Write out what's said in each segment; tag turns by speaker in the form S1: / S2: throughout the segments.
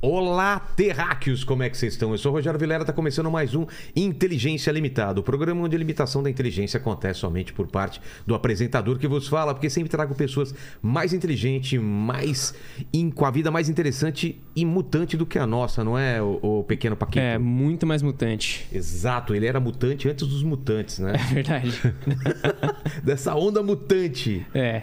S1: Olá, terráqueos, como é que vocês estão? Eu sou o Rogério Vilera, está começando mais um Inteligência Limitada, o programa onde a limitação da inteligência acontece somente por parte do apresentador que vos fala, porque sempre trago pessoas mais inteligentes, mais in- com a vida mais interessante e mutante do que a nossa, não é, o, pequeno Paquito?
S2: É, muito mais mutante.
S1: Exato, ele era mutante antes dos mutantes, né?
S2: É verdade.
S1: Dessa onda mutante.
S2: É.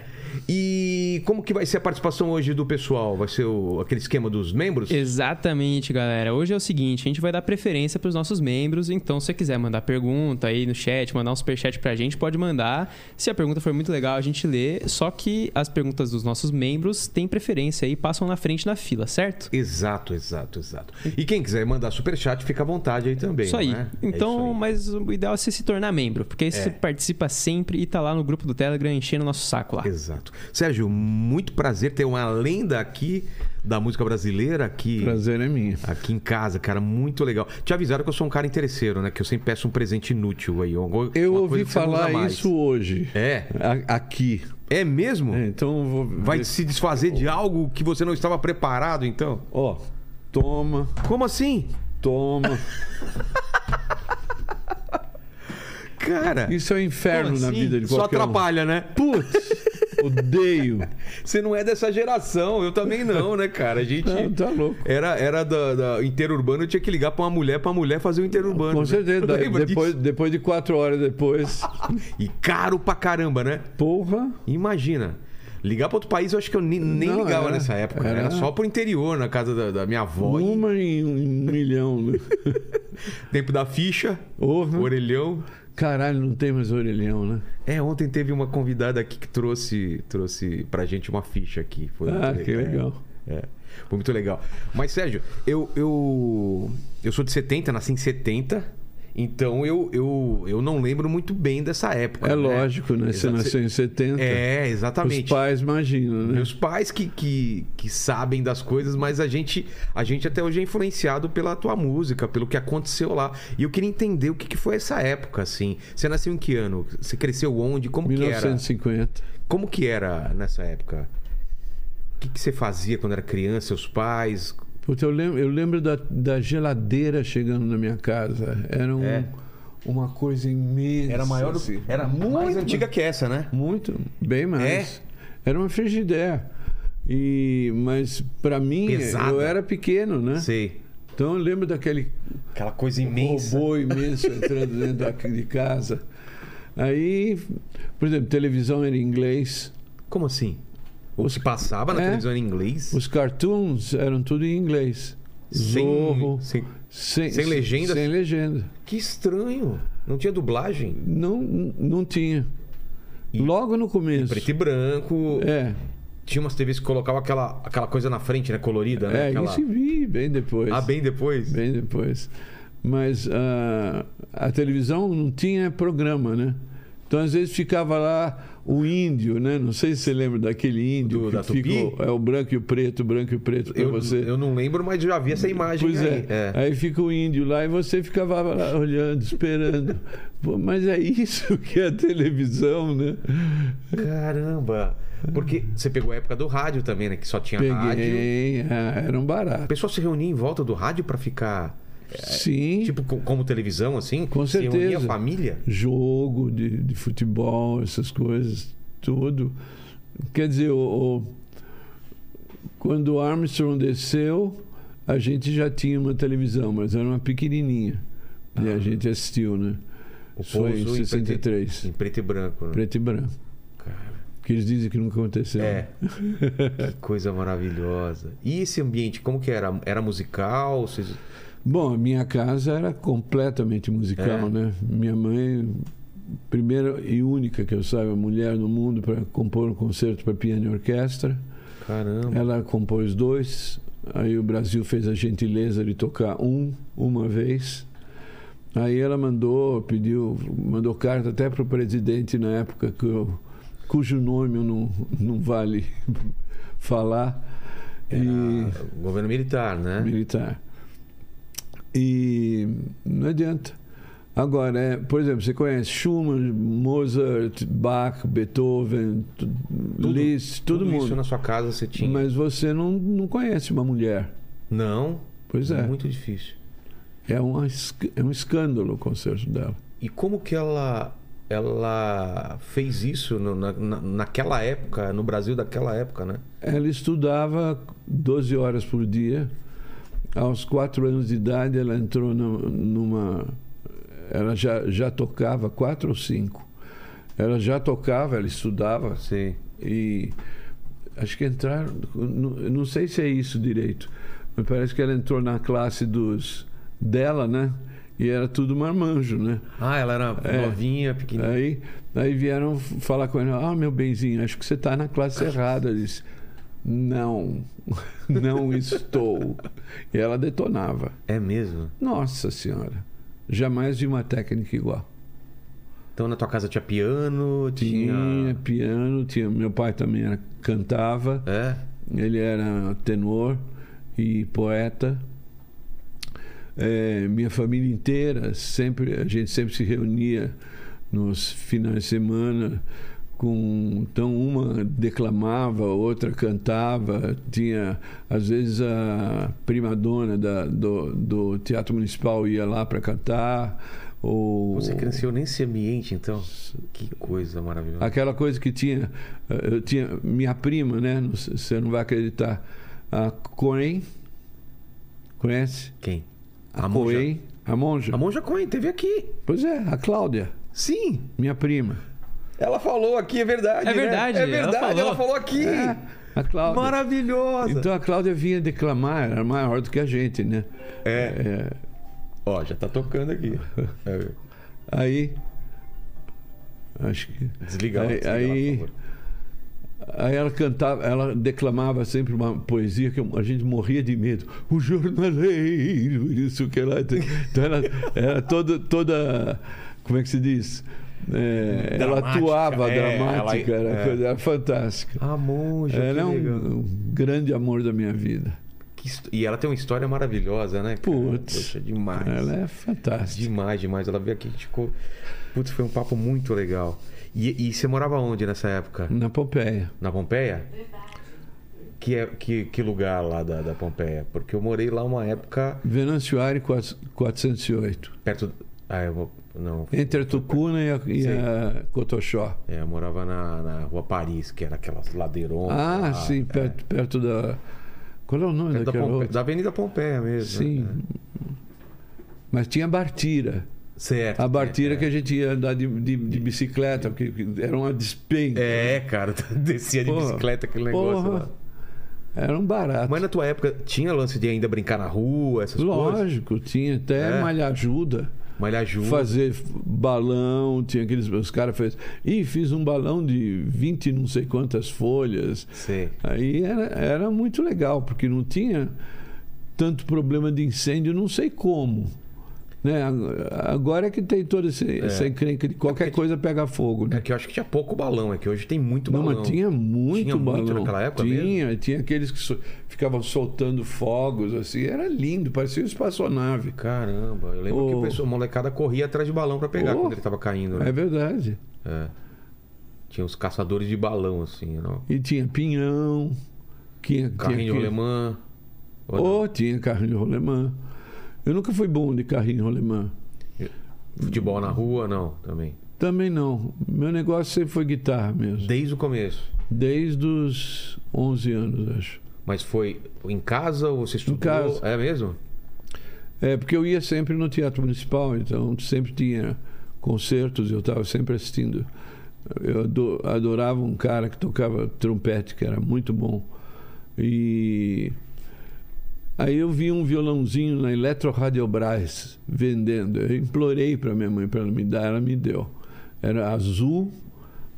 S1: E como que vai ser a participação hoje do pessoal? Vai ser o- aquele esquema dos membros?
S2: Exatamente, galera. Hoje é o seguinte, a gente vai dar preferência pros nossos membros, então se você quiser mandar pergunta aí no chat, mandar um superchat pra gente, pode mandar. Se a pergunta for muito legal, a gente lê, só que as perguntas dos nossos membros têm preferência aí, passam na frente na fila, certo?
S1: Exato, exato, exato. E quem quiser mandar superchat, fica à vontade aí também.
S2: isso aí.
S1: não é? É
S2: Então,
S1: isso aí. É.
S2: mas o ideal é você se tornar membro, porque aí você participa sempre e tá lá no grupo do Telegram enchendo o nosso saco lá.
S1: Exato. Sérgio, muito prazer ter uma lenda aqui da música brasileira aqui.
S3: Prazer é minha.
S1: Aqui em casa, cara, muito legal. Te avisaram que eu sou um cara interesseiro, né? Que eu sempre peço um presente inútil aí. alguma-
S3: Eu
S1: uma
S3: ouvi
S1: coisa que você não usa
S3: falar
S1: mais.
S3: isso hoje.
S1: É,
S3: A- aqui.
S1: é mesmo?
S3: É, então eu vou.
S1: Vai
S3: ver-
S1: se desfazer de algo que você não estava preparado, então?
S3: Ó, toma,
S1: Como assim?
S3: toma.
S1: Cara,
S3: Isso é um inferno
S1: como
S3: na
S1: assim?
S3: vida de
S1: só
S3: qualquer
S1: atrapalha, né?
S3: um. Putz, odeio.
S1: Você não é dessa geração, eu também não, né, cara? A gente.
S3: Não, tá louco.
S1: Era, era da, da interurbano, eu tinha que ligar pra uma mulher, pra mulher fazer o interurbano.
S3: Com
S1: né?
S3: certeza. daí-
S1: Lembra
S3: depois,
S1: disso?
S3: depois de quatro horas depois.
S1: E caro pra caramba, né?
S3: Porra.
S1: Imagina. Ligar pra outro país, eu acho que eu ni- nem
S3: Não,
S1: ligava
S3: era-
S1: nessa época. né? Era,
S3: era-
S1: só pro interior, na casa da, da minha avó. e
S3: Uma em um em um milhão. né?
S1: Tempo da ficha,
S3: Porra.
S1: orelhão.
S3: Caralho, não tem mais orelhão, né?
S1: É, ontem teve uma convidada aqui que trouxe, trouxe pra gente uma ficha aqui. Foi
S3: Ah,
S1: muito
S3: que legal.
S1: É, foi muito legal. Mas, Sérgio, eu, eu, eu sou de 70, nasci em 70. Então eu, eu, eu não lembro muito bem dessa época.
S3: É lógico, né? Você
S1: Exato.
S3: nasceu em 70.
S1: É,
S3: Os
S1: exatamente. um
S3: pais imaginam, né?
S1: Meus pais que, que, que sabem das coisas, mas a gente, a gente até hoje é influenciado pela tua música, pelo que aconteceu lá. E eu queria entender o que, que foi essa época, assim. Você nasceu em que ano? Você cresceu onde? Como que era?
S3: 1950.
S1: Como que era nessa época? O que, que você fazia quando era criança, seus pais?
S3: Puta, eu lembro, eu lembro da, da geladeira chegando na minha casa. Era um-
S1: É.
S3: uma coisa imensa. assim.
S1: Era muito mais antiga que essa, né?
S3: Muito, bem mais. Era uma frigideira. É. E, mas para mim,
S1: Pesada.
S3: eu era pequeno, né?
S1: Sei.
S3: Então eu lembro daquele
S1: Aquela coisa imensa.
S3: robô imenso entrando dentro da, de casa. Aí, por exemplo, televisão era em inglês.
S1: Como assim? O que passava na
S3: É.
S1: televisão em inglês?
S3: Os cartoons eram tudo em inglês.
S1: Sem-
S3: Zorro.
S1: sem-
S3: Sem,
S1: sem legenda?
S3: Sem legenda.
S1: Que estranho. Não tinha dublagem.
S3: Não, não tinha. Logo no começo.
S1: Preto e branco.
S3: É,
S1: Tinha umas TVs que colocavam aquela, aquela coisa na frente, né? Colorida, né?
S3: é
S1: Aquela-
S3: isso eu vi bem depois.
S1: Ah, bem depois?
S3: Bem depois. Mas ah, a televisão não tinha programa, né? Então, às vezes, ficava lá o índio, né? Não sei se você lembra daquele índio
S1: Do-
S3: que
S1: da
S3: fica
S1: Tupi?
S3: o- é o branco e o preto, o branco e o preto pra
S1: eu,
S3: você.
S1: eu não lembro, mas já vi essa imagem
S3: Pois
S1: aí.
S3: é. Aí fica o índio lá e você ficava lá olhando, esperando. Pô, mas é isso que é a televisão, né?
S1: Caramba. Porque você pegou a época do rádio também, né? Que só tinha rádio.
S3: Peguei, ah, era um
S1: O
S3: barato.
S1: pessoal se reunia em volta do rádio pra ficar...
S3: Sim.
S1: Tipo, co- como televisão, assim?
S3: Com
S1: Se reunia a
S3: certeza.
S1: família?
S3: jogo de, de futebol, essas coisas, tudo. Quer dizer, o, o- quando o Armstrong desceu, a gente já tinha uma televisão, mas era uma pequenininha. E a gente assistiu, né?
S1: Ah. O
S3: Isso foi em
S1: pouso em
S3: 63,
S1: Em preto e branco, né?
S3: preto e branco.
S1: Cara,
S3: Que eles dizem que nunca aconteceu.
S1: é. que coisa maravilhosa. E esse ambiente, como que era? Era musical? Vocês-
S3: Bom, a minha casa era completamente musical,
S1: É.
S3: né? Minha mãe, primeira e única que eu saiba, mulher no mundo para compor um concerto para piano e orquestra.
S1: Caramba.
S3: Ela compôs dois, aí o Brasil fez a gentileza de tocar um, uma vez. Aí ela mandou, pediu, mandou carta até para o presidente na época, que eu- cujo nome eu não, não vale falar, e
S1: Era Governo militar, né?
S3: militar. E não adianta. Agora, é, por exemplo, você conhece Schumann, Mozart, Bach, Beethoven, tu- Liszt, todo
S1: Tudo
S3: mundo.
S1: isso na sua casa você tinha.
S3: Mas você não, não conhece uma mulher.
S1: Não.
S3: Pois é.
S1: Muito difícil.
S3: É, uma, esc- é um escândalo o concerto dela.
S1: E como que ela ela fez isso no- na, na- naquela época, no Brasil daquela época, né?
S3: Ela estudava 12 horas por dia. Aos 4 anos de idade, ela entrou nu- numa. Ela já, já tocava, 4 ou 5. Ela já tocava, ela estudava
S1: Sim.
S3: e acho que entraram. nu- Não sei se é isso direito, mas parece que ela entrou na classe dos dela, né? E era tudo marmanjo, né?
S1: Ah, ela era
S3: É.
S1: novinha, pequenininha.
S3: Aí, aí vieram falar com ela: Ah, meu benzinho, acho que você está na classe errada. Eu disse: Não, não estou. E ela detonava.
S1: É mesmo?
S3: Nossa Senhora, jamais vi uma técnica igual.
S1: Então na tua casa tinha piano, tinha...
S3: Tinha piano, tinha, meu pai também era- cantava,
S1: É?
S3: ele era tenor e poeta. É, minha família inteira sempre a gente sempre se reunia nos finais de semana com então uma declamava outra cantava tinha às vezes a primadona da, do, do teatro municipal ia lá para cantar ou
S1: Você cresceu nesse ambiente, então? Que coisa maravilhosa.
S3: Aquela coisa que tinha, eh, eu tinha minha prima, né? não sei- Você não vai acreditar. A Coen, conhece?
S1: Quem?
S3: A,
S1: A monja.
S3: Coen, a monja.
S1: A Monja Cohen teve aqui.
S3: Pois é, a Cláudia,
S1: Sim.
S3: minha prima.
S1: Ela falou aqui, é verdade. né?
S2: É verdade,
S1: É
S2: ela
S1: verdade, ela falou,
S2: falou.
S1: aqui.
S3: É, a Cláudia.
S1: Maravilhosa.
S3: Então a Cláudia vinha declamar, era maior do que a gente, né?
S1: É.
S3: É,
S1: Ó, já tá tocando aqui.
S3: aí. Acho que.
S1: Desliga
S3: Aí-
S1: lá, desliga lá,
S3: aí-
S1: por favor.
S3: Aí ela cantava, ela declamava sempre uma poesia que a gente morria de medo. O jornaleiro, isso que ela. Então ela era toda, toda. Como é que se diz? É, ela
S1: Dramática,
S3: atuava
S1: é,
S3: dramática,
S1: ela-
S3: era,
S1: é.
S3: coisa- era fantástica.
S1: A Monja, que
S3: ela é
S1: legal.
S3: um, um grande amor da minha vida.
S1: Que hist- E ela tem uma história maravilhosa, né? cara?
S3: Putz.
S1: Poxa, demais.
S3: Ela é fantástica.
S1: Demais, demais. Ela veio aqui, a gente ficou. Putz, foi um papo muito legal. E, e você morava onde nessa época?
S3: Na Pompeia.
S1: Na Pompeia? Que, é, que, que lugar lá da, da Pompeia? Porque eu morei lá uma época
S3: Venâncio Aire 4- 408.
S1: perto. Ah, eu vou- não.
S3: Entre a Tucuna e a, e a Cotoxó.
S1: É, eu morava na, na Rua Paris, que era aquelas ladeironas.
S3: Ah,
S1: lá,
S3: sim, perto, perto da. Qual é o nome
S1: é. perto da,
S3: daquela
S1: Pompeia-
S3: outra?
S1: da Avenida Pompeia mesmo.
S3: Sim.
S1: né?
S3: Mas tinha a Bartira.
S1: Certo.
S3: A Bartira
S1: é,
S3: que a gente ia andar de, de- de bicicleta, porque era uma despenca.
S1: É, cara, descia de
S3: Porra,
S1: bicicleta aquele negócio
S3: porra.
S1: lá.
S3: Era um barato.
S1: Mas na tua época tinha lance de ainda brincar na rua, essas coisas?
S3: Lógico, tinha até
S1: É.
S3: malha ajuda.
S1: Malhar junto.
S3: Fazer f- balão, tinha aqueles. Os caras fez. Ih, fiz um balão de 20 e não sei quantas folhas.
S1: Sei.
S3: Aí era, era muito legal, porque não tinha tanto problema de incêndio, não sei como. Né? Ag- Agora é que tem toda essa, essa encrenca de qualquer coisa pega fogo.
S1: É
S3: Né?
S1: que eu acho que tinha pouco balão, é que hoje tem muito
S3: Não,
S1: balão.
S3: mas tinha muito
S1: Tinha
S3: balão.
S1: muito naquela época
S3: tinha, tinha aqueles que so- ficavam soltando fogos, assim, era lindo, parecia um uma espaçonave.
S1: Caramba, eu lembro que
S3: Ô.
S1: a pessoa, a molecada corria atrás de balão pra pegar
S3: Ô.
S1: quando ele tava caindo, né?
S3: É verdade.
S1: É. Tinha os caçadores de balão, assim, não.
S3: E tinha pinhão, tinha,
S1: Carrinho
S3: tinha, tinha,
S1: alemã. Ou não?
S3: oh, tinha carrinho rolemã. Eu nunca fui bom de carrinho rolemã.
S1: Futebol na rua, não, também.
S3: Também não. Meu negócio sempre foi guitarra mesmo.
S1: Desde o começo.
S3: Desde os 11 anos, acho.
S1: Mas foi em casa ou você estudou?
S3: casa.
S1: É mesmo?
S3: É, porque eu ia sempre no Teatro Municipal, então sempre tinha concertos, eu estava sempre assistindo. Eu ado- adorava um cara que tocava trompete, que era muito bom. E aí eu vi um violãozinho na Eletro Radiobras vendendo. Eu implorei para minha mãe para ela me dar, ela me deu. Era azul,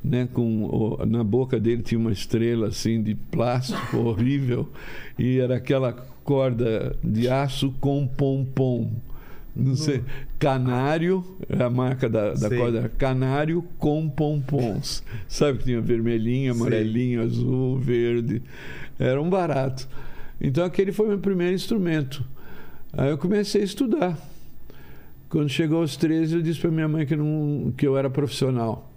S3: né, com o- na boca dele tinha uma estrela assim de plástico horrível e era aquela corda de aço com pompom. Não sei, canário, é a marca da, da
S1: Sei.
S3: corda, canário com pompons. Sabe que tinha vermelhinho, amarelinho, azul, verde. Era um barato. Então aquele foi meu primeiro instrumento. Aí eu comecei a estudar. Quando chegou aos 13, eu disse para minha mãe que, não, que eu era profissional.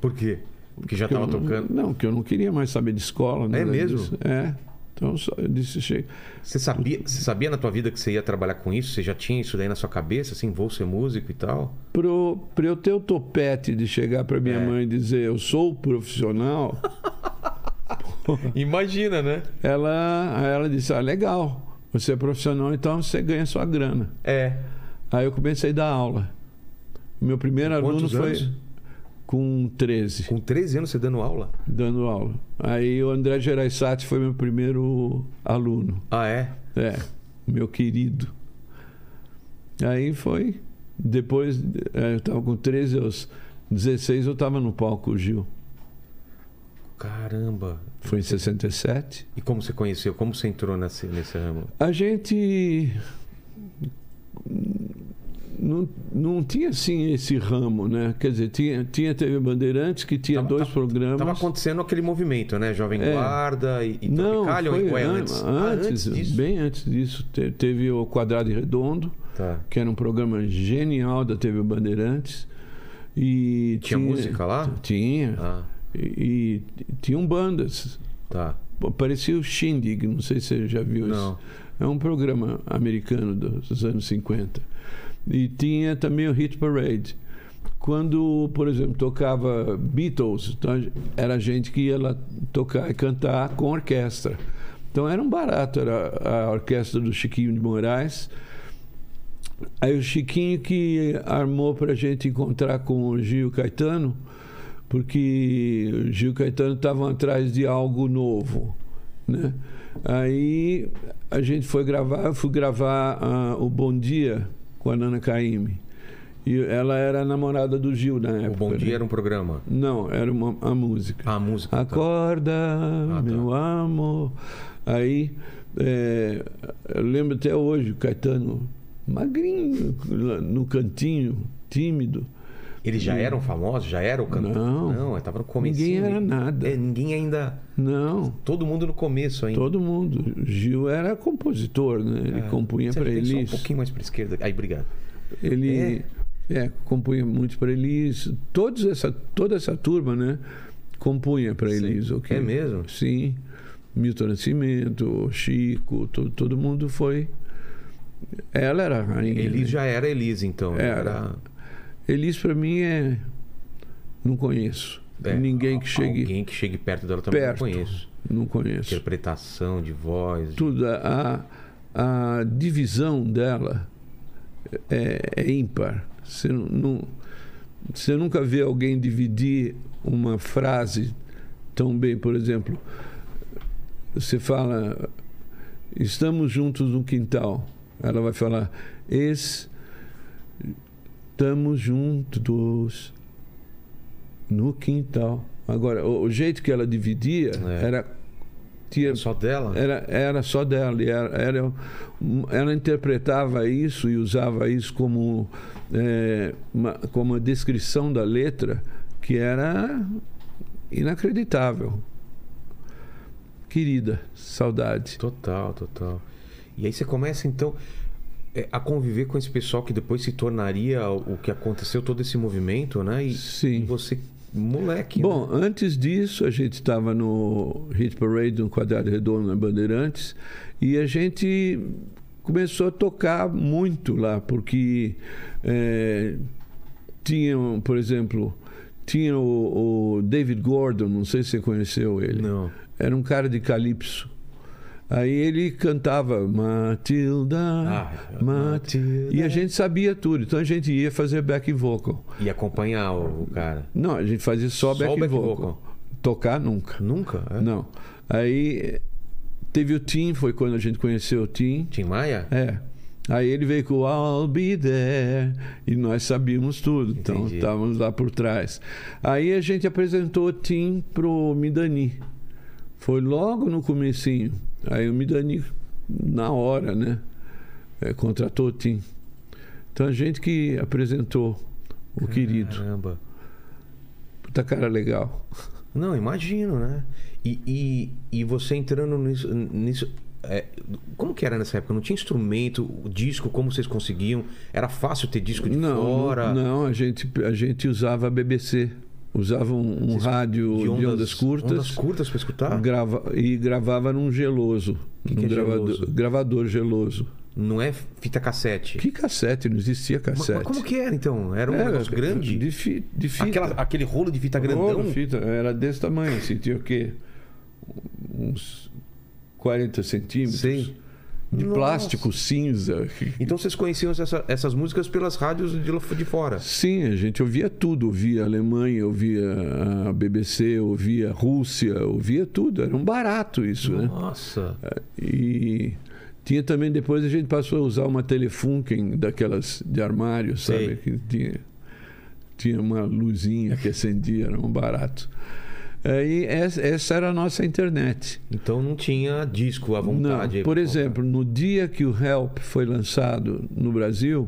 S1: Por quê? Porque já
S3: Que eu
S1: tava
S3: não-
S1: tocando.
S3: Não, que eu não queria mais saber de escola. nada
S1: mesmo?
S3: disso. É. Então só- eu disse, chega.
S1: Você sabia, você sabia na tua vida que você ia trabalhar com isso? Você já tinha isso daí na sua cabeça, assim, vou ser músico e tal?
S3: Pro, pra eu ter o topete de chegar pra minha
S1: É.
S3: mãe e dizer eu sou profissional,
S1: Imagina, né?
S3: ela, aí ela disse, ah, legal, você é profissional, então você ganha sua grana.
S1: É.
S3: Aí eu comecei a dar aula. Meu primeiro aluno
S1: Quantos
S3: foi
S1: anos?
S3: com 13,
S1: Com 13 anos você dando aula?
S3: dando aula. Aí o André Gerais Satti foi meu primeiro aluno.
S1: Ah, é?
S3: É, meu querido. Aí foi. Depois, eh, eu estava com 13 aos 16, eu estava no palco Gil.
S1: Caramba.
S3: Foi em 67.
S1: E como você conheceu? Como você entrou nesse, nesse ramo?
S3: A gente. Não, não tinha assim esse ramo, né? Quer dizer, tinha, tinha TV Bandeirantes que tinha
S1: Tava-
S3: dois
S1: tava-
S3: programas.
S1: Tava acontecendo aquele movimento, né? Jovem
S3: É.
S1: Guarda e, e
S3: não,
S1: Tropicália ou
S3: foi
S1: ou é
S3: an-
S1: antes?
S3: antes,
S1: Ah, disso?
S3: bem antes disso. Te- Teve o Quadrado e Redondo,
S1: Tá.
S3: que era um programa genial da TV Bandeirantes. E
S1: Tinha música lá?
S3: Tinha.
S1: Ah,
S3: E, e tinham bandas.
S1: tá.
S3: Pô, Parecia o Shindig, não sei se você já viu isso.
S1: Não.
S3: É um programa americano dos anos 50. E tinha também o Hit Parade. Quando, por exemplo, tocava Beatles, então era gente que ia lá tocar e cantar com orquestra. Então era um barato, era a orquestra do Chiquinho de Moraes. Aí o Chiquinho que armou pra gente encontrar com o Gil Caetano, porque o Gil Caetano estavam atrás de algo novo, né? Aí a gente foi gravar, eu fui gravar ah, o Bom Dia com a Nana Caymmi. E ela era a namorada do Gil na época.
S1: o Bom
S3: né?
S1: Dia era um programa.
S3: Não, era uma, a música.
S1: Ah, a música. tá.
S3: Acorda,
S1: tá.
S3: meu amor. Aí, é, eu lembro até hoje, o Caetano, magrinho, lá no cantinho, tímido.
S1: Eles já eram famosos? Já era o cantor?
S3: Hum. Não.
S1: Não, tava no começo.
S3: Ninguém era nada.
S1: É, ninguém ainda.
S3: Não,
S1: Todo mundo no começo ainda.
S3: todo mundo. Gil era compositor, né? Ele
S1: Ah,
S3: compunha
S1: você
S3: para
S1: tem só Um
S3: Elis.
S1: pouquinho mais para esquerda. Aí, obrigado.
S3: Ele é, compunha muito para Elis. Todos essa, toda essa turma, né? Compunha para Elis. ok?
S1: É mesmo?
S3: Sim. Milton Nascimento, Chico, to, todo mundo foi. Ela era a rainha. né?
S1: Elis já era Elis, então.
S3: Era. Elis para mim é. Não conheço.
S1: É,
S3: Ninguém que chegue
S1: Alguém que chegue perto dela também
S3: Perto.
S1: não conheço.
S3: não conheço.
S1: Interpretação de voz. de-
S3: Tudo a, a divisão dela é, é ímpar. Você nu- nu- você nunca vê alguém dividir uma frase tão bem, por exemplo, você fala estamos juntos no quintal. Ela vai falar es estamos juntos no quintal. Agora, o, o jeito que ela dividia
S1: É.
S3: era tinha
S1: Só dela?
S3: era, era só dela. e Era, era, um- ela interpretava isso e usava isso como, é, uma, como uma descrição da letra que era inacreditável. Querida, saudade.
S1: Total, total. E aí você começa, então, é, a conviver com esse pessoal que depois se tornaria o o que aconteceu, todo esse movimento, né? E, e
S3: Sim.
S1: você, moleque. né?
S3: Bom, antes disso, a gente estava no Hit Parade, no Quadrado Redondo, na Bandeirantes, e a gente começou a tocar muito lá, porque eh, tinham, por exemplo, tinha o, o David Gordon, não sei se você conheceu ele.
S1: Não.
S3: Era um cara de calypso. Aí ele cantava Matilda,
S1: Ah,
S3: Matilda. E a gente sabia tudo, então a gente ia fazer back vocal.
S1: E acompanhar o, o cara.
S3: Não, a gente fazia só,
S1: Só
S3: back,
S1: o back
S3: vocal.
S1: vocal.
S3: Tocar nunca.
S1: Nunca? É?
S3: Não. Aí teve o Tim, foi quando a gente conheceu o Tim.
S1: Tim Maia?
S3: É. Aí ele veio com o I'll be there. E nós sabíamos tudo. Então
S1: Entendi.
S3: estávamos lá por trás. Aí a gente apresentou o Tim pro Midani. Foi logo no comecinho. Aí o Midani, na hora, né? eh, contratou o Tim. Então a gente que apresentou o querido.
S1: Caramba.
S3: Puta cara legal.
S1: Não, imagino, né? E, e, e você entrando nisso. nisso é, como que era nessa época? Não tinha instrumento, o disco, como vocês conseguiam? Era fácil ter disco de
S3: não,
S1: fora?
S3: Não, a gente, a gente usava a BBC, Usava um, um
S1: Vocês-
S3: rádio de ondas, curtas
S1: Ondas curtas para escutar?
S3: grava- e gravava num geloso.
S1: Que que
S3: num
S1: é
S3: gravador,
S1: geloso?
S3: gravador geloso.
S1: Não é fita cassete.
S3: Que cassete? Não existia
S1: Mas-
S3: cassete.
S1: Mas como que era então? Era um negócio grande?
S3: De, fi, de fita.
S1: Aquela- aquele rolo de fita grandão?
S3: Ouro, fita. Era desse tamanho, assim, tinha o quê? Uns 40 centímetros.
S1: Sei.
S3: De
S1: Nossa.
S3: plástico cinza.
S1: Então vocês conheciam essa- essas músicas pelas rádios de, lá- de fora?
S3: Sim, a gente ouvia tudo. Ouvia a Alemanha, ouvia a BBC, ouvia a Rússia, ouvia tudo. Era um barato isso,
S1: Uhum.
S3: né?
S1: Nossa.
S3: E tinha também, depois a gente passou a usar uma Telefunken daquelas de armário, sabe?
S1: Sei.
S3: Que tinha, tinha uma luzinha que acendia, era um barato. Aí essa, essa era a nossa internet.
S1: Então não tinha disco à vontade. aí
S3: Não, por
S1: pra
S3: exemplo, no dia que o Help foi lançado no Brasil,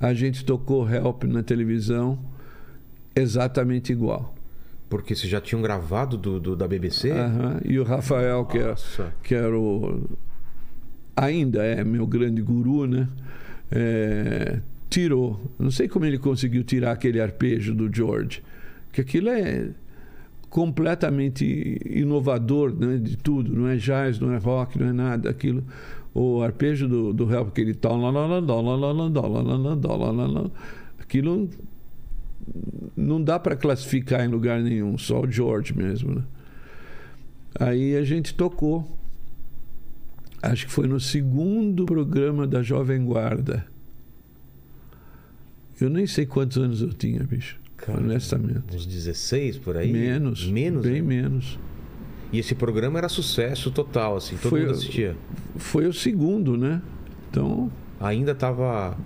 S3: a gente tocou Help na televisão exatamente igual.
S1: comprar. Porque vocês já tinham gravado do, do- da BBC?
S3: Aham. E o Rafael, É, que era,
S1: Nossa.
S3: que era o. ainda é meu grande guru, né? É, tirou. Não sei como ele conseguiu tirar aquele arpejo do George, que aquilo é completamente inovador né, de tudo, não é jazz, não é rock, não é nada, aquilo. O arpejo do, do Help, aquele tal, lá, lá, lá, lá, lá, lá, lá, lá, lá, lá, lá, lá, lá, lá. aquilo não dá para classificar em lugar nenhum, só o George mesmo. Né? Aí a gente tocou. Acho que foi no segundo programa da Jovem Guarda. Eu nem sei quantos anos eu tinha, bicho.
S1: Cara,
S3: honestamente.
S1: Uns 16 por aí?
S3: Né? Menos.
S1: Menos?
S3: Bem
S1: né?
S3: menos.
S1: E esse programa era sucesso total, assim. Todo
S3: Foi-
S1: mundo assistia.
S3: Foi o segundo, né? Então,
S1: Ainda tava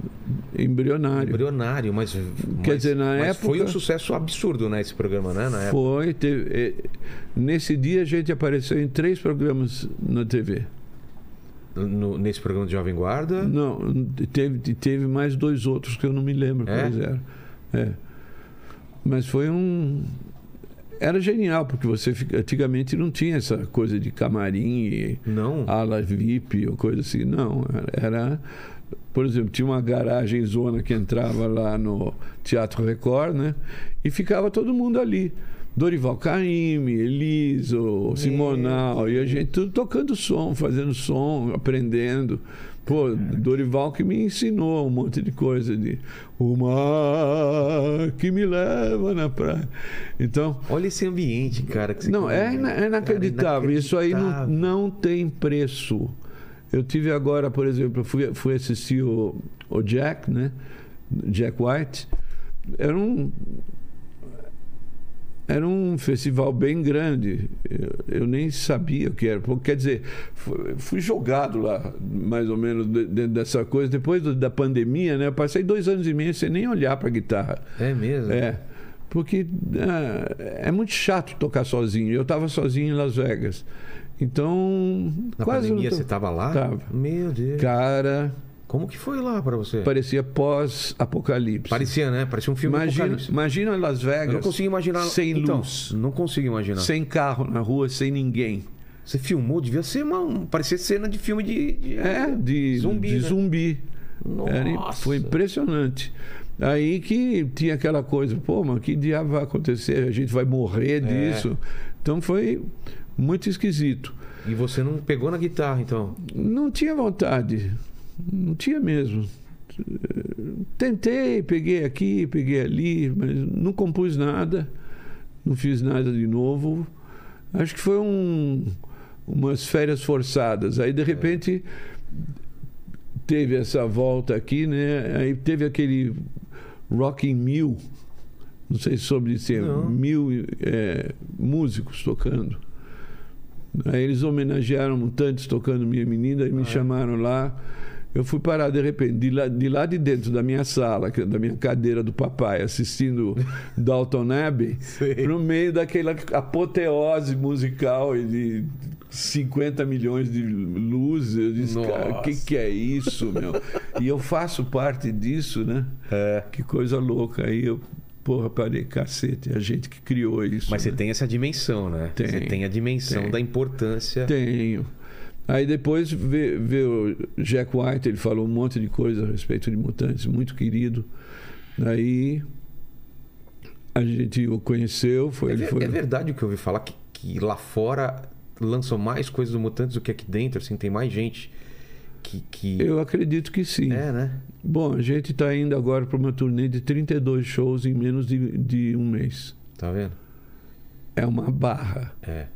S3: embrionário.
S1: embrionário, mas. mas-
S3: dizer, na
S1: mas Foi
S3: época-
S1: um sucesso absurdo, né? Esse programa, né? Na época.
S3: Foi. teve- eh, nesse dia a gente apareceu em três programas na TV.
S1: No- nesse programa de Jovem Guarda.
S3: Não, teve, teve mais dois outros que eu não me lembro
S1: É?
S3: quais eram. É. Mas foi um. Era genial, porque você fica- antigamente não tinha essa coisa de camarim e
S1: Não.
S3: ala VIP ou coisa assim. Não, era. Por exemplo, tinha uma garagem zona que entrava lá no Teatro Record, né? E ficava todo mundo ali. Dorival Caymmi, Eliso, Simonal, e a gente tudo tocando som, fazendo som, aprendendo. Pô, Dorival que me ensinou um monte de coisa de o mar que me leva na praia. Então,
S1: Olha esse ambiente, cara. Que você
S3: não,
S1: cria,
S3: é, ina- é
S1: cara,
S3: inacreditável. Isso aí não,
S1: inacreditável.
S3: não tem preço. Eu tive agora, por exemplo, eu fui, fui assistir o, o Jack, né? Jack White. Era um. Era um festival bem grande. Eu, eu nem sabia o que era. Pô, Quer dizer, fu- fui jogado lá, mais ou menos, de- dentro dessa coisa. Depois do- da pandemia, né? Eu passei dois anos e meio sem nem olhar para guitarra.
S1: É mesmo?
S3: É. Porque ah, é muito chato tocar sozinho. Eu estava sozinho em Las Vegas. Então.
S1: Na
S3: quase
S1: pandemia
S3: não
S1: você tá-
S3: to-
S1: tava lá?
S3: Tava.
S1: Meu Deus.
S3: Cara,
S1: Como que foi lá pra você?
S3: parecia pós-apocalipse.
S1: Parecia, né? Parecia um filme
S3: Imagina,
S1: apocalipse.
S3: imagina Las
S1: Eu
S3: Vegas.
S1: não consigo imaginar.
S3: Sem
S1: Então,
S3: luz.
S1: Não consigo imaginar.
S3: Sem carro na rua, sem ninguém.
S1: Você filmou, devia ser uma. um, Parecia cena de filme de. de-
S3: É, de
S1: Zumbi,
S3: zumbi.
S1: né?
S3: De zumbi. Era-
S1: Nossa.
S3: foi impressionante. Aí que tinha aquela coisa, pô, mas que diabo vai acontecer? A gente vai
S1: É.
S3: morrer disso. Então foi muito esquisito.
S1: E você não pegou na guitarra, então.
S3: Não tinha vontade. Não tinha mesmo. Tentei, peguei aqui, peguei ali, mas não compus nada. Não fiz nada de novo. Acho que foi um, umas férias forçadas. Aí, de repente, teve essa volta aqui, né? Aí teve aquele Rock in Mil. Não sei se soube dizer.
S1: Não.
S3: Mil eh, músicos tocando. Aí eles homenagearam mutantes tocando Minha Menina e
S1: Ah, é.
S3: me chamaram lá. Eu fui parar de repente, de lá, de lá de dentro da minha sala, que- é da minha cadeira do papai, assistindo Dalton Abbey, pro meio daquela apoteose musical e de 50 milhões de luzes. Eu disse, cara, o que,
S1: Nossa.
S3: que é isso, meu? e eu faço parte disso, né?
S1: É.
S3: Que coisa louca. Aí eu, porra, parei, cacete, é a gente que criou isso.
S1: Mas
S3: né?
S1: você tem essa dimensão, né?
S3: Tem.
S1: Você tem a dimensão
S3: Tem.
S1: da importância.
S3: Tenho. Aí depois vê, vê o Jack White, ele falou um monte de coisa a respeito de mutantes, muito querido. Aí A gente o conheceu, foi,
S1: É,
S3: ele
S1: ver-
S3: foi.
S1: é verdade o que eu ouvi falar, que, que lá fora lançam mais coisas do Mutantes do que aqui dentro, assim, tem mais gente que... que...
S3: Eu acredito que sim.
S1: É, né?
S3: Bom, a gente está indo agora para uma turnê de 32 shows em menos de, de um mês.
S1: Tá vendo?
S3: É uma barra.
S1: É.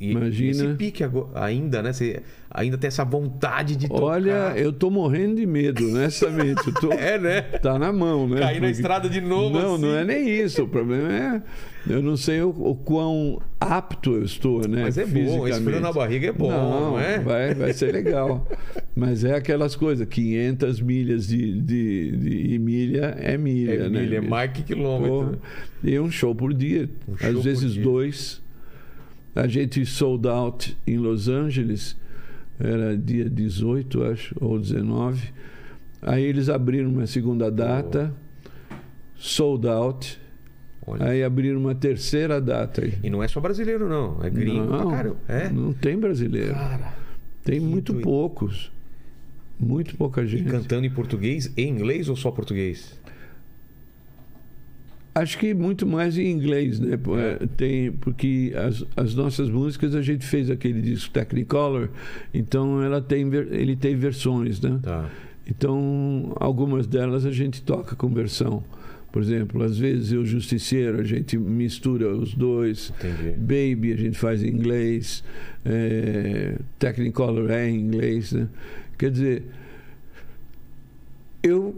S1: E
S3: Imagina.
S1: Esse pique ago- ainda, né? Você ainda tem essa vontade de É tocar.
S3: Olha, eu tô morrendo de medo, honestamente. Eu tô-
S1: É, né?
S3: Tá na mão, né?
S1: Cair na
S3: Porque-
S1: estrada de novo,
S3: Não,
S1: assim.
S3: não é nem isso. O problema é. Eu não sei o, o quão apto eu estou, né?
S1: Mas é bom,
S3: fisicamente.
S1: esse frio na barriga é bom, não,
S3: não,
S1: é?
S3: Vai, vai ser legal. Mas é aquelas coisas, 500 milhas de, de, de- e milha é milha,
S1: É
S3: né?
S1: milha, é mais que quilômetro.
S3: Porra.
S1: né?
S3: E um show por dia,
S1: Um show por
S3: às vezes
S1: dia.
S3: dois. A gente sold out em Los Angeles, era dia 18, acho, ou 19. Aí eles abriram uma segunda data, sold out.
S1: Olha.
S3: Aí abriram uma terceira data.
S1: E não é só brasileiro, não. É gringo pra caramba. É?
S3: não tem brasileiro.
S1: Cara.
S3: Tem
S1: que
S3: muito
S1: doido.
S3: poucos. Muito pouca
S1: E
S3: gente.
S1: cantando em português e inglês ou só português?
S3: Acho que muito mais em inglês, né? Pô, é, Tem, porque as, as nossas músicas a gente fez aquele disco Technicolor, então ela tem, ver- ele tem versões, né?
S1: Tá.
S3: Então algumas delas a gente toca com versão. Por exemplo, às vezes eu Justiceiro, a gente mistura os dois.
S1: Entendi.
S3: Baby a gente faz em inglês, é, Technicolor é em inglês, né? Quer dizer, eu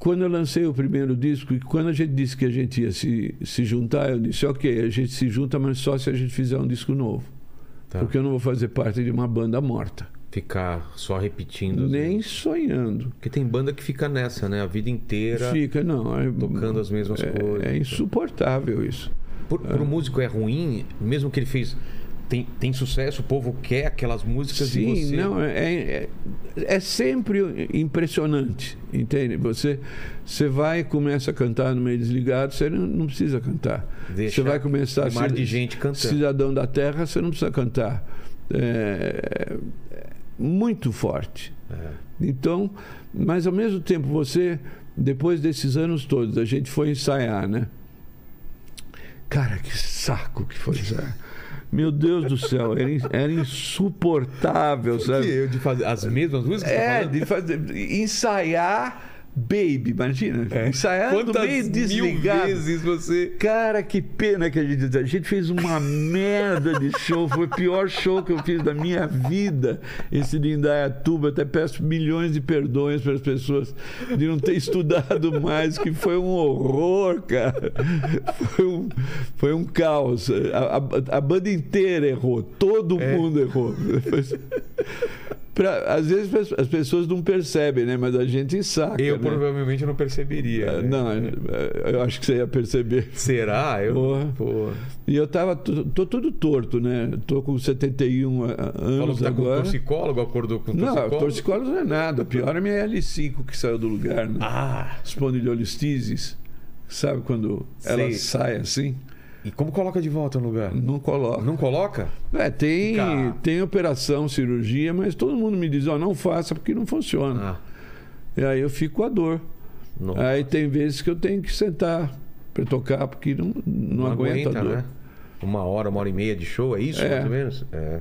S3: quando eu lancei o primeiro disco e quando a gente disse que a gente ia se, se juntar, eu disse ok, a gente se junta, mas só se a gente fizer um disco novo,
S1: Tá.
S3: porque eu não vou fazer parte de uma banda morta,
S1: Ficar só repetindo.
S3: nem
S1: né?
S3: sonhando.
S1: Porque tem banda que fica nessa, né? A vida inteira
S3: Fica não, é,
S1: tocando as mesmas coisas.
S3: é, é insuportável isso.
S1: Por, pro músico é ruim, mesmo que ele fez. Tem, tem sucesso, o povo quer aquelas músicas
S3: Sim,
S1: de você.
S3: não, é, é, é sempre impressionante, entende? Você, você vai e começa a cantar no meio desligado, você não, não precisa cantar.
S1: Deixa
S3: você vai começar a
S1: um mar
S3: ser
S1: de gente cantando.
S3: cidadão da terra, você não precisa cantar. É, é muito forte.
S1: É.
S3: Então, mas ao mesmo tempo você, depois desses anos todos, a gente foi ensaiar, né? Cara, que saco que foi ensaiar. Meu Deus do céu, era, in- era insuportável,
S1: E
S3: sabe?
S1: eu de fazer as mesmas músicas? tá
S3: É,
S1: falando?
S3: de fazer, ensaiar baby, imagina.
S1: É.
S3: Ensaiar
S1: Quantas
S3: é meio
S1: mil
S3: desligado.
S1: vezes você.
S3: Cara, que pena que a gente. A gente fez uma merda de show. Foi o pior show que eu fiz da minha vida. Esse de Indaiatuba. Até peço milhões de perdões para as pessoas de não ter estudado mais, que foi um horror, cara. Foi um, foi um caos. A, a- a banda inteira errou. Todo mundo errou. Pra- às vezes as- as pessoas não percebem, né? Mas a gente saca.
S1: Eu
S3: né?
S1: provavelmente não perceberia.
S3: Ah,
S1: né?
S3: Não, eu acho que você ia perceber.
S1: Será? Eu.
S3: Porra.
S1: Pô.
S3: E eu tava, tu- tô tudo torto, né? Tô com 71 a- a-
S1: Falou
S3: anos
S1: que tá com
S3: agora.
S1: torcicólogo, acordou com
S3: Não,
S1: torcicólogo.
S3: torcicolo não é nada. Pior é minha L5 que saiu do lugar, né?
S1: Ah!
S3: Espondilolistises. Sabe quando ela
S1: Sei.
S3: sai assim?
S1: E como coloca de volta no lugar?
S3: Não coloca.
S1: Não coloca?
S3: É, tem,
S1: Fica-
S3: tem operação, cirurgia, mas todo mundo me diz, ó, não faça porque não funciona.
S1: Ah,
S3: E aí eu fico com a dor.
S1: não.
S3: Aí tem vezes que eu tenho que sentar pra tocar porque não, não, aguenta, a dor.
S1: né? Uma hora, uma hora e meia de show, é isso?
S3: É.
S1: Mais ou menos? É.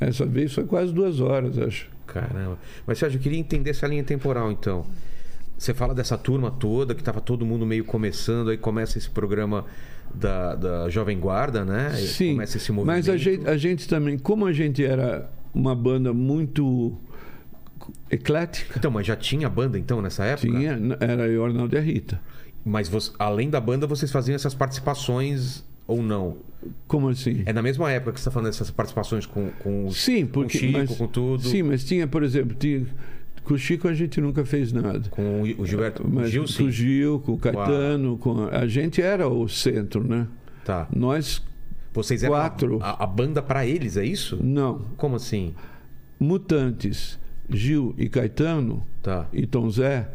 S3: Essa vez foi quase duas horas, acho.
S1: Caramba. Mas, Sérgio, eu queria entender essa linha temporal, então. Você fala dessa turma toda, que tava todo mundo meio começando, aí começa esse programa da, da Jovem Guarda, né? E
S3: Sim,
S1: Começa esse movimento.
S3: mas a gente, a gente também, como a gente era uma banda muito eclética,
S1: Então, mas já tinha banda, então, nessa época?
S3: tinha, era eu, Arnaldo e a Rita.
S1: Mas você- além da banda, vocês faziam essas participações ou não?
S3: Como assim?
S1: É na mesma época que você tá falando dessas participações com, com os-
S3: sim, porque...
S1: com o Chico,
S3: mas,
S1: com tudo.
S3: Sim, mas tinha, por exemplo, tinha, com o Chico a gente nunca fez nada.
S1: Com o Gilberto. o
S3: Mas
S1: Gil,
S3: com
S1: sim.
S3: o Gil, com o Caetano, com a, a gente era o centro, né?
S1: Tá.
S3: Nós,
S1: Vocês eram
S3: Quatro.
S1: A, a banda pra eles, é isso?
S3: não.
S1: Como assim?
S3: Mutantes, Gil e Caetano
S1: Tá.
S3: e Tom Zé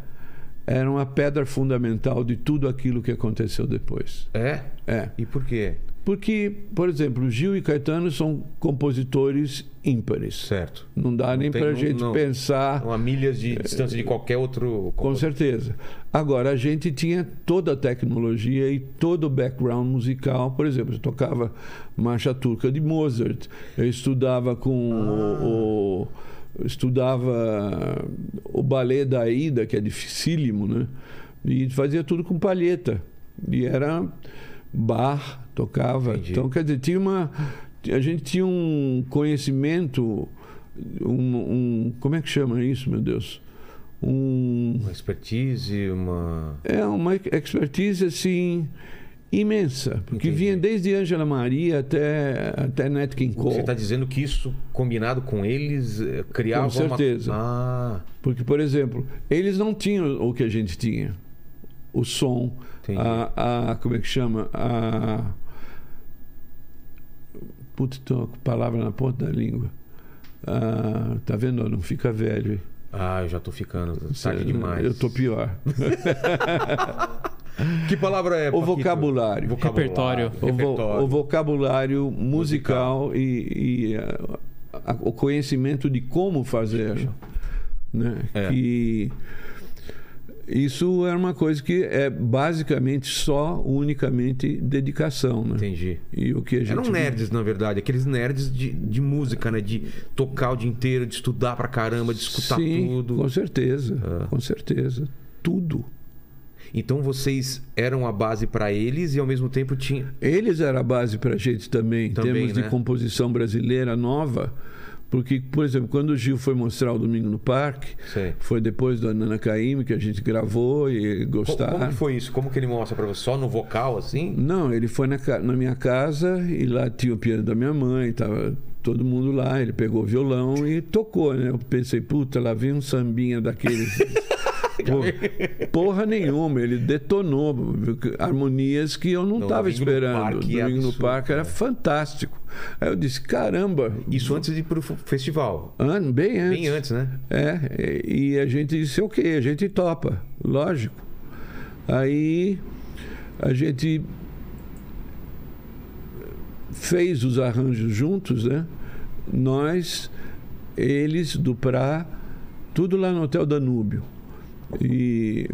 S3: eram a pedra fundamental de tudo aquilo que aconteceu depois.
S1: É?
S3: É.
S1: E por quê?
S3: Porque, por exemplo, Gil e Caetano são compositores ímpares.
S1: Certo.
S3: Não dá nem
S1: tem-
S3: para a
S1: não-
S3: gente
S1: não.
S3: pensar.
S1: Então, a milhas de distância de qualquer outro.
S3: Ah. Com certeza. Agora, a gente tinha toda a tecnologia e todo o background musical. Por exemplo, eu tocava marcha turca de Mozart, eu estudava com o, o- estudava o balé da Aida, que é dificílimo, né? E fazia tudo com palheta. E era bar, tocava.
S1: Entendi.
S3: Então, quer dizer, tinha uma a gente tinha um conhecimento um- um como é que chama isso, meu Deus? um,
S1: Uma expertise, uma.
S3: é uma expertise assim imensa, porque
S1: Entendi.
S3: vinha desde Angela Maria até até Nat King Cole.
S1: Você tá está dizendo que isso, combinado com eles, eh, criava
S3: Com certeza.
S1: uma. Ah,
S3: Porque por exemplo, eles não tinham o que a gente tinha, o som,
S1: entendi.
S3: a, a como é que chama a Putz, tô com a palavra na ponta da língua. Ah, tá vendo? Não fica velho. hein?
S1: Ah, eu já tô ficando. Tarde demais.
S3: Eu tô pior.
S1: Que palavra é?
S3: O
S1: Paquito?
S3: vocabulário.
S1: Vocabulário.
S2: Repertório.
S3: o, vo-
S1: Repertório.
S3: o vocabulário musical, e, e, eh, a- o conhecimento de como fazer. Né?
S1: É.
S3: Que isso era uma coisa que é basicamente só, unicamente dedicação. Né?
S1: Entendi.
S3: E o que a gente
S1: Eram nerds, na verdade, aqueles nerds de, de música, né? De tocar o dia inteiro, de estudar pra caramba, de escutar
S3: Sim,
S1: tudo.
S3: Com certeza,
S1: É.
S3: com certeza. Tudo.
S1: Então vocês eram a base pra eles e ao mesmo tempo tinha.
S3: Eles era a base para a gente também, em
S1: Também,
S3: termos
S1: né?
S3: de composição brasileira nova. Porque, por exemplo, quando o Gil foi mostrar o Domingo no Parque,
S1: Sei.
S3: foi depois do Anana Caymmi que a gente gravou e
S1: Co-
S3: gostaram.
S1: Como que foi isso? Como que ele mostra pra você? Só no vocal, assim?
S3: Não, ele foi na, ca- na minha casa e lá tinha o piano da minha mãe, tava todo mundo lá, ele pegou o violão e tocou, né? Eu pensei, puta, lá vem um sambinha daqueles. Pô, porra nenhuma, ele detonou harmonias que eu não
S1: Não,
S3: estava
S1: Domingo no
S3: esperando.
S1: Parque é
S3: Domingo no
S1: absurdo,
S3: Parque era fantástico. Aí eu disse, caramba.
S1: Isso antes de ir pro f- festival.
S3: an- bem antes.
S1: Bem antes, né?
S3: É, e e a gente disse, ok, a gente topa, lógico. Aí a gente fez os arranjos juntos, né? Nós, eles, do Pra, tudo lá no Hotel Danúbio. E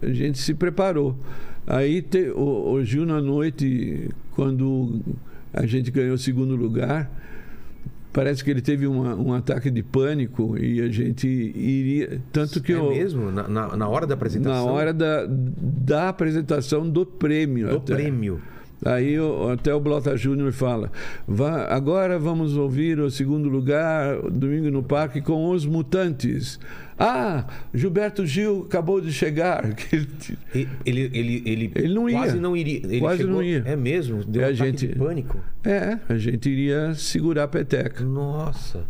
S3: a gente se preparou. Aí te, o, o Gil, na noite, quando a gente ganhou o segundo lugar, parece que ele teve uma- um ataque de pânico e a gente iria. Tanto que
S1: é
S3: o-
S1: mesmo? Na, na- na hora da
S3: na
S1: apresentação?
S3: hora da, da apresentação do prêmio.
S1: do
S3: até.
S1: prêmio.
S3: Aí o- até o Blota Júnior fala: "Vá- agora vamos ouvir o segundo lugar, domingo no parque, com os mutantes. Ah, Gilberto Gil acabou de chegar. Que ele t-
S1: E- Ele, ele, ele,
S3: Ele não ia.
S1: quase não iria. Ele
S3: Quase
S1: chegou-
S3: não ia.
S1: É mesmo? Deu
S3: É,
S1: um
S3: a
S1: ataque
S3: gente-
S1: de pânico.
S3: É, a gente iria segurar a peteca.
S1: Nossa!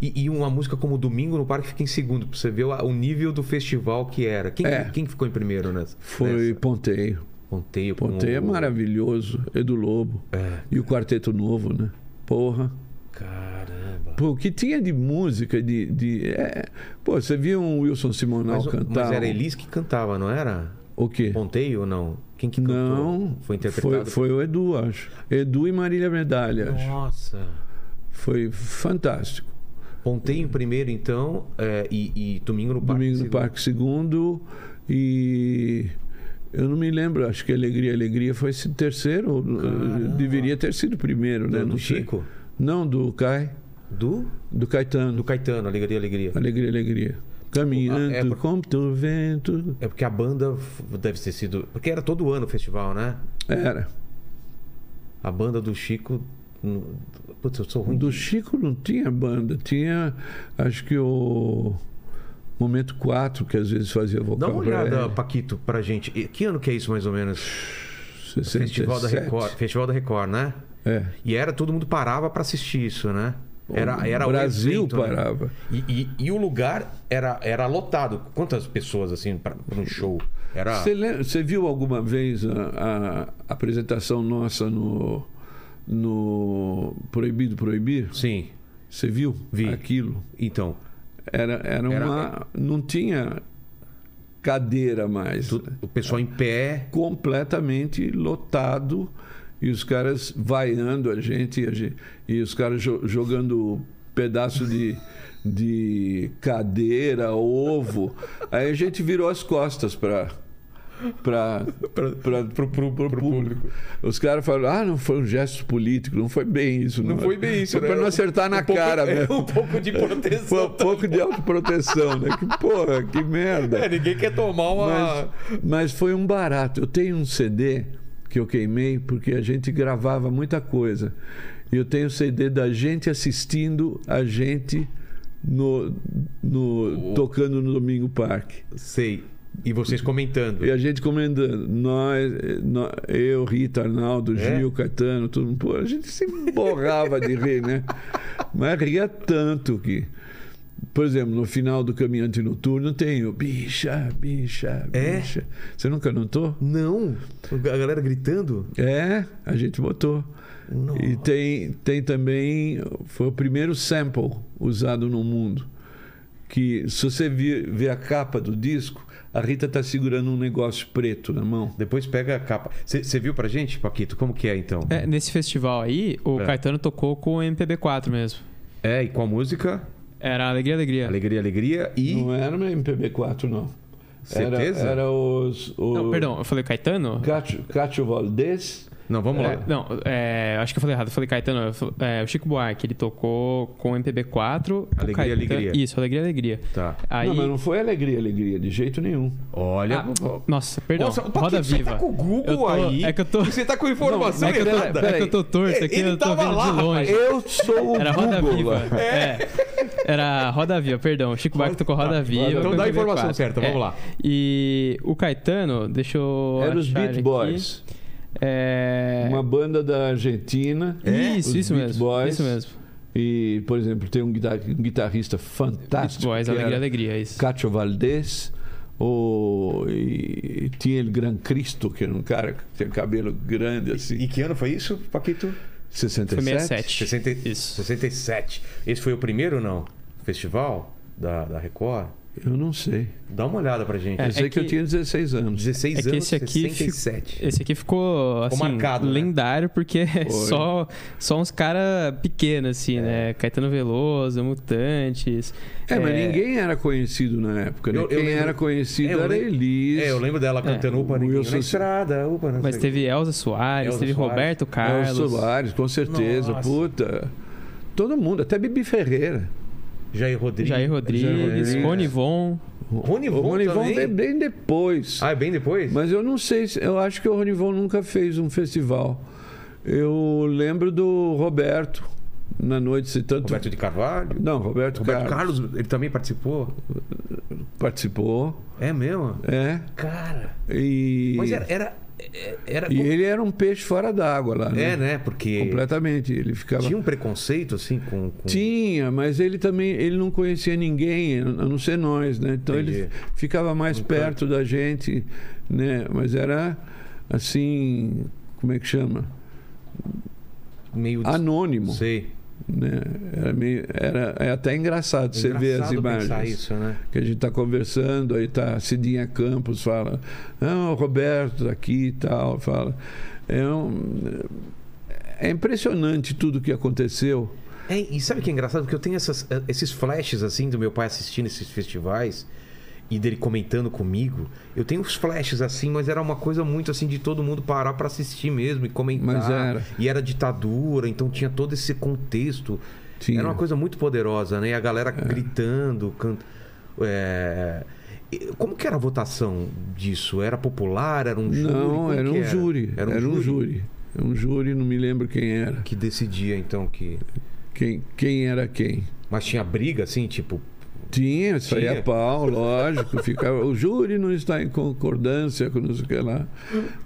S1: E, e uma música como Domingo no Parque fica em segundo, pra você ver o, o nível do festival que era. Quem,
S3: É.
S1: quem ficou em primeiro nessa? Oh.
S3: Foi Ponteio.
S1: Ponteio. com
S3: Ponteio é
S1: o-
S3: maravilhoso, Edu Lobo.
S1: É,
S3: E o Quarteto Novo, né? Porra.
S1: caramba.
S3: Pô, o que tinha de música, de. de é... Pô, você viu um Wilson Simonal
S1: Mas,
S3: cantar?
S1: mas era Elis que cantava, não era?
S3: O quê?
S1: Ponteio ou não? Quem que cantou?
S3: Não.
S1: Foi interpretado?
S3: Foi, foi o Edu, acho. Edu e Marília Medalha, acho.
S1: Nossa!
S3: Foi fantástico.
S1: Ponteio em primeiro, então, é, e, e Domingo no Parque. em
S3: Domingo no
S1: segundo.
S3: Parque Segundo e. Eu não me lembro, acho que Alegria Alegria foi esse terceiro, ou,
S1: Caramba.
S3: eh, deveria ter sido primeiro, né?
S1: Do,
S3: não
S1: do
S3: sei.
S1: Chico?
S3: Não, do Cai,
S1: Do?
S3: do
S1: Do
S3: Caetano.
S1: Caetano, Alegria, Alegria.
S3: Alegria Alegria.
S1: Ah, é,
S3: Caminhando
S1: por-
S3: como o vento.
S1: É porque a banda f- deve ter sido. Porque era todo ano o festival, né?
S3: Era.
S1: A banda do Chico. hum, Putz, eu sou ruim.
S3: Do
S1: de-
S3: Chico não tinha banda, tinha acho que o Momento 4, que às vezes fazia vocal.
S1: Dá uma
S3: pra
S1: olhada,
S3: ele.
S1: Paquito, pra gente. E Que ano que é isso, mais ou menos?
S3: 67.
S1: Festival da Record. Festival da Record, né?
S3: É.
S1: E era, todo mundo parava pra assistir isso, né? Era, era
S3: o Brasil
S1: evento, né?
S3: parava.
S1: E, e- e o lugar era, era lotado. Quantas pessoas, assim, pra, pra um show? Era.
S3: Você lem- Você viu alguma vez a, a apresentação nossa no, no Proibido Proibir?
S1: Sim.
S3: Você viu
S1: Vi.
S3: aquilo?
S1: Então,
S3: Era, era,
S1: Era-
S3: uma. Não tinha cadeira mais. né?
S1: tu- o pessoal em pé.
S3: Completamente lotado e os caras vaiando a gente, e, a gente, e os caras jo- jogando pedaço de, de cadeira, ovo. Aí a gente virou as costas para para o público. Os caras falaram: ah, não foi um gesto político, não foi bem isso.
S4: Não foi bem isso,
S3: Foi
S4: né?
S3: para não
S4: Um
S3: acertar na
S4: pouco-
S3: cara
S4: é,
S3: mesmo.
S4: um pouco de
S3: Foi um
S4: proteção.
S3: pouco de autoproteção, né? Que porra, que merda.
S4: É, ninguém quer tomar uma.
S3: Mas, mas foi um barato. Eu tenho um CD que eu queimei porque a gente gravava muita coisa. E eu tenho CD da gente assistindo a gente no, no- tocando no Domingo Parque.
S1: Sei. E vocês comentando.
S3: E a gente comentando, nós, eh, nó- eu, Rita, Arnaldo,
S1: É?
S3: Gil, Caetano, todo mundo, pô, a gente se borrava de rir, né? Mas ria tanto que. Por exemplo, no final do Caminhante Noturno tem o bicha, bicha,
S1: É?
S3: bicha. Você nunca notou?
S1: Não. A galera gritando.
S3: É, a gente botou. E tem, tem também. Foi o primeiro sample usado no mundo. Que se você vir- ver a capa do disco, a Rita está segurando um negócio preto na mão.
S1: Depois pega a capa. Você viu pra gente, Paquito? Como que é então?
S2: É, nesse festival aí, o
S1: É.
S2: Caetano tocou com o MPB4 mesmo.
S1: É, e com a música?
S2: Era Alegria, Alegria.
S1: Alegria, alegria e.
S2: é.
S3: Não era uma MPB4, não. Era-
S1: Certeza?
S3: Era, os. os
S2: Não, perdão, eu falei Caetano?
S3: Cátio, Cátio Valdez.
S1: Não, vamos
S2: É,
S1: lá.
S2: não, é, acho que eu falei errado. Eu falei Caetano. eu fal- é, o Chico Buarque, ele tocou com o MPB4. o
S1: Alegria,
S2: Caetano-
S1: Alegria.
S2: Isso, Alegria, Alegria.
S1: Tá.
S2: Aí,
S3: Não, mas não foi alegria, alegria, de jeito nenhum.
S1: Olha.
S2: Ah, nossa, perdão.
S4: Nossa, o
S2: Roda
S4: Paquito, você
S2: Viva.
S4: tá com o Google
S2: Eu tô-
S4: aí.
S2: É que eu tô...
S4: Você tá com a informação
S2: é que eu tô-
S4: errada.
S2: É que eu tô torto aqui,
S4: Ele
S2: eu tô
S4: tava
S2: vendo
S4: lá,
S2: de longe.
S3: Eu sou o
S2: É. Era Roda
S3: é Google.
S2: Viva.
S3: lá.
S2: É. Era Roda Viva, perdão. Chico Buarque tocou Roda Viva.
S1: Então
S2: com
S1: dá a
S2: MPB4.
S1: informação certa, vamos
S2: É.
S1: lá.
S2: E o Caetano, deixa eu.
S3: Era os
S2: achar
S3: Beat
S2: aqui.
S3: Boys.
S2: É.
S3: Uma banda da Argentina.
S1: É.
S2: Isso,
S3: É? Os
S2: isso
S3: Beat
S2: mesmo.
S3: Boys.
S2: Isso mesmo.
S3: E, por exemplo, tem um, guitar- um guitarrista fantástico.
S2: Beat Boys,
S3: que
S2: Alegria,
S3: era
S2: Alegria, isso.
S3: Cacho Valdés. O, e, e tinha o Gran Cristo, que era um cara que tinha cabelo grande
S2: é.
S3: assim.
S1: E que ano foi isso, Paquito?
S3: 67?
S2: Foi 67.
S1: 60...
S2: Isso.
S1: 67. Esse foi o primeiro ou não? Festival da, da Record?
S3: Eu não sei.
S1: Dá uma olhada pra gente.
S2: É,
S3: Eu sei que, eu
S2: que-
S3: tinha 16 anos.
S1: 16
S2: É que
S1: anos,
S2: esse aqui
S1: 67.
S2: Esse aqui ficou, assim,
S1: marcado, né?
S2: lendário, porque é
S3: Foi.
S2: só, só uns caras pequenos, assim, né? Caetano Veloso, Mutantes.
S3: É, mas ninguém era conhecido na época. Né?
S1: Eu- eu
S3: Quem
S1: lembro-
S3: era conhecido
S1: É, eu
S3: era
S1: lembro-
S3: Elis.
S1: É, eu lembro dela cantando Upa Neguinho
S3: Wilson-
S1: na estrada, Upa não
S2: Mas
S1: sei.
S2: teve Elza Soares,
S1: Elza
S2: teve
S1: Soares.
S2: Roberto
S3: Elcio
S2: Carlos.
S3: Soares, com certeza.
S1: Nossa.
S3: Puta. Todo mundo, até Bibi Ferreira.
S1: Jair Rodrigues.
S2: Jair Rodrigues,
S3: Rodrigues.
S2: Rony Von.
S1: Rony
S3: O
S1: Von
S3: Ronivon
S1: também?
S3: de- bem depois.
S1: Ah, é bem depois?
S3: Mas eu não sei, se- eu acho que o Ronivon nunca fez um festival. Eu lembro do Roberto, na noite, se tanto.
S1: Roberto de Carvalho.
S3: Não, Roberto,
S1: Roberto
S3: Carlos
S1: Carlos, ele também participou?
S3: participou.
S1: É mesmo?
S3: É.
S1: Cara.
S3: E,
S1: Mas era. era, é- era
S3: e ele era um peixe fora d'água lá, né?
S1: É, né? Porque
S3: Completamente. Ele ficava.
S1: tinha um preconceito, assim, com. com...
S3: Tinha, mas ele também ele não conhecia ninguém, a não ser nós, né? Então ele
S1: Entendi.
S3: ficava mais perto da gente, né? Mas era assim, como é que chama?
S1: Meio. des-
S3: Anônimo,
S1: Sei.
S3: né? Era meio, era é até engraçado, você ver as
S1: Engraçado pensar
S3: imagens.
S1: isso, né?
S3: Que a gente está conversando, aí tá Cidinha Campos fala, não, o Roberto tá aqui e tal, fala. É, um- é impressionante tudo que aconteceu.
S1: É, e sabe o que é engraçado? Porque eu tenho essas- esses flashes assim do meu pai assistindo esses festivais e dele comentando comigo. Eu tenho uns flashes assim, mas era uma coisa muito assim de todo mundo parar pra assistir mesmo e comentar.
S3: Mas era.
S1: E era ditadura, então tinha todo esse contexto.
S3: Tinha. É.
S1: Era uma coisa muito poderosa, né? E a galera gritando, cantando. Como que era a votação disso? Era popular? Era um júri? Como
S3: Não, era
S1: que
S3: um júri. Era um, júri. Era um júri, não me lembro quem era.
S1: Que decidia então que.
S3: Quem, quem era quem.
S1: Mas tinha briga assim, tipo.
S3: Tinha, saía
S1: Tinha?
S3: pau, lógico. Ficava, o júri não está em concordância com não sei o que lá.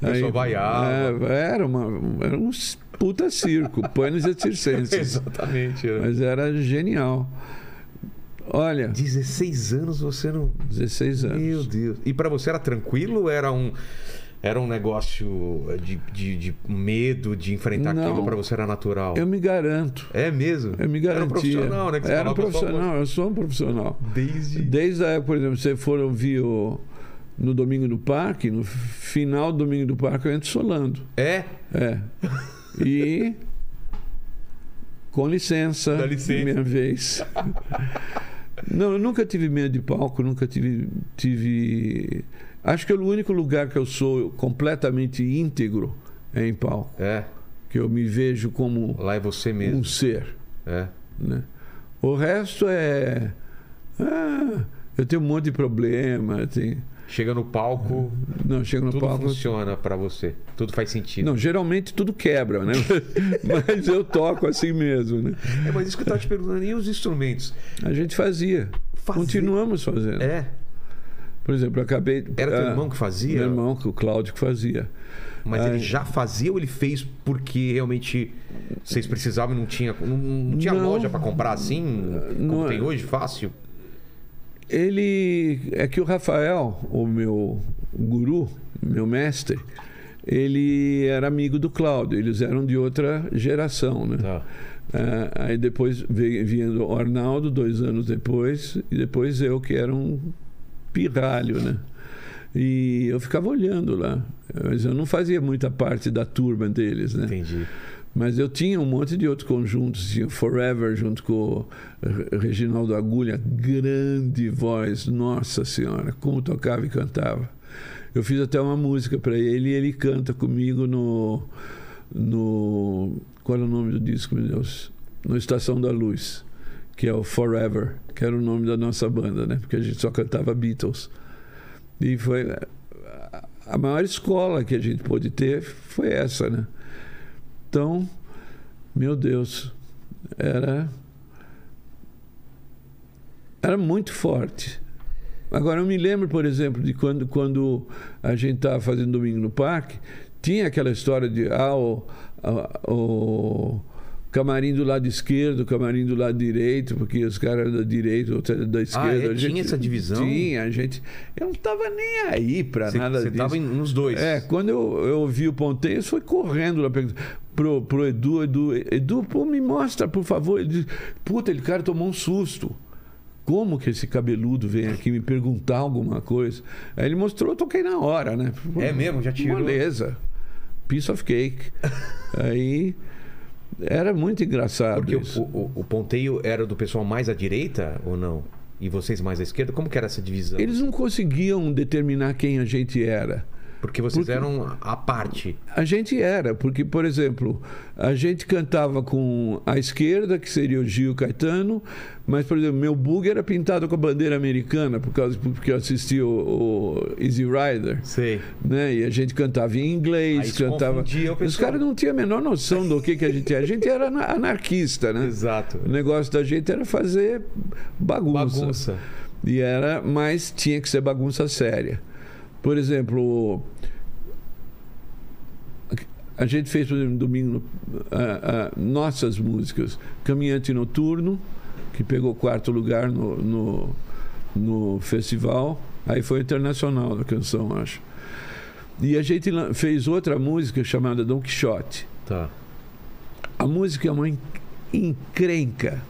S1: pessoal vaiava.
S3: É, era, uma, era um s- puta circo, pânis e circenses.
S1: Exatamente. Era.
S3: Mas era genial. Olha,
S1: 16 anos você não.
S3: 16
S1: Meu
S3: anos.
S1: Deus. E pra você era tranquilo? Era um era um negócio de, de, de medo de enfrentar
S3: Não.
S1: aquilo? Pra você era natural?
S3: Eu me garanto.
S1: É mesmo?
S3: Eu me garantia.
S1: Era um profissional, né? que você
S3: Era um
S1: falava, "Só vou-"
S3: profissional, eu sou um profissional.
S1: Desde.
S3: Desde a época, por exemplo, você for ouvir o, no Domingo do Parque, no final do Domingo do Parque eu entro solando.
S1: É?
S3: É. E. Com licença.
S1: Dá licença.
S3: Minha vez. Não, eu nunca tive medo de palco, nunca tive. tive... Acho que é o único lugar que eu sou completamente íntegro é em palco.
S1: É.
S3: Que eu me vejo como
S1: Lá é você
S3: um
S1: mesmo.
S3: ser.
S1: É.
S3: né? O resto é. ah, eu tenho um monte de problema. Tem...
S1: Chega no palco,
S3: Não, chego no
S1: tudo
S3: palco.
S1: funciona pra você. Tudo faz sentido.
S3: Não, geralmente tudo quebra, né? Mas eu toco assim mesmo, né?
S1: É, mas isso que eu tava te perguntando, e os instrumentos?
S3: A gente fazia.
S1: Fazer-
S3: Continuamos fazendo.
S1: É.
S3: Por exemplo, eu acabei.
S1: Era teu
S3: ah,
S1: irmão que fazia?
S3: Meu irmão, que o Cláudio que fazia.
S1: Mas ele
S3: Ah,
S1: já fazia ou ele fez porque realmente vocês precisavam e não tinha, não, não tinha
S3: Não.
S1: loja pra comprar assim? como
S3: não
S1: tem
S3: é.
S1: hoje, fácil?
S3: Ele. É que o Rafael, o meu guru, meu mestre, ele era amigo do Cláudio. Eles eram de outra geração, né?
S1: Tá,
S3: Ah, aí depois veio vindo o Arnaldo, dois anos depois, e depois eu, que era um pirralho, né? E eu ficava olhando lá. Mas eu não fazia muita parte da turma deles, né?
S1: Entendi.
S3: Mas eu tinha um monte de outros conjuntos, tinha o Forever junto com o Re- Reginaldo Agulha, grande voz, nossa senhora, como tocava e cantava. Eu fiz até uma música para ele e ele canta comigo no no qual é o nome do disco, meu Deus? No Estação da Luz, que é o Forever, que era o nome da nossa banda, né? Porque a gente só cantava Beatles. E foi a- a maior escola que a gente pôde ter foi essa, né? Então, meu Deus, era era muito forte. Agora eu me lembro, por exemplo, de quando quando a gente estava fazendo domingo no parque, tinha aquela história de ah, o, a- o camarim do lado esquerdo, o camarim do lado direito, porque os caras da direita, outros da esquerda,
S1: é? Tinha essa divisão?
S3: Tinha, a gente. Eu não estava nem aí para
S1: Você
S3: nada
S1: você
S3: disso.
S1: tava em- nos dois.
S3: É, quando eu, eu ouvi o Ponteiros, foi correndo lá perguntando pro, pro Edu, Edu, Edu, pô, me mostra, por favor. Ele disse, puta, ele cara tomou um susto. Como que esse cabeludo vem aqui me perguntar alguma coisa? Aí ele mostrou, eu toquei na hora, né? Pô,
S1: É mesmo? Já tirou?
S3: Beleza. Piece of cake. Aí era muito engraçado
S1: Porque o,
S3: isso.
S1: o- o ponteio era do pessoal mais à direita ou não? E vocês mais à esquerda? Como que era essa divisão?
S3: Eles não conseguiam determinar quem a gente era.
S1: Porque vocês
S3: porque-
S1: eram à parte.
S3: A gente era, porque, por exemplo, a gente cantava com a esquerda, que seria o Gil Caetano, mas, por exemplo, meu bug era pintado com a bandeira americana, por causa, porque eu assistia o, o Easy Rider.
S1: Sei.
S3: Né? E a gente cantava em
S1: Aí
S3: inglês,
S1: isso
S3: cantava.
S1: confundia o
S3: Os
S1: pessoal.
S3: caras não tinham a menor noção do que, que a gente era. A gente era ana- anarquista, né?
S1: Exato.
S3: O negócio da gente era fazer
S1: Bagunça.
S3: e era, mas tinha que ser bagunça séria. Por exemplo, a gente fez, por exemplo, domingo, ah, ah, nossas músicas. Caminhante Noturno, que pegou quarto lugar no, no, no festival. Aí foi internacional a canção, acho. E a gente lan- fez outra música chamada Don Quixote.
S1: Tá.
S3: A música é uma en- encrenca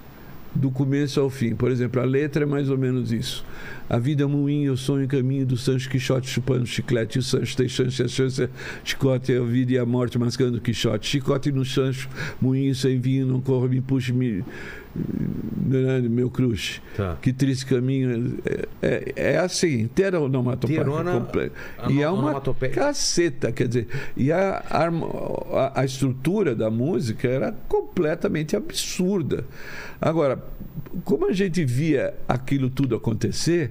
S3: do começo ao fim. Por exemplo, a letra é mais ou menos isso. A vida é um moinho, eu sonho em caminho do Sancho Quixote chupando chiclete. O Sancho tem chance, a chance, chicote é a vida e a morte mascando o Quixote. Chicote no Sancho, moinho sem vinho, não corro, me puxe, me... né, meu crush.
S1: Tá.
S3: Que triste caminho. É, é, é assim, inteira onomatopeia.
S1: Inteirona,
S3: comple- E é uma
S1: onomatopeia.
S3: caceta, quer dizer. E a, harmo- a, a estrutura da música era completamente absurda. Agora, como a gente via aquilo tudo acontecer,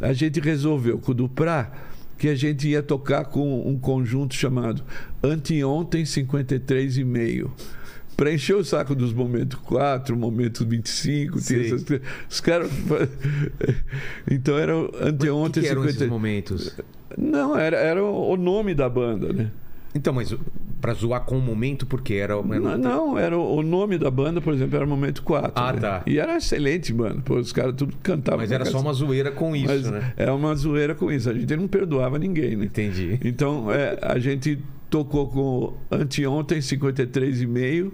S3: a gente resolveu com o Duprá que a gente ia tocar com um conjunto chamado Anteontem 53,5. Para encher o saco dos momentos 4, momento 25, tinha
S1: Sei.
S3: essas coisas. Os caras. Então era o
S1: O que
S3: anteontem
S1: que eram esses
S3: 53.
S1: momentos?
S3: Não, era, era o o nome da banda, né?
S1: Então, mas pra zoar com o momento, porque era. era
S3: Não, não, era o o nome da banda, por exemplo, era Momento 4.
S1: Ah,
S3: né?
S1: tá.
S3: E era excelente, mano. Pô, os caras tudo cantavam.
S1: Mas
S3: pra
S1: era só
S3: cacete.
S1: uma zoeira com isso,
S3: Mas
S1: né?
S3: Era uma zoeira com isso. A gente não perdoava ninguém, né?
S1: Entendi.
S3: Então, é, a gente tocou com o Anteontem 53,5,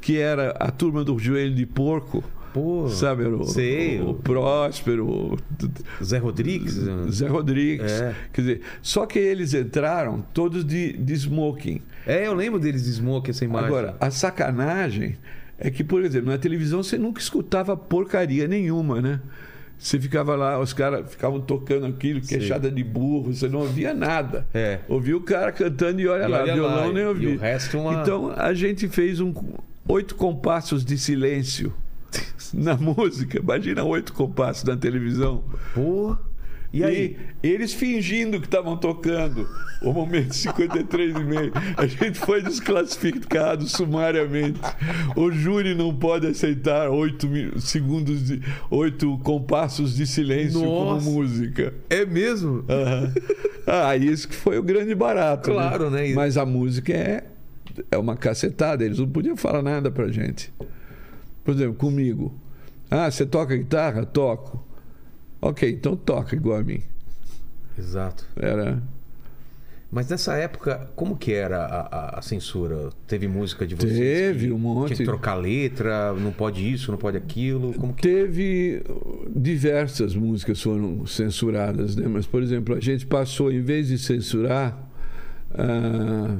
S3: que era a turma do Joelho de Porco.
S1: pô.
S3: Sabe, era o,
S1: Sei.
S3: o, o Próspero, o
S1: Zé Rodrigues?
S3: Zé Rodrigues.
S1: É.
S3: Quer dizer, só que eles entraram todos de, de smoking.
S1: É, eu lembro deles de Smoke, essa imagem.
S3: Agora, a sacanagem é que, por exemplo, na televisão você nunca escutava porcaria nenhuma, né? Você ficava lá, os caras ficavam tocando aquilo, queixada de burro, você não ouvia nada.
S1: É.
S3: Ouvia o cara cantando e olha
S1: E
S3: lá,
S1: olha
S3: violão
S1: lá, e-
S3: nem
S1: e
S3: ouvi.
S1: o resto é uma-
S3: Então a gente fez um oito compassos de silêncio na música. Imagina oito compassos na televisão.
S1: Pô. E aí?
S3: eles fingindo que estavam tocando o momento 53 e meio. A gente foi desclassificado sumariamente. O júri não pode aceitar oito mi- segundos de oito compassos de silêncio
S1: Nossa.
S3: como música.
S1: É mesmo?
S3: Aham. Ah, isso que foi o grande barato.
S1: Claro, né?
S3: Mas a música é, é uma cacetada. Eles não podiam falar nada pra gente. Por exemplo, comigo. Ah, você toca guitarra? Toco. Ok, então toca igual a mim.
S1: Exato.
S3: Era.
S1: Mas nessa época, como que era a, a- a censura? Teve música de vocês?
S3: Teve
S1: que
S3: um monte.
S1: Tinha que trocar letra, não pode isso, não pode aquilo. Como que...
S3: Teve uh, diversas músicas foram censuradas, né? Mas, por exemplo, a gente passou, em vez de censurar, ah,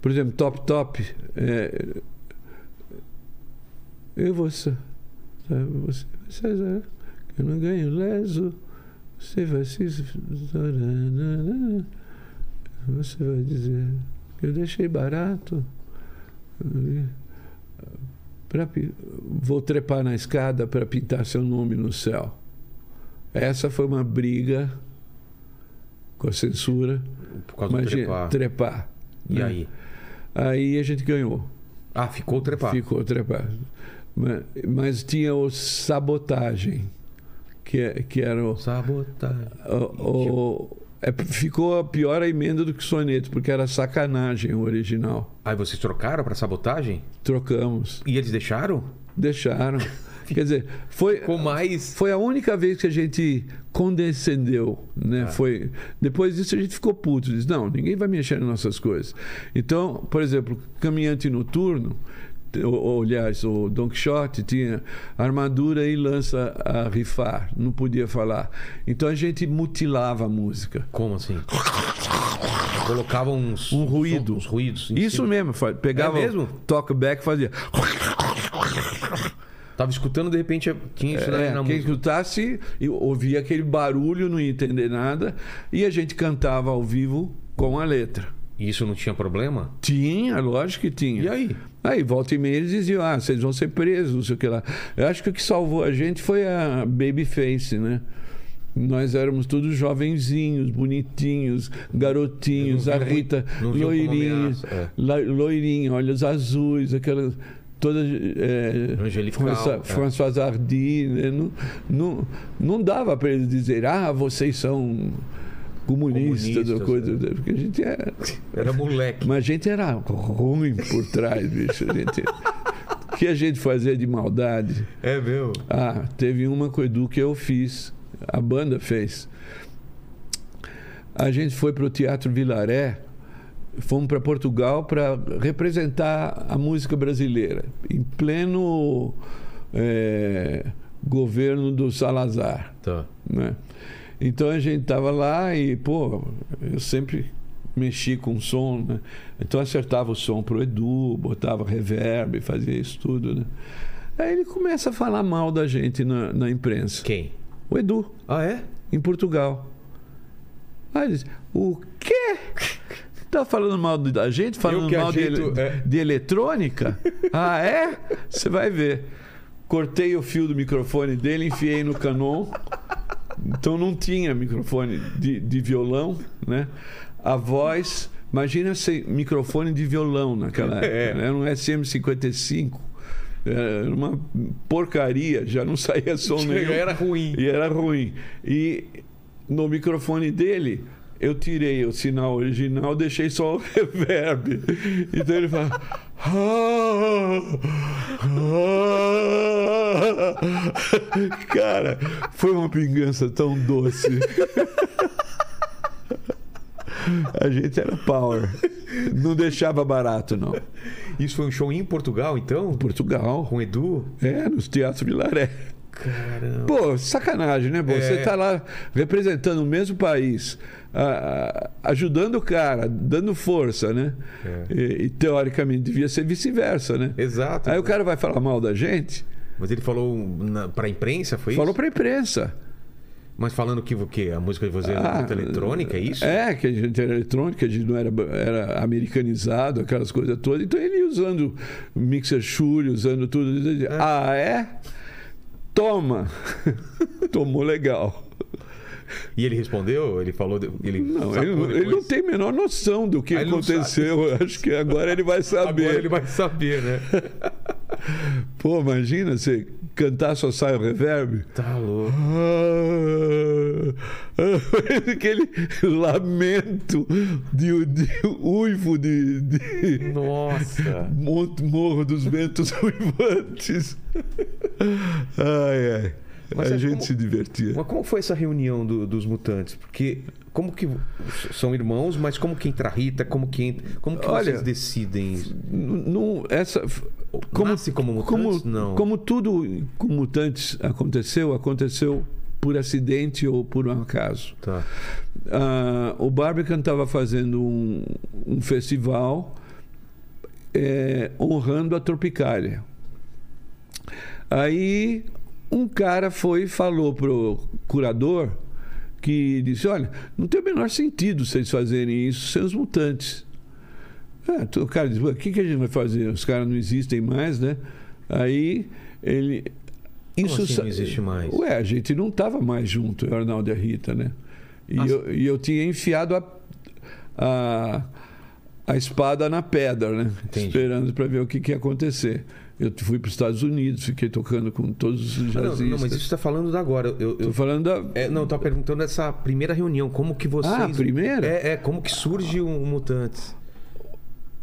S3: por exemplo, Top Top. é, eu vou. sa- sabe, Você, você, eu não ganho leso. Você vai se. Você vai dizer. que Eu deixei barato. Pra pi- vou trepar na escada para pintar seu nome no céu. Essa foi uma briga com a censura.
S1: Por causa do trepar.
S3: trepar.
S1: E
S3: né?
S1: aí?
S3: Aí a gente ganhou.
S1: Ah, ficou o trepar.
S3: Ficou trepar. Mas, mas tinha o sabotagem, que, é- que era o.
S1: Sabotagem.
S3: o- o- é- ficou a pior a emenda do que soneto, porque era sacanagem o original.
S1: Aí vocês trocaram pra sabotagem?
S3: Trocamos.
S1: E eles deixaram?
S3: Deixaram. Quer dizer, foi.
S1: Ficou mais.
S3: Foi a única vez que a gente condescendeu,
S1: É.
S3: né? Foi depois disso a gente ficou puto, diz não, ninguém vai mexer nas nossas coisas. Então, por exemplo, caminhante noturno, te- ou, ou, aliás, o Don Quixote tinha armadura e lança a rifar, não podia falar. Então a gente mutilava a música.
S1: Como assim? Colocavam uns.
S3: Um ruído.
S1: Uns ruídos. em
S3: Isso
S1: cima.
S3: mesmo, fa- pegava
S1: É mesmo?
S3: o talkback e fazia.
S1: Tava escutando, de repente tinha isso na,
S3: É,
S1: na
S3: quem
S1: música.
S3: escutasse e ouvia aquele barulho, não ia entender nada, e a gente cantava ao vivo com a letra.
S1: E isso não tinha problema?
S3: Tinha, lógico que tinha.
S1: E aí?
S3: Aí, volta e meia, eles diziam, ah, vocês vão ser presos, não sei o que lá. Eu acho que o que salvou a gente foi a Babyface, né? Nós éramos todos jovenzinhos, bonitinhos, garotinhos,
S1: Eu
S3: a
S1: não vi muito-
S3: Rita,
S1: não vi como
S3: loirinha,
S1: ameaça, é.
S3: la- loirinha, olhos azuis, aquela... Toda, é,
S1: Angelical,
S3: François,
S1: é.
S3: François Hardy, né? não, não, não dava para eles dizer, ah, vocês são comunistas, ou
S1: Comunistas,
S3: coisa,
S1: é.
S3: né? porque a gente era...
S1: Era moleque.
S3: Mas a gente era ruim por trás, bicho. A gente- O que a gente fazia de maldade?
S1: É meu.
S3: Ah, teve uma com o Edu que eu fiz, a banda fez. A gente foi para o Teatro Vilaré, fomos para Portugal para representar a música brasileira, em pleno eh, governo do Salazar
S1: Tá.
S3: né? Então a gente tava lá e, pô, eu sempre mexi com som, né? Então acertava o som pro Edu, botava reverb, fazia isso tudo, né? Aí ele começa a falar mal da gente na, na imprensa.
S1: Quem?
S3: O Edu,
S1: Ah, é?
S3: em Portugal. Aí ele diz, o quê? Tá falando mal de- da gente? Falando
S1: que
S3: mal de,
S1: ajeito,
S3: ele-
S1: é.
S3: de eletrônica? ah, é? Você vai ver. Cortei o fio do microfone dele, enfiei no canon. Então não tinha microfone de, de violão, né? A voz... Imagina sem microfone de violão naquela época.
S1: É.
S3: Era um SM55. É, Era uma porcaria. Já não saía som nenhum.
S1: Era ruim.
S3: E era ruim. E no microfone dele, eu tirei o sinal original, deixei só o reverb. Então ele fala. Cara, foi uma pingança tão doce. A gente era power. Não deixava barato, não.
S1: Isso foi um show em Portugal, então?
S3: Portugal.
S1: Com o Edu?
S3: É, nos teatros de Laré.
S1: Caramba.
S3: Pô, sacanagem, né? pô?
S1: É.
S3: Você tá lá representando o mesmo país, a- a- ajudando o cara, dando força, né?
S1: É.
S3: E, e, teoricamente devia ser vice-versa, né?
S1: Exato.
S3: Aí o cara vai falar mal da gente,
S1: Mas ele falou na, pra imprensa, foi
S3: falou
S1: isso?
S3: pra imprensa.
S1: Mas falando que o quê? A música de você é
S3: Ah,
S1: muito eletrônica, é isso?
S3: É, que a gente era eletrônica, a gente não era, era americanizado, aquelas coisas todas. Então ele ia usando mixer Shure, usando tudo. ele dizia, Ah, é? Toma! Tomou legal.
S1: E ele respondeu? Ele falou. de- Ele
S3: Não,
S1: sacou
S3: ele, ele
S1: depois?
S3: não tem a menor noção do que
S1: Ah, ele não
S3: aconteceu. Eu Acho que agora ele vai saber.
S1: Agora ele vai saber, né?
S3: Pô, imagina você cantar só sai o reverb. Ah,
S1: Tá louco.
S3: Aquele lamento de, de uivo de, de
S1: Nossa.
S3: Monte Morro dos Ventos Uivantes. Ai, ai.
S1: Mas
S3: a
S1: é
S3: gente
S1: como-
S3: se divertia.
S1: Mas como foi essa reunião do- dos mutantes? Porque como que s- são irmãos, mas como que entra a Rita, como que entra, como que
S3: Olha,
S1: vocês decidem? isso?
S3: N- Não, essa como
S1: Nasce como
S3: como,
S1: mutantes? Não.
S3: como tudo com mutantes aconteceu, aconteceu por acidente ou por um acaso.
S1: Tá.
S3: Ah, o Barbican estava fazendo um, um festival eh, honrando a Tropicália. Aí um cara foi e falou pro curador que disse: Olha, não tem o menor sentido vocês fazerem isso sem os mutantes. É, tu- o cara diz, "Ué, o que, que a gente vai fazer? Os caras não existem mais, né? Aí ele.
S1: Como
S3: Isso
S1: assim
S3: sa-
S1: não existe mais?
S3: Ué, a gente não estava mais junto, eu, Arnaldo e a Rita, né? E,
S1: Ah,
S3: eu, e eu tinha enfiado a, a, a espada na pedra, né?
S1: Entendi.
S3: Esperando para ver o que, que ia acontecer. Eu fui para os Estados Unidos, fiquei tocando com todos os
S1: Ah, não,
S3: jazzistas.
S1: não, mas isso tá falando da agora. Eu,
S3: Tô
S1: eu,
S3: falando da.
S1: é, não, tá perguntando essa primeira reunião, como que vocês
S3: Ah, a primeira?
S1: É, é, como que surge um o Mutantes?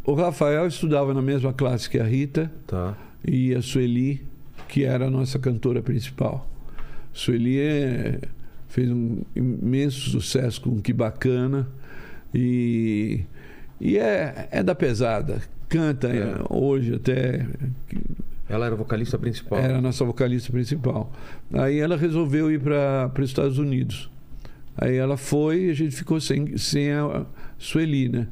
S3: O Rafael estudava na mesma classe que a Rita.
S1: Tá.
S3: e a Sueli, que era a nossa cantora principal. Sueli é- fez um imenso sucesso com Que Bacana e, e é, é da pesada. Canta é, hoje até,
S1: Ela era a vocalista principal.
S3: era a nossa vocalista principal. Aí ela resolveu ir para os Estados Unidos. Aí ela foi e a gente ficou sem, sem a Sueli, né?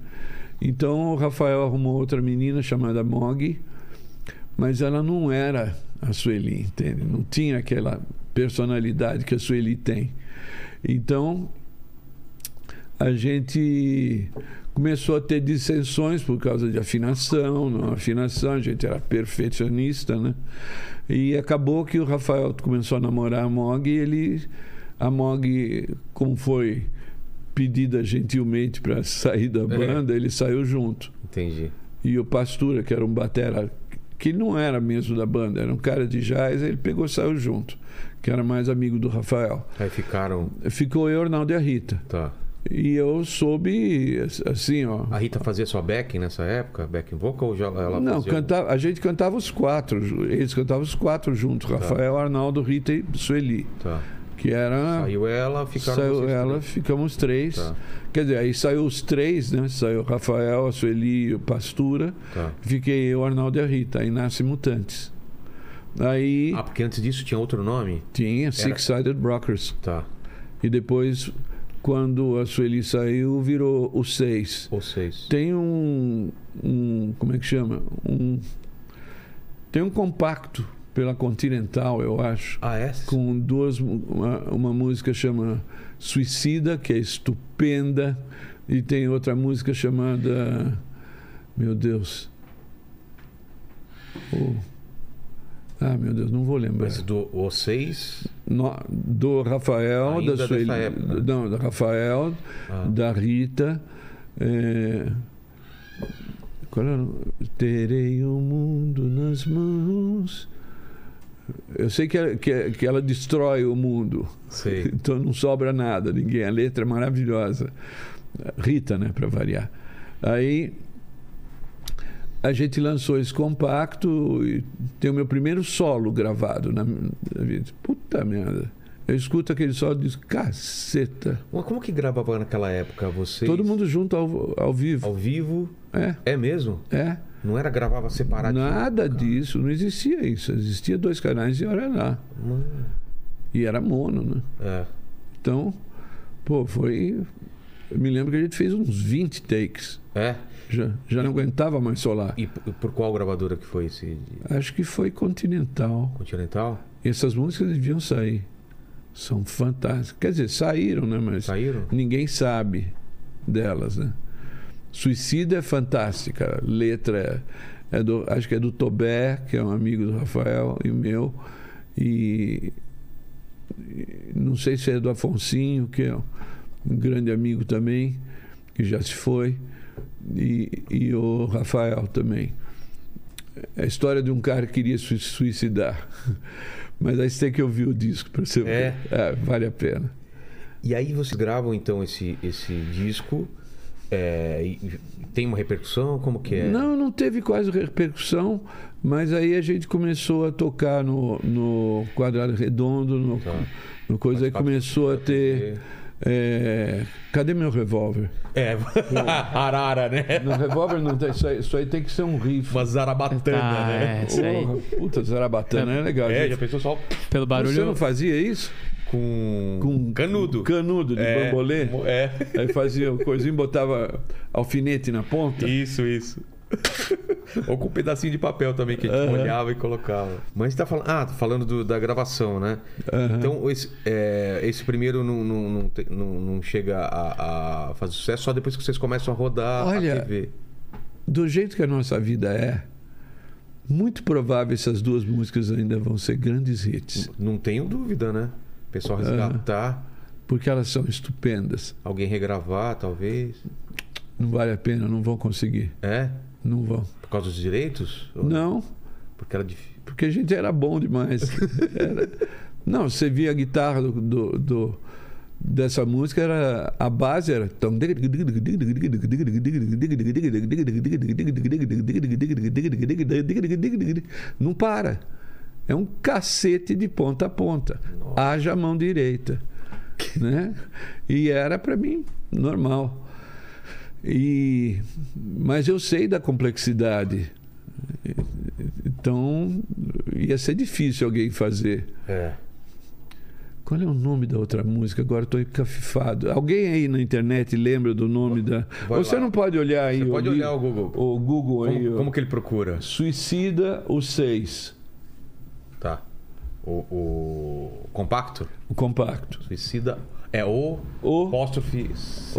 S3: Então o Rafael arrumou outra menina chamada Mog, mas ela não era a Sueli, entende? Não tinha aquela personalidade que a Sueli tem. Então a gente começou a ter dissensões por causa de afinação, não afinação, a gente era perfeccionista, né? E acabou que o Rafael começou a namorar a Mog e ele a Mog, como foi pedida gentilmente para sair da banda, ele saiu junto.
S1: Entendi.
S3: E o Pastura, que era um batera que não era mesmo da banda, era um cara de jazz, ele pegou e saiu junto, que era mais amigo do Rafael.
S1: Aí ficaram.
S3: Ficou eu, Arnaldo e a Rita.
S1: Tá.
S3: E eu soube, assim, ó.
S1: A Rita fazia só backing nessa época? Backing vocal ou já ela
S3: não,
S1: fazia...
S3: cantava, a gente cantava os quatro, ju- eles cantavam os quatro juntos, Rafael, Arnaldo, Rita e Sueli,
S1: Tá.
S3: que era.
S1: Saiu ela, ficaram
S3: Ah. saiu
S1: vocês
S3: ela,
S1: três.
S3: ficamos três.
S1: Tá.
S3: Quer dizer, aí saiu os três, né? Saiu o Rafael, a Sueli e o Pastura.
S1: Tá.
S3: Fiquei eu, Arnaldo e a Rita. Aí nasce Mutantes. Aí
S1: Ah, porque antes disso tinha outro nome?
S3: tinha Six Sided Rockers.
S1: Tá.
S3: E depois, quando a Sueli saiu, virou o Seis.
S1: Ou seis.
S3: Tem um, um- Como é que chama? Um. Tem um compacto pela Continental, eu acho.
S1: Ah, é? Com...
S3: Com duas. Uma, uma música chama Suicida, que é estupenda. E tem outra música chamada. Meu Deus. Oh. Ah, meu Deus, não vou lembrar.
S1: Mas do O seis.
S3: No- do Rafael,
S1: Ainda
S3: da
S1: dessa
S3: Sueli.
S1: época.
S3: Não, da Rafael,
S1: Ah.
S3: da Rita. é, qual era? o- Terei o mundo nas mãos. Eu sei que ela, que, que ela destrói o mundo,
S1: Sei.
S3: então não sobra nada, ninguém. A letra é maravilhosa. Rita, né, para variar. Aí a gente lançou esse compacto e tem o meu primeiro solo gravado na minha vida. Puta merda. Eu escuto aquele só diz caceta.
S1: Mas como que gravava naquela época? Vocês?
S3: Todo mundo junto ao, ao vivo.
S1: Ao vivo?
S3: É,
S1: É mesmo?
S3: é.
S1: Não era gravava separado?
S3: Nada disso, não existia isso. Existia dois canais e olha lá.
S1: Mano,
S3: E era mono, né?
S1: É.
S3: Então, pô, foi. Eu me lembro que a gente fez uns 20 takes.
S1: É.
S3: Já, já não aguentava mais solar.
S1: E por por qual gravadora que foi esse?
S3: Acho que foi Continental.
S1: Continental?
S3: E essas músicas deviam sair. São fantásticas. Quer dizer, saíram, né? Mas
S1: Saíram?
S3: ninguém sabe delas, né? Suicida é fantástica. Letra é, é do, acho que é do Tobé, que é um amigo do Rafael e meu. E, e não sei se é do Afonsinho, que é um grande amigo também, que já se foi. E, e o Rafael também. É a história de um cara que queria se suicidar. Mas aí você tem que ouvir o disco para você
S1: É.
S3: ver. É, vale a pena.
S1: E aí vocês gravam então esse, esse disco? é, e- e tem uma repercussão? Como que é?
S3: Não, não teve quase repercussão, mas aí a gente começou a tocar no, no Quadrado Redondo, no,
S1: Tá.
S3: no coisa, aí
S1: Participar do-
S3: começou a ter. é, cadê meu revólver?
S1: É, Arara, né?
S3: No revólver não tem. Isso aí, isso aí tem que ser um riff.
S1: Uma zarabatana,
S3: Ah,
S2: Tá,
S1: né?
S2: é, isso aí.
S3: Porra, puta, Zarabatana é legal.
S1: É,
S3: gente.
S1: já pensou só
S2: Pelo
S3: Você não
S2: barulho.
S3: fazia isso?
S1: com, canudo.
S3: Canudo de
S1: É,
S3: bambolê.
S1: É.
S3: Aí fazia o coisinho, botava alfinete na ponta.
S1: Isso, isso. Ou com um pedacinho de papel também que a gente molhava e colocava. Mas tá falando. Ah, tá falando do- da gravação, né? Então, esse, é, esse primeiro não, não, não, te- não, não chega a, a fazer sucesso só depois que vocês começam a rodar a
S3: Olha,
S1: TV.
S3: do jeito que a nossa vida é, muito provável essas duas músicas ainda vão ser grandes hits,
S1: Não tenho dúvida, né? O pessoal resgatar,
S3: porque elas são estupendas.
S1: alguém regravar, talvez.
S3: Não vale a pena, não vão conseguir,
S1: É?
S3: não vão.
S1: Por causa dos direitos? Ou
S3: Não,
S1: Porque era difícil.
S3: porque a gente era bom demais. Era- Não, você via a guitarra do, do- do- dessa música, era a base era tão não para. É um cacete de ponta a ponta. Haja a mão direita, né? E era para mim normal. E mas eu sei da complexidade. Então ia ser difícil alguém fazer.
S1: É.
S3: Qual é o nome da outra música? Agora estou encafifado. Alguém aí na internet lembra do nome da.
S1: Vai
S3: Você
S1: lá.
S3: não pode olhar aí.
S1: Você
S3: o
S1: pode
S3: li-
S1: olhar o Google.
S3: O Google aí.
S1: Como,
S3: ó.
S1: como que ele procura?
S3: Suicida o 6.
S1: Tá. O, o compacto?
S3: O compacto.
S1: Suicida é o
S3: O,
S1: apóstrofe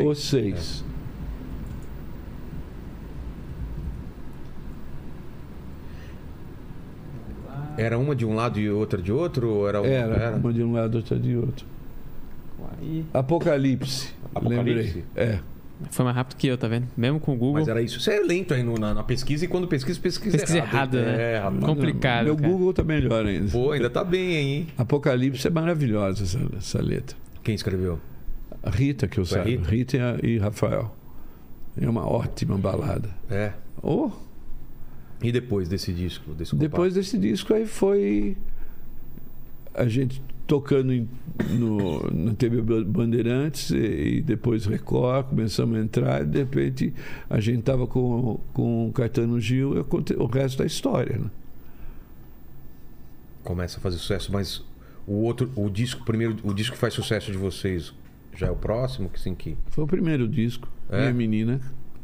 S3: o
S1: seis.
S3: 6.
S1: Era uma de um lado e outra de outro? Ou É. era,
S3: Era, uma de um lado, outra de outro.
S2: Aí.
S3: Apocalipse.
S1: Apocalipse?
S3: Lembrei. É.
S2: Foi mais rápido que eu, tá vendo? Mesmo com o Google.
S1: Mas era isso. Você é lento aí no- na, na pesquisa e quando pesquisa, pesquisa,
S2: Pesquisa errada,
S1: hein?
S2: né?
S1: É, rapaz.
S2: Complicado.
S3: Meu
S2: cara.
S3: Google tá melhor ainda.
S1: Pô, ainda tá bem aí, hein?
S3: Apocalipse é maravilhosa essa, essa letra.
S1: Quem escreveu?
S3: A Rita, que eu
S1: Foi a
S3: saiba.
S1: Rita?
S3: Rita e a- e Rafael. É uma ótima balada.
S1: É.
S3: Oh,
S1: E depois desse disco? Desse
S3: Depois desse disco aí foi a gente tocando em- no, na TV Ba- Bandeirantes e, e depois Record, começamos a entrar, e de repente a gente estava com, com o Caetano Gil, eu contei o resto da história. Né?
S1: compacto? Começa a fazer sucesso, mas o outro, o disco, primeiro, o disco que faz sucesso de vocês já é o próximo? Que sim, que.
S3: Foi o primeiro disco,
S1: É?
S3: Minha Menina,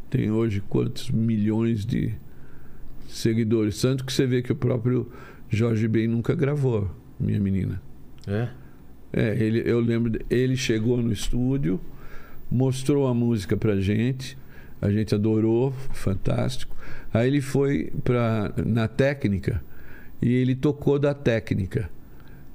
S3: tem hoje quantos milhões de seguidores, tanto que você vê que o próprio Jorge Ben nunca gravou Minha Menina.
S1: É?
S3: É, ele, eu lembro, de- ele chegou no estúdio, mostrou a música pra gente, a gente adorou, fantástico. Aí ele foi pra, na técnica e ele tocou da técnica.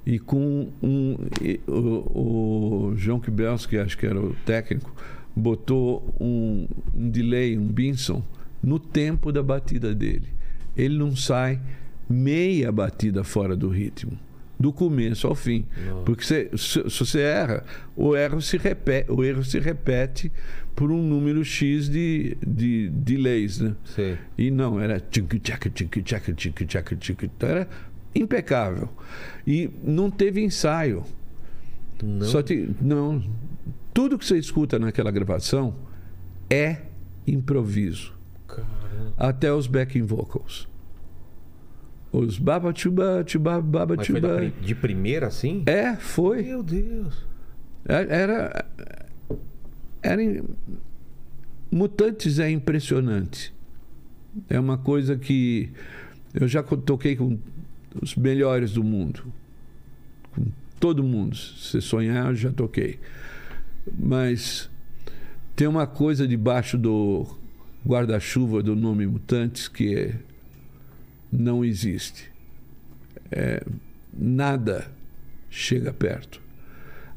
S3: E com um, e o, o João Kibels, que acho que era o técnico, botou um, um delay, um Binson, no tempo da batida dele. Ele não sai meia batida fora do ritmo, do começo ao fim. Porque você- se, se você erra, o erro se repete, o erro se repete por um número X de, de delays. Né?
S1: Sei.
S3: E não, era tchic tchac tchic tchac tchic tchac tchic Então era impecável. E não teve ensaio.
S1: Não.
S3: Só te, não. Tudo que você escuta naquela gravação é improviso. Até os backing vocals. Os baba chuba chuba baba
S1: Mas foi da
S3: chuba.
S1: pri- de primeira assim?
S3: É, foi.
S1: Meu Deus.
S3: Era- É, Era. era in- Mutantes é impressionante. É uma coisa que eu já co- toquei com os melhores do mundo. Com todo mundo. Se sonhar, eu já toquei. Mas tem uma coisa debaixo do guarda-chuva do nome Mutantes que é- não existe. É, nada chega perto.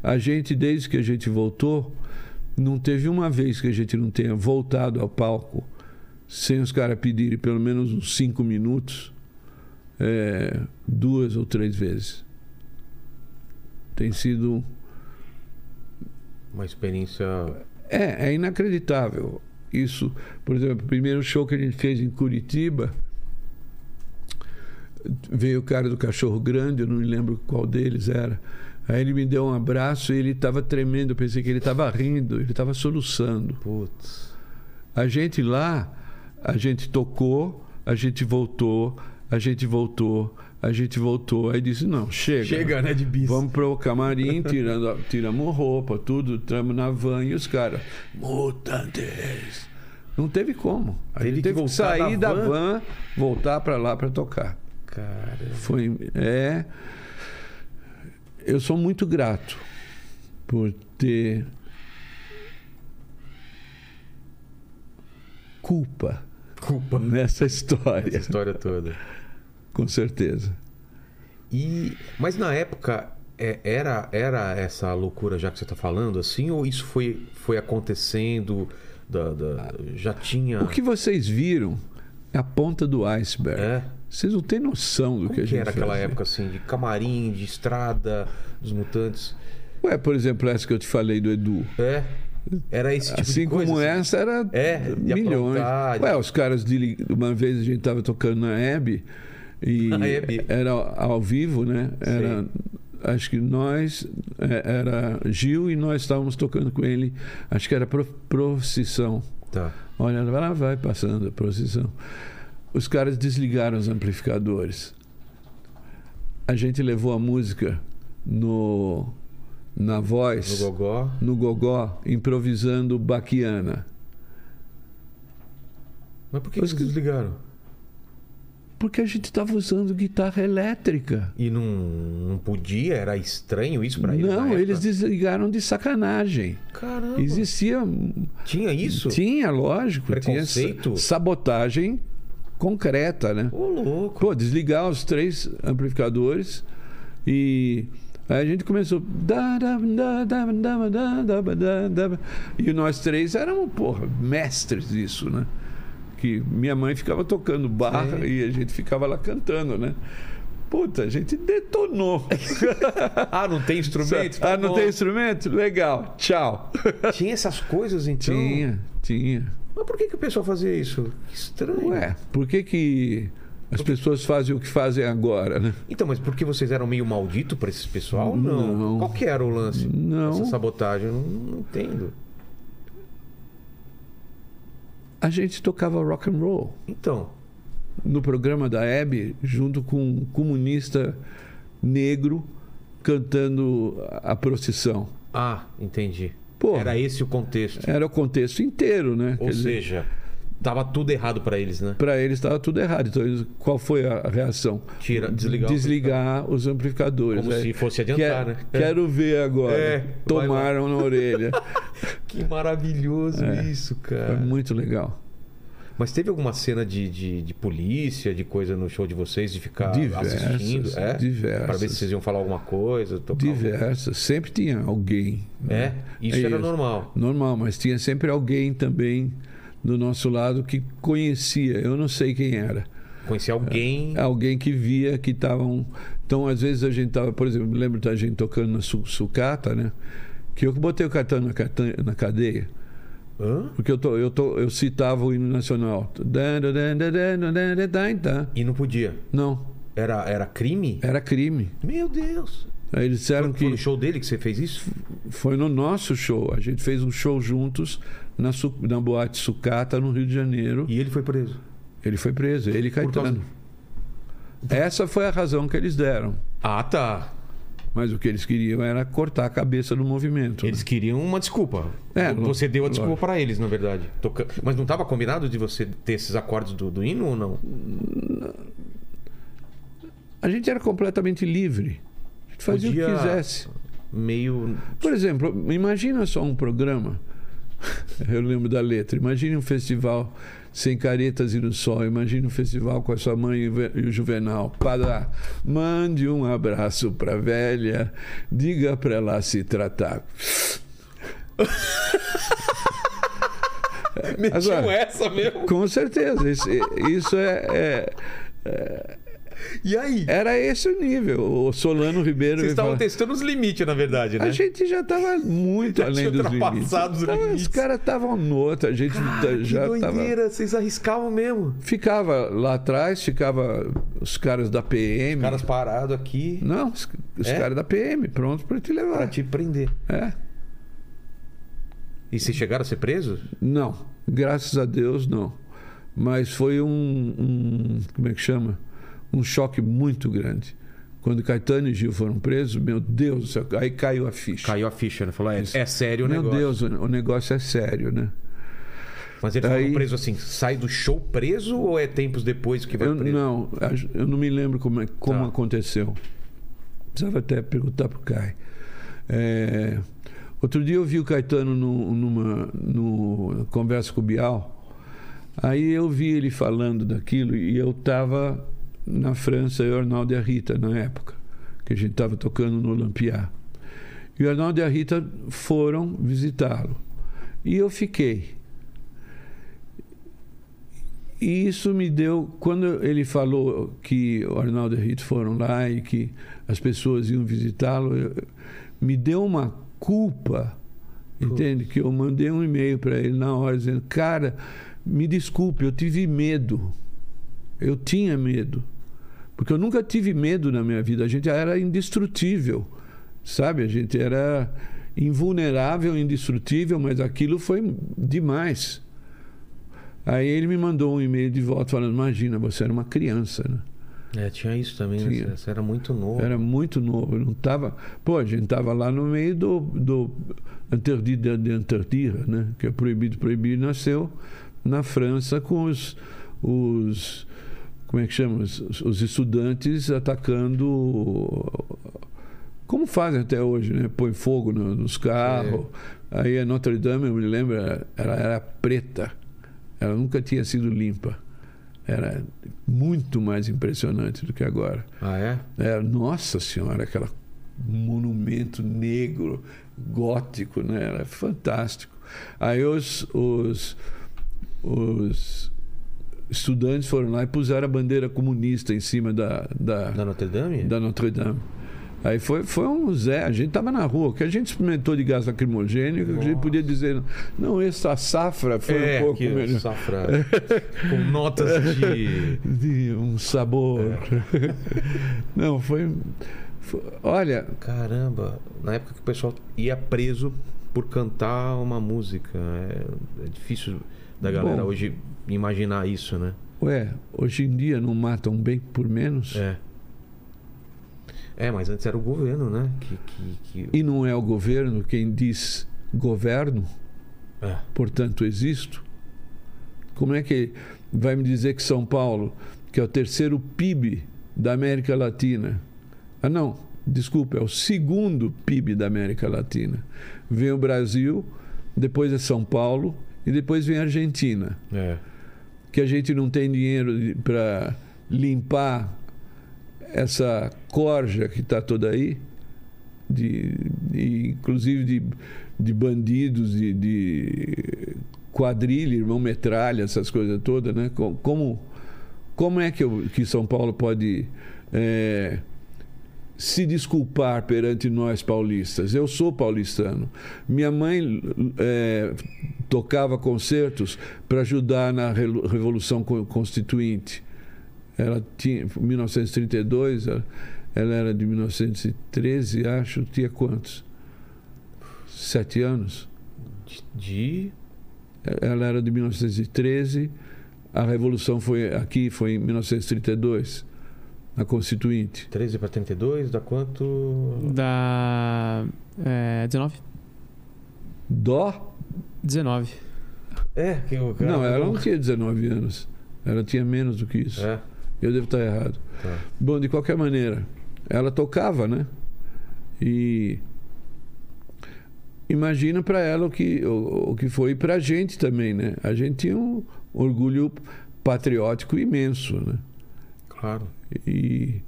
S3: A gente, desde que a gente voltou, não teve uma vez que a gente não tenha voltado ao palco sem os caras pedirem pelo menos uns cinco minutos, é, duas ou três vezes. Tem sido.
S1: Uma experiência.
S3: É, é inacreditável isso. Por exemplo, o primeiro show que a gente fez em Curitiba, veio o cara do Cachorro Grande, eu não me lembro qual deles era. Aí ele me deu um abraço e ele estava tremendo, eu pensei que ele estava rindo, ele estava soluçando.
S1: Putz.
S3: A gente lá, a gente tocou, a gente voltou, a gente voltou, a gente voltou. Aí disse, não, chega.
S4: Chega, né, de bis.
S3: Vamos pro camarim, tirando, a- tiramos roupa, tudo, entramos na van e os caras, mutantes. Não teve como. A
S1: Teve
S3: gente
S1: que
S3: teve que,
S1: voltar
S3: sair
S1: da
S3: da van, voltar para lá para tocar.
S1: Cara.
S3: Foi, é, eu sou muito grato por ter culpa
S1: Culpa.
S3: nessa
S1: Essa
S3: história,
S1: história toda.
S3: com certeza.
S1: E. Mas na época. é, era, era essa loucura já que você tá falando, assim, ou isso foi, foi acontecendo? da- da- já tinha.
S3: O que vocês viram é a ponta do iceberg.
S1: É.
S3: Vocês não têm noção do
S1: Como
S3: que a
S1: que
S3: gente
S1: era aquela
S3: fazia.
S1: época assim, de camarim, de estrada, dos mutantes?
S3: Ué, por exemplo, essa que eu te falei do Edu.
S1: É. Era esse tipo
S3: assim
S1: de coisa.
S3: como
S1: assim?
S3: essa, era
S1: É, de
S3: milhões.
S1: aprontar, de-
S3: Ué, os caras de li- uma vez a gente estava tocando na Hebe e
S1: Na Hebe.
S3: era ao ao vivo, né? Era acho que nós é, era Gil e nós estávamos tocando com ele. Acho que era pro, procissão.
S1: Tá.
S3: Olha, lá vai passando a procissão. Os caras desligaram os amplificadores. A gente levou a música no na
S1: No
S3: voz
S1: gogó.
S3: no gogó, improvisando baquiana.
S1: Mas por que,
S3: Os
S1: que
S3: que-
S1: desligaram?
S3: Porque a gente estava usando guitarra elétrica.
S1: E não, não podia? Era estranho isso pra eles?
S3: Não,
S1: na
S3: eles
S1: época?
S3: desligaram de sacanagem.
S1: Caramba.
S3: Existia. um-
S1: Tinha isso?
S3: Tinha, lógico. Tinha sa-
S1: Preconceito?
S3: sabotagem concreta, né?
S1: Ô, louco.
S3: Pô, desligar os três amplificadores e. Aí a gente começou. da, da, da, da, da, da, da, da, da. E nós três éramos, porra, mestres disso, né? Que minha mãe ficava tocando barra
S1: Sim.
S3: e a gente ficava lá cantando, né? Puta, a gente detonou.
S1: Ah, não tem instrumento?
S3: ah,
S1: Tá
S3: não
S1: bom.
S3: tem instrumento? Legal, tchau.
S1: Tinha essas coisas então?
S3: Tinha, tinha.
S1: Mas por que, que o pessoal fazia isso? Que estranho.
S3: Ué, por que que as pessoas fazem o que fazem agora, né?
S1: Então, mas porque vocês eram meio maldito pra esse pessoal? Não.
S3: Não.
S1: Qual que era o lance?
S3: Não.
S1: Essa sabotagem? Eu não, não entendo.
S3: A gente tocava rock and roll.
S1: Então.
S3: no programa da Hebe, junto com um comunista negro cantando a procissão.
S1: Ah, entendi.
S3: Pô. É,
S1: Era esse o contexto.
S3: Era o contexto inteiro, né?
S1: Ou seja, tava tudo errado pra eles, né?
S3: para eles estava tudo errado. Então, eles- qual foi a reação?
S1: Tira, desligar o
S3: Desligar os amplificadores.
S1: Como
S3: Aí,
S1: se fosse adiantar,
S3: "Quer-
S1: né? É.
S3: é. Quero ver agora.
S1: É, vai lá.
S3: Tomaram na orelha.
S1: Que maravilhoso
S3: É.
S1: isso,
S3: Foi
S1: cara.
S3: muito legal.
S1: Mas teve alguma cena de, de, de polícia, de coisa no show de vocês, de ficar
S3: Diversas,
S1: assistindo? É?
S3: diversas.
S1: Pra ver se vocês iam falar alguma coisa. tocar
S3: Diversas. Sempre tinha alguém.
S1: alguma-
S3: né?
S1: É? Isso
S3: É
S1: era
S3: isso.
S1: normal.
S3: Normal, mas tinha sempre alguém também do nosso lado que conhecia. Eu não sei quem era.
S1: Conhecer alguém.
S3: Alguém que via que estavam. Então, às vezes a gente estava, por exemplo, lembro da gente tocando na su- sucata, né? Que eu que botei o cartão na, cata- na cadeia.
S1: Hã?
S3: Porque eu, to- eu, to- eu citava o hino nacional.
S1: E não podia.
S3: Não,
S1: Era, era crime?
S3: era crime.
S1: Meu Deus.
S3: Aí eles disseram
S1: Foi no
S3: que
S1: show dele É. que você fez isso?
S3: foi no nosso show. A gente fez um show juntos na, su- na boate Sucata, no Rio de Janeiro.
S1: E ele foi preso.
S3: Ele foi preso, ele e
S1: Por causa- Então-
S3: Caetano. Essa foi a razão que eles deram.
S1: Ah, tá.
S3: Mas o que eles queriam era cortar a cabeça do movimento. né?
S1: Eles queriam uma desculpa.
S3: É,
S1: você deu a desculpa
S3: lógico.
S1: pra eles, na verdade. Toca- Mas não tava combinado de você ter esses acordes do, do hino ou não?
S3: A gente era completamente livre. A gente fazia o
S1: Podia-
S3: que quisesse.
S1: Meio.
S3: Por exemplo, imagina só um programa. Eu lembro da letra. Imagine um festival sem caretas e no sol. Imagine um festival com a sua mãe e o Ve- e o Juvenal. Padá, mande um abraço pra velha. Diga pra ela se tratar.
S4: Metiu
S1: um
S3: Agora-
S4: essa mesmo.
S3: Com certeza. Isso, isso é- é- é...
S1: E aí?
S3: Era esse o nível. O Solano Ribeiro...
S1: Vocês
S3: me fala-
S1: estavam testando os limites, na verdade, né?
S3: A gente já estava muito
S1: Já
S3: além
S1: tinha
S3: dos
S1: ultrapassado
S3: limites.
S1: os
S3: Então,
S1: limites.
S3: Os caras estavam no outro, a gente tá-
S1: Que
S3: já estava.
S1: doideira, vocês arriscavam mesmo.
S3: Ficava lá atrás, ficava os caras da PM.
S1: Caras parados aqui
S3: Não, os, os
S1: É?
S3: caras da PM, prontos para te
S1: pra
S3: levar.
S1: te prender.
S3: É.
S1: E vocês chegaram a ser presos?
S3: Não, graças a Deus não. Mas foi um, um- como é que chama? Um choque muito grande. Quando Caetano e Gil foram presos, meu Deus do céu, aí caiu a ficha.
S1: Caiu a ficha, né? Falou, é, é sério o
S3: meu
S1: negócio.
S3: Deus, o o negócio é sério, né?
S1: Mas eles foram
S3: Aí-
S1: presos assim, sai do show preso ou é tempos depois que vai
S3: Eu,
S1: preso?
S3: não, a- eu não me lembro como, é- como
S1: Tá.
S3: aconteceu. Precisava até perguntar pro Kai. É, outro dia eu vi o Caetano no, numa, no conversa com o Bial. Aí eu vi ele falando daquilo e eu estava na França, eu, Arnaldo e a Rita, na época, que a gente estava tocando no Olympiá. E o Arnaldo e a Rita foram visitá-lo. E eu fiquei. E isso me deu. Quando ele falou que o Arnaldo e Rito foram lá e que as pessoas iam visitá-lo, eu- me deu uma culpa, entende? Que eu mandei um e-mail para ele na hora dizendo: Cara, me desculpe, eu tive medo. Eu tinha medo. Porque eu nunca tive medo na minha vida. A gente era indestrutível, sabe? A gente era invulnerável, indestrutível, mas aquilo foi demais. Aí ele me mandou um e-mail de volta falando: Imagina, você era uma criança, né?
S1: É, tinha isso também, né?
S3: Tinha.
S1: Você era muito novo.
S3: Era muito novo, não tava. Pô, a gente tava lá no meio do, do interdit de de interdire, né? Que é proibido proibir. Nasceu na França com os, os como é que chama? Os, os estudantes atacando. o- Como fazem até hoje, né? Põe fogo no- nos carros. Aí a Notre Dame, eu me lembro, era- ela era preta. Ela nunca tinha sido limpa. Era muito mais impressionante do que agora.
S1: Ah, é?
S3: É, nossa senhora, aquele monumento negro, gótico, né? Era fantástico. Aí os, os, os estudantes foram lá e puseram a bandeira comunista em cima da, da,
S1: Da Notre Dame?
S3: da Notre Dame. Aí foi, foi um Zé, a gente estava na rua, o que a gente experimentou de gás lacrimogênio, a gente podia dizer, não, essa safra foi
S1: é,
S3: um pouco
S1: aqui,
S3: melhor.
S1: safra. com notas de. É.
S3: De um sabor. não, foi, foi. Olha,
S1: Caramba, na época que o pessoal ia preso por cantar uma música. É, é difícil da galera
S3: Bom.
S1: hoje imaginar isso, né?
S3: Ué, hoje em dia não matam bem por menos?
S1: É. É, mas antes era o governo, né? Que. que, que...
S3: E não é o governo quem diz governo,
S1: É.
S3: portanto existo? Como é que vai me dizer que São Paulo, que é o terceiro PIB da América Latina, ah não, desculpa, é o segundo PIB da América Latina, vem o Brasil, depois é São Paulo e depois vem a Argentina.
S1: É.
S3: que a gente não tem dinheiro para limpar essa corja que está toda aí, de, de- inclusive de, de bandidos, de, de quadrilha, irmão metralha, essas coisas todas, né? Co- Como, como é que, eu- que São Paulo pode eh, se desculpar perante nós paulistas? Eu sou paulistano. Minha mãe l- eh, tocava concertos para ajudar na relu- Revolução Co- Constituinte. Ela tinha, em 1932, ela, Ela era de 1913, acho, tinha quantos? Sete anos.
S1: De.
S3: Ela era de 1913, a Revolução foi aqui, foi em 1932, na Constituinte.
S1: 13 para 32, dá quanto?
S2: Da. É, 19?
S3: Dó?
S2: 19.
S1: É, que o cara.
S3: Não, um ela não tinha 19 anos. Ela tinha menos do que isso.
S1: É,
S3: Eu devo estar errado.
S1: Tá.
S3: Bom, de qualquer maneira, ela tocava, né? E imagina para ela o que, o, o que foi para a gente também, né? A gente tinha um orgulho patriótico imenso, né?
S1: claro.
S3: E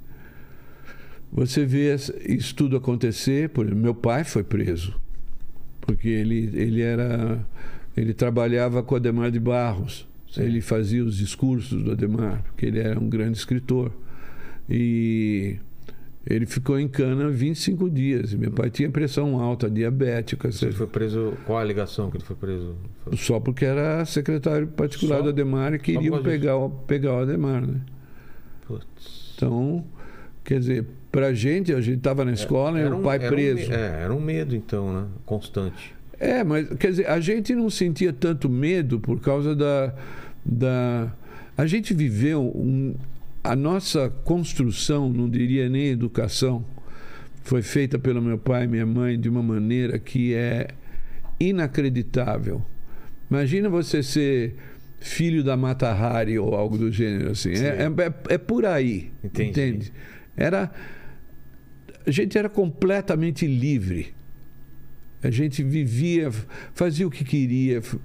S3: você vê essa- isso tudo acontecer. Por exemplo, meu pai foi preso porque ele ele era ele trabalhava com Ademar de Barros.
S1: Sim.
S3: Ele fazia os discursos do Ademar, porque ele era um grande escritor. E ele ficou em cana 25 dias. Meu pai tinha pressão alta, diabética,
S1: Ele foi preso. Qual a ligação que ele foi preso? Foi-
S3: só porque era secretário particular
S1: Só?
S3: do Ademar e
S1: por
S3: queriam
S1: causa disso.
S3: pegar, o- pegar o Ademar, né?
S1: Putz.
S3: Então, quer dizer, pra gente, a gente estava na escola e
S1: Era
S3: o
S1: um-
S3: pai
S1: era um me-
S3: preso.
S1: é, era um medo, então, né? Constante.
S3: é. mas quer dizer, a gente não sentia tanto medo por causa da. da... A gente viveu um- a nossa construção, não diria nem educação, foi feita pelo meu pai e minha mãe de uma maneira que é inacreditável. Imagina você ser filho da Mata Hari ou algo do gênero assim. É, é, é- é por aí.
S1: Entendi.
S3: Entende? Era a gente era completamente livre. A gente vivia, fazia o que queria, f-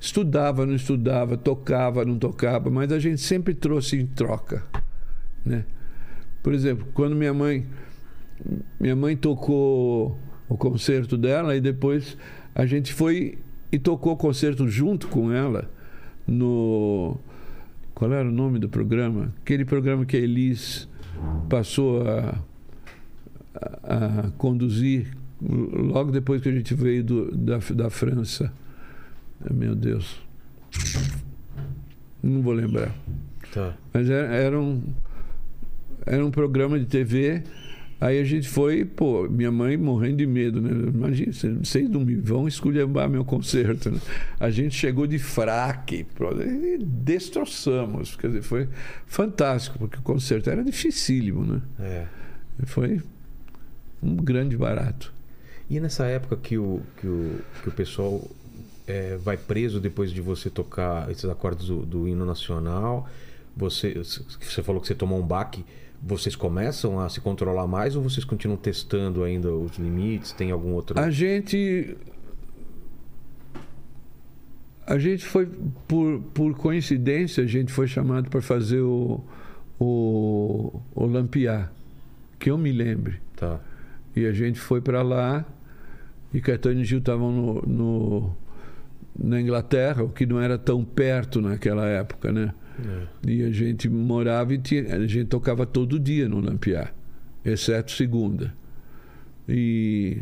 S3: estudava, não estudava, tocava, não tocava, mas a gente sempre trouxe em troca, né? Por exemplo, quando minha mãe minha mãe tocou o concerto dela e depois a gente foi e tocou o concerto junto com ela no qual era o nome do programa? Aquele programa que a Elis passou a, a- a conduzir logo depois que a gente veio do- da, da França. Ah, Meu Deus. Não vou lembrar.
S1: Tá.
S3: Mas era, era um era um programa de TV. Aí a gente foi, pô, minha mãe morrendo de medo, né? Imagina, vocês- vocês não me vão esculhambar meu concerto, né? A gente chegou de fraque, pro- e destroçamos. Quer dizer, foi fantástico, porque o concerto era dificílimo, né?
S1: É.
S3: Foi um grande barato.
S1: E é nessa época que o, que o, que o pessoal é, vai preso depois de você tocar esses acordes do, do hino nacional, você, você falou que você tomou um baque, vocês começam a se controlar mais ou vocês continuam testando ainda os limites? Tem algum outro.
S3: A gente. A gente foi, por, por coincidência, a gente foi chamado para fazer o, o, o Lampiá, que eu me lembre.
S1: Tá.
S3: E a gente foi para lá e Caetano e Gil estavam no, no- na Inglaterra, o que não era tão perto naquela época, né?
S1: É.
S3: E a gente morava e tinha, a gente tocava todo dia no Lampiá, exceto segunda. E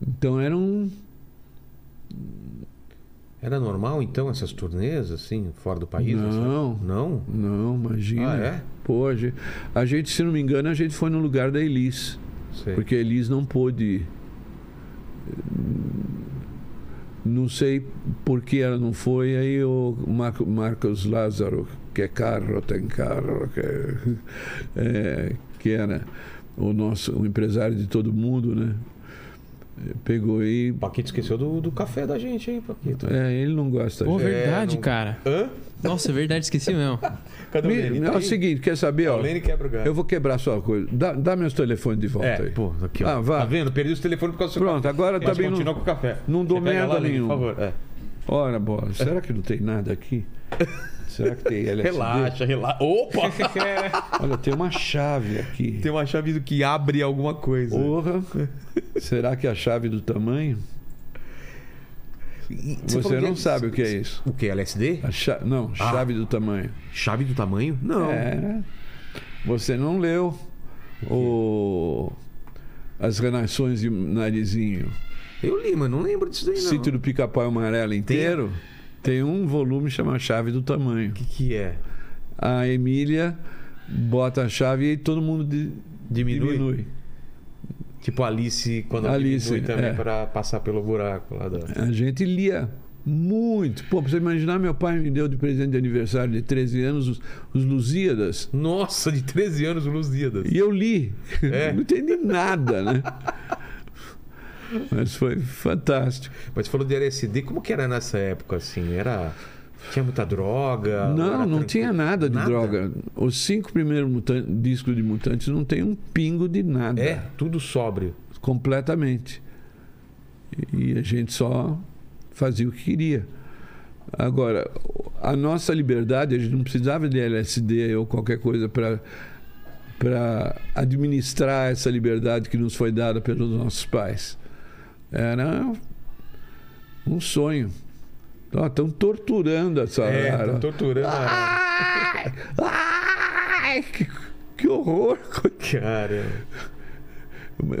S3: então era um
S1: Era normal então essas turnês assim, fora do país?
S3: Não.
S1: essa- Não?
S3: não, imagina.
S1: Ah, é?
S3: Pô, a gente, a gente, se não me engano, a gente foi no lugar da Elis,
S1: Sei.
S3: porque a Elis não pôde não sei por que ela não foi, aí o Marco, Marcos Lázaro, que é carro, tem carro, que, é, que era o nosso o empresário de todo mundo, né? Pegou e.
S1: O Paquito esqueceu do, do café da gente, hein, Paquito?
S3: É, ele não gosta
S2: Pô,
S3: gente.
S2: verdade,
S1: não-
S2: cara.
S1: Hã?
S2: Nossa, é verdade, esqueci mesmo.
S1: Cadê o Lene?
S3: Me- É o seguinte, quer saber?
S1: O
S3: Ó,
S1: Lene quebra o galho.
S3: eu vou quebrar sua coisa. Dá, dá meus telefones de volta
S1: É,
S3: aí.
S1: pô, aqui, ó.
S3: Ah, vá.
S1: Tá vendo? Perdi os telefones por causa do seu
S3: Pronto, agora
S1: Mas
S3: também
S1: continua
S3: não.
S1: com o café.
S3: não dou
S1: Você pega
S3: merda
S1: lá, Lene,
S3: nenhum.
S1: Por favor. É.
S3: Ora, bola, será que não tem nada aqui? Será que tem LSD?
S1: É. Relaxa, relaxa. Opa!
S3: Olha, tem uma chave aqui.
S1: Tem um- uma chave do que abre alguma coisa.
S3: Porra! Será que é a chave do tamanho?
S1: E- e
S3: Você,
S1: falou
S3: não sabe o que é isso.
S1: O que? É. LSD?
S3: A cha- Não, chave do tamanho.
S1: Chave do tamanho? Não.
S3: É. Você não leu o... As Renações de Narizinho.
S1: Eu li, mas não lembro disso daí, não.
S3: Sítio do Pica-Pau Amarelo inteiro tem um volume chamado Chave do Tamanho.
S1: O que, que é?
S3: A Emília bota a chave e aí todo mundo di-
S1: Diminui.
S3: diminui.
S1: Tipo Alice quando
S3: Alice,
S1: diminui também
S3: é.
S1: pra passar pelo buraco lá da.
S3: A gente lia muito. Pô, pra você imaginar, meu pai me deu de presente de aniversário de 13 anos os, os Lusíadas.
S1: Nossa, de 13 anos, o Lusíadas.
S3: E eu li.
S1: É.
S3: Não entendi nada, né? Mas foi fantástico.
S1: Mas você falou de LSD, como que era nessa época assim? Era. Tinha muita droga? Ou era
S3: Não, não
S1: Tá, tranquilo?
S3: tinha nada de droga. Os cinco primeiros mutan- discos de Mutantes não tem um pingo de nada.
S1: É, tudo sóbrio.
S3: Completamente. E a gente só fazia o que queria. Agora, a nossa liberdade, a gente não precisava de LSD ou qualquer coisa para para administrar essa liberdade que nos foi dada pelos nossos pais. Era um sonho. Estão torturando essa
S1: É,
S3: área.
S1: tá
S3: né?
S1: torturando.
S3: Ah,
S1: a-
S3: Ai! Ai! Que, que horror!
S1: Cara.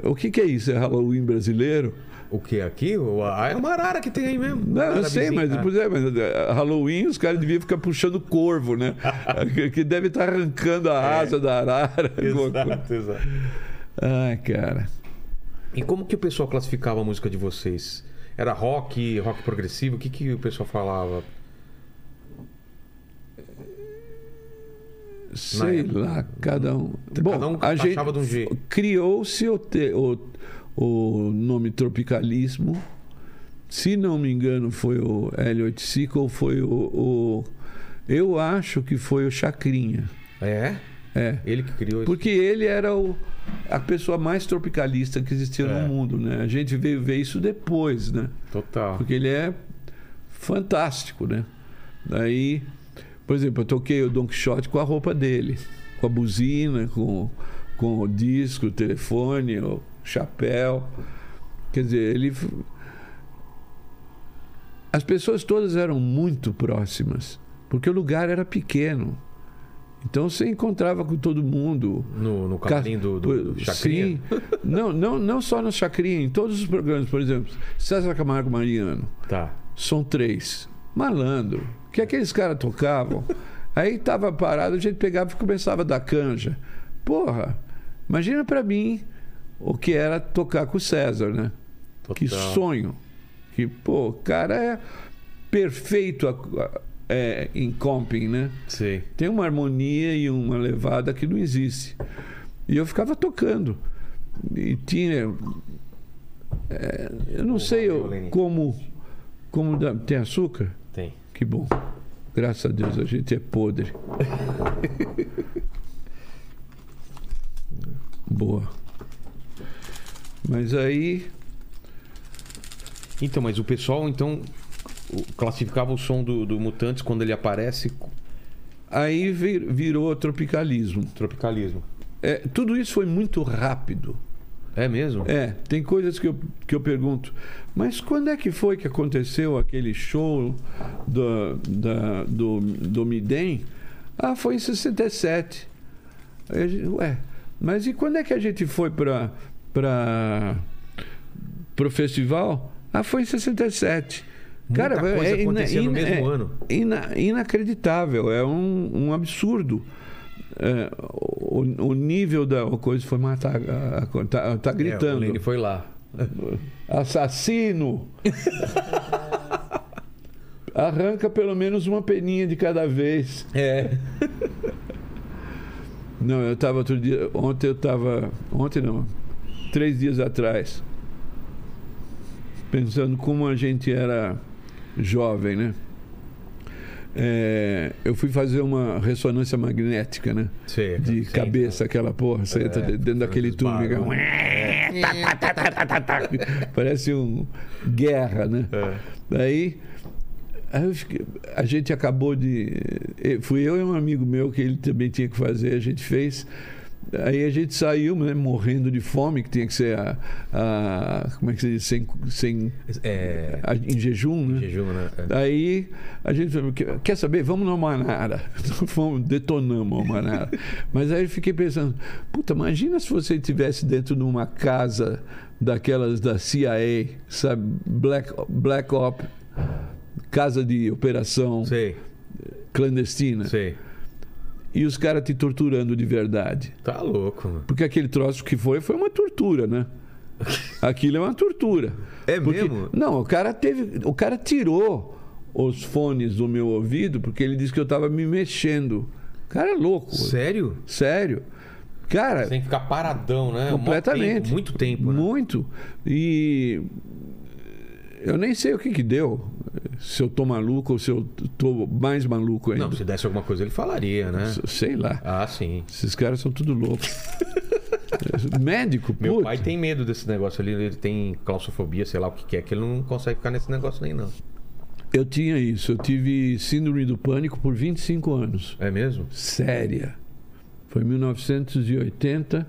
S3: O que, que é isso? É Halloween brasileiro?
S1: O que aqui? O- Ah, é uma arara que tem aí mesmo.
S3: Não, eu
S1: Arara
S3: sei,
S1: vizinha.
S3: mas, pois é, mas é, Halloween os caras deviam ficar puxando corvo, né? que, que deve estar arrancando a asa da arara. alguma coisa.
S1: É. Exato, exato.
S3: Ai, cara.
S1: E como que o pessoal classificava a música de vocês? Era rock, rock progressivo? O que, que o pessoal falava?
S3: Sei
S1: época.
S3: lá, cada um. Bom,
S1: é. cada um
S3: a gente
S1: achava de um jeito.
S3: criou-se o, te- o, o nome tropicalismo. Se não me engano, foi o Elliot Sickle, foi o, o- Eu acho que foi o Chacrinha.
S1: É?
S3: É.
S1: Ele que criou isso.
S3: Porque ele era o- a pessoa mais tropicalista que existia
S1: É.
S3: no mundo, né? A gente veio ver isso depois, né?
S1: Total.
S3: Porque ele é fantástico, né? Daí, por exemplo, eu toquei o Don Quixote com a roupa dele, com a buzina, com, com o disco, o telefone, o chapéu. Quer dizer, ele. f- As pessoas todas eram muito próximas, porque o lugar era pequeno. Então você encontrava com todo mundo.
S1: No, no camarim do, do, do Chacrinha?
S3: Sim. não, não, não só no Chacrinha, em todos os programas, por exemplo, César Camargo Mariano.
S1: Tá.
S3: São três. Malandro. O que aqueles caras tocavam? Aí tava parado, a gente pegava e começava a dar canja. Porra, imagina pra mim o que era tocar com o César, né?
S1: Total.
S3: Que sonho. Que, pô, o cara é perfeito a- a- é, em comping, né?
S1: Sim.
S3: Tem uma harmonia e uma levada que não existe. E eu ficava tocando. E tinha. é, eu não
S1: Bom,
S3: sei
S1: valeu,
S3: eu-
S1: Lenny.
S3: como. Como dá- tem açúcar?
S1: Tem.
S3: Que bom. Graças a Deus a gente é podre. Boa. Mas aí.
S1: Então, mas o pessoal, então, o- classificava o som do, do Mutantes quando ele aparece com
S3: Aí vi- virou tropicalismo.
S1: tropicalismo.
S3: É, tudo isso foi muito rápido.
S1: É mesmo?
S3: É, tem coisas que eu, que eu pergunto. Mas quando é que foi que aconteceu aquele show do, da, do, do Midem? Ah, foi em 67. Aí a gente, ué, mas e quando é que a gente foi para o festival? Ah, foi em 67.
S1: Muita coisa acontecia no mesmo
S3: é
S1: ano.
S3: ina- inacreditável, é um, um absurdo. É, o, o nível da coisa foi matar. a- a- Tá, tá
S1: É, o
S3: gritando.
S1: Lenny foi lá.
S3: Assassino! Arranca pelo menos uma peninha de cada vez.
S1: É.
S3: Não, eu estava outro dia. Ontem eu estava. Ontem não. Três dias atrás. Pensando como a gente era jovem, né? É, eu fui fazer uma ressonância magnética, né?
S1: Sim,
S3: De
S1: sim. É,
S3: cabeça, aquela porra, você entra dentro daquele túnel.
S1: barulhos.
S3: fica- Tá, tá, tá, tá, tá. Parece um guerra, né?
S1: É.
S3: Daí aí eu fiquei- a gente acabou de. eh, Fui eu e um amigo meu que ele também tinha que fazer, a gente fez. Aí a gente saiu, né, morrendo de fome, que tinha que ser a. a- como é que se diz? Sem, sem,
S1: É.
S3: a- em jejum, né?
S1: Jejum, né? É.
S3: Daí a gente falou, "Quer- quer saber? Vamos no Manara. Então, Fomos, detonamos o Manara. Mas aí eu fiquei pensando, puta, imagina se você estivesse dentro de uma casa daquelas da CIA, sabe? Black, Black Op, casa de operação
S1: É. Sei,
S3: clandestina.
S1: sei.
S3: e os caras te torturando de verdade.
S1: Tá louco, mano.
S3: Porque aquele troço que foi, foi uma tortura, né? Aquilo é uma tortura.
S1: É
S3: Porque-
S1: mesmo?
S3: Não, o cara teve. O cara tirou os fones do meu ouvido porque ele disse que eu tava me mexendo. O cara é louco.
S1: Sério?
S3: Sério. Cara,
S1: Você tem que ficar paradão, né? Um é, mó
S3: Completamente.
S1: tempo, muito tempo, né?
S3: Muito. E eu nem sei o que que deu. Se eu tô maluco ou se eu tô mais maluco ainda.
S1: Não, se desse alguma coisa ele falaria, né?
S3: Sei lá.
S1: Ah, sim.
S3: Esses caras são tudo loucos. Médico,
S1: Meu
S3: puta.
S1: pai tem medo desse negócio ali, ele tem claustrofobia, sei lá o que que é, que ele não consegue ficar nesse negócio nem não.
S3: Eu tinha isso. Eu tive síndrome do pânico por 25 anos.
S1: É mesmo?
S3: Séria. Foi em 1980.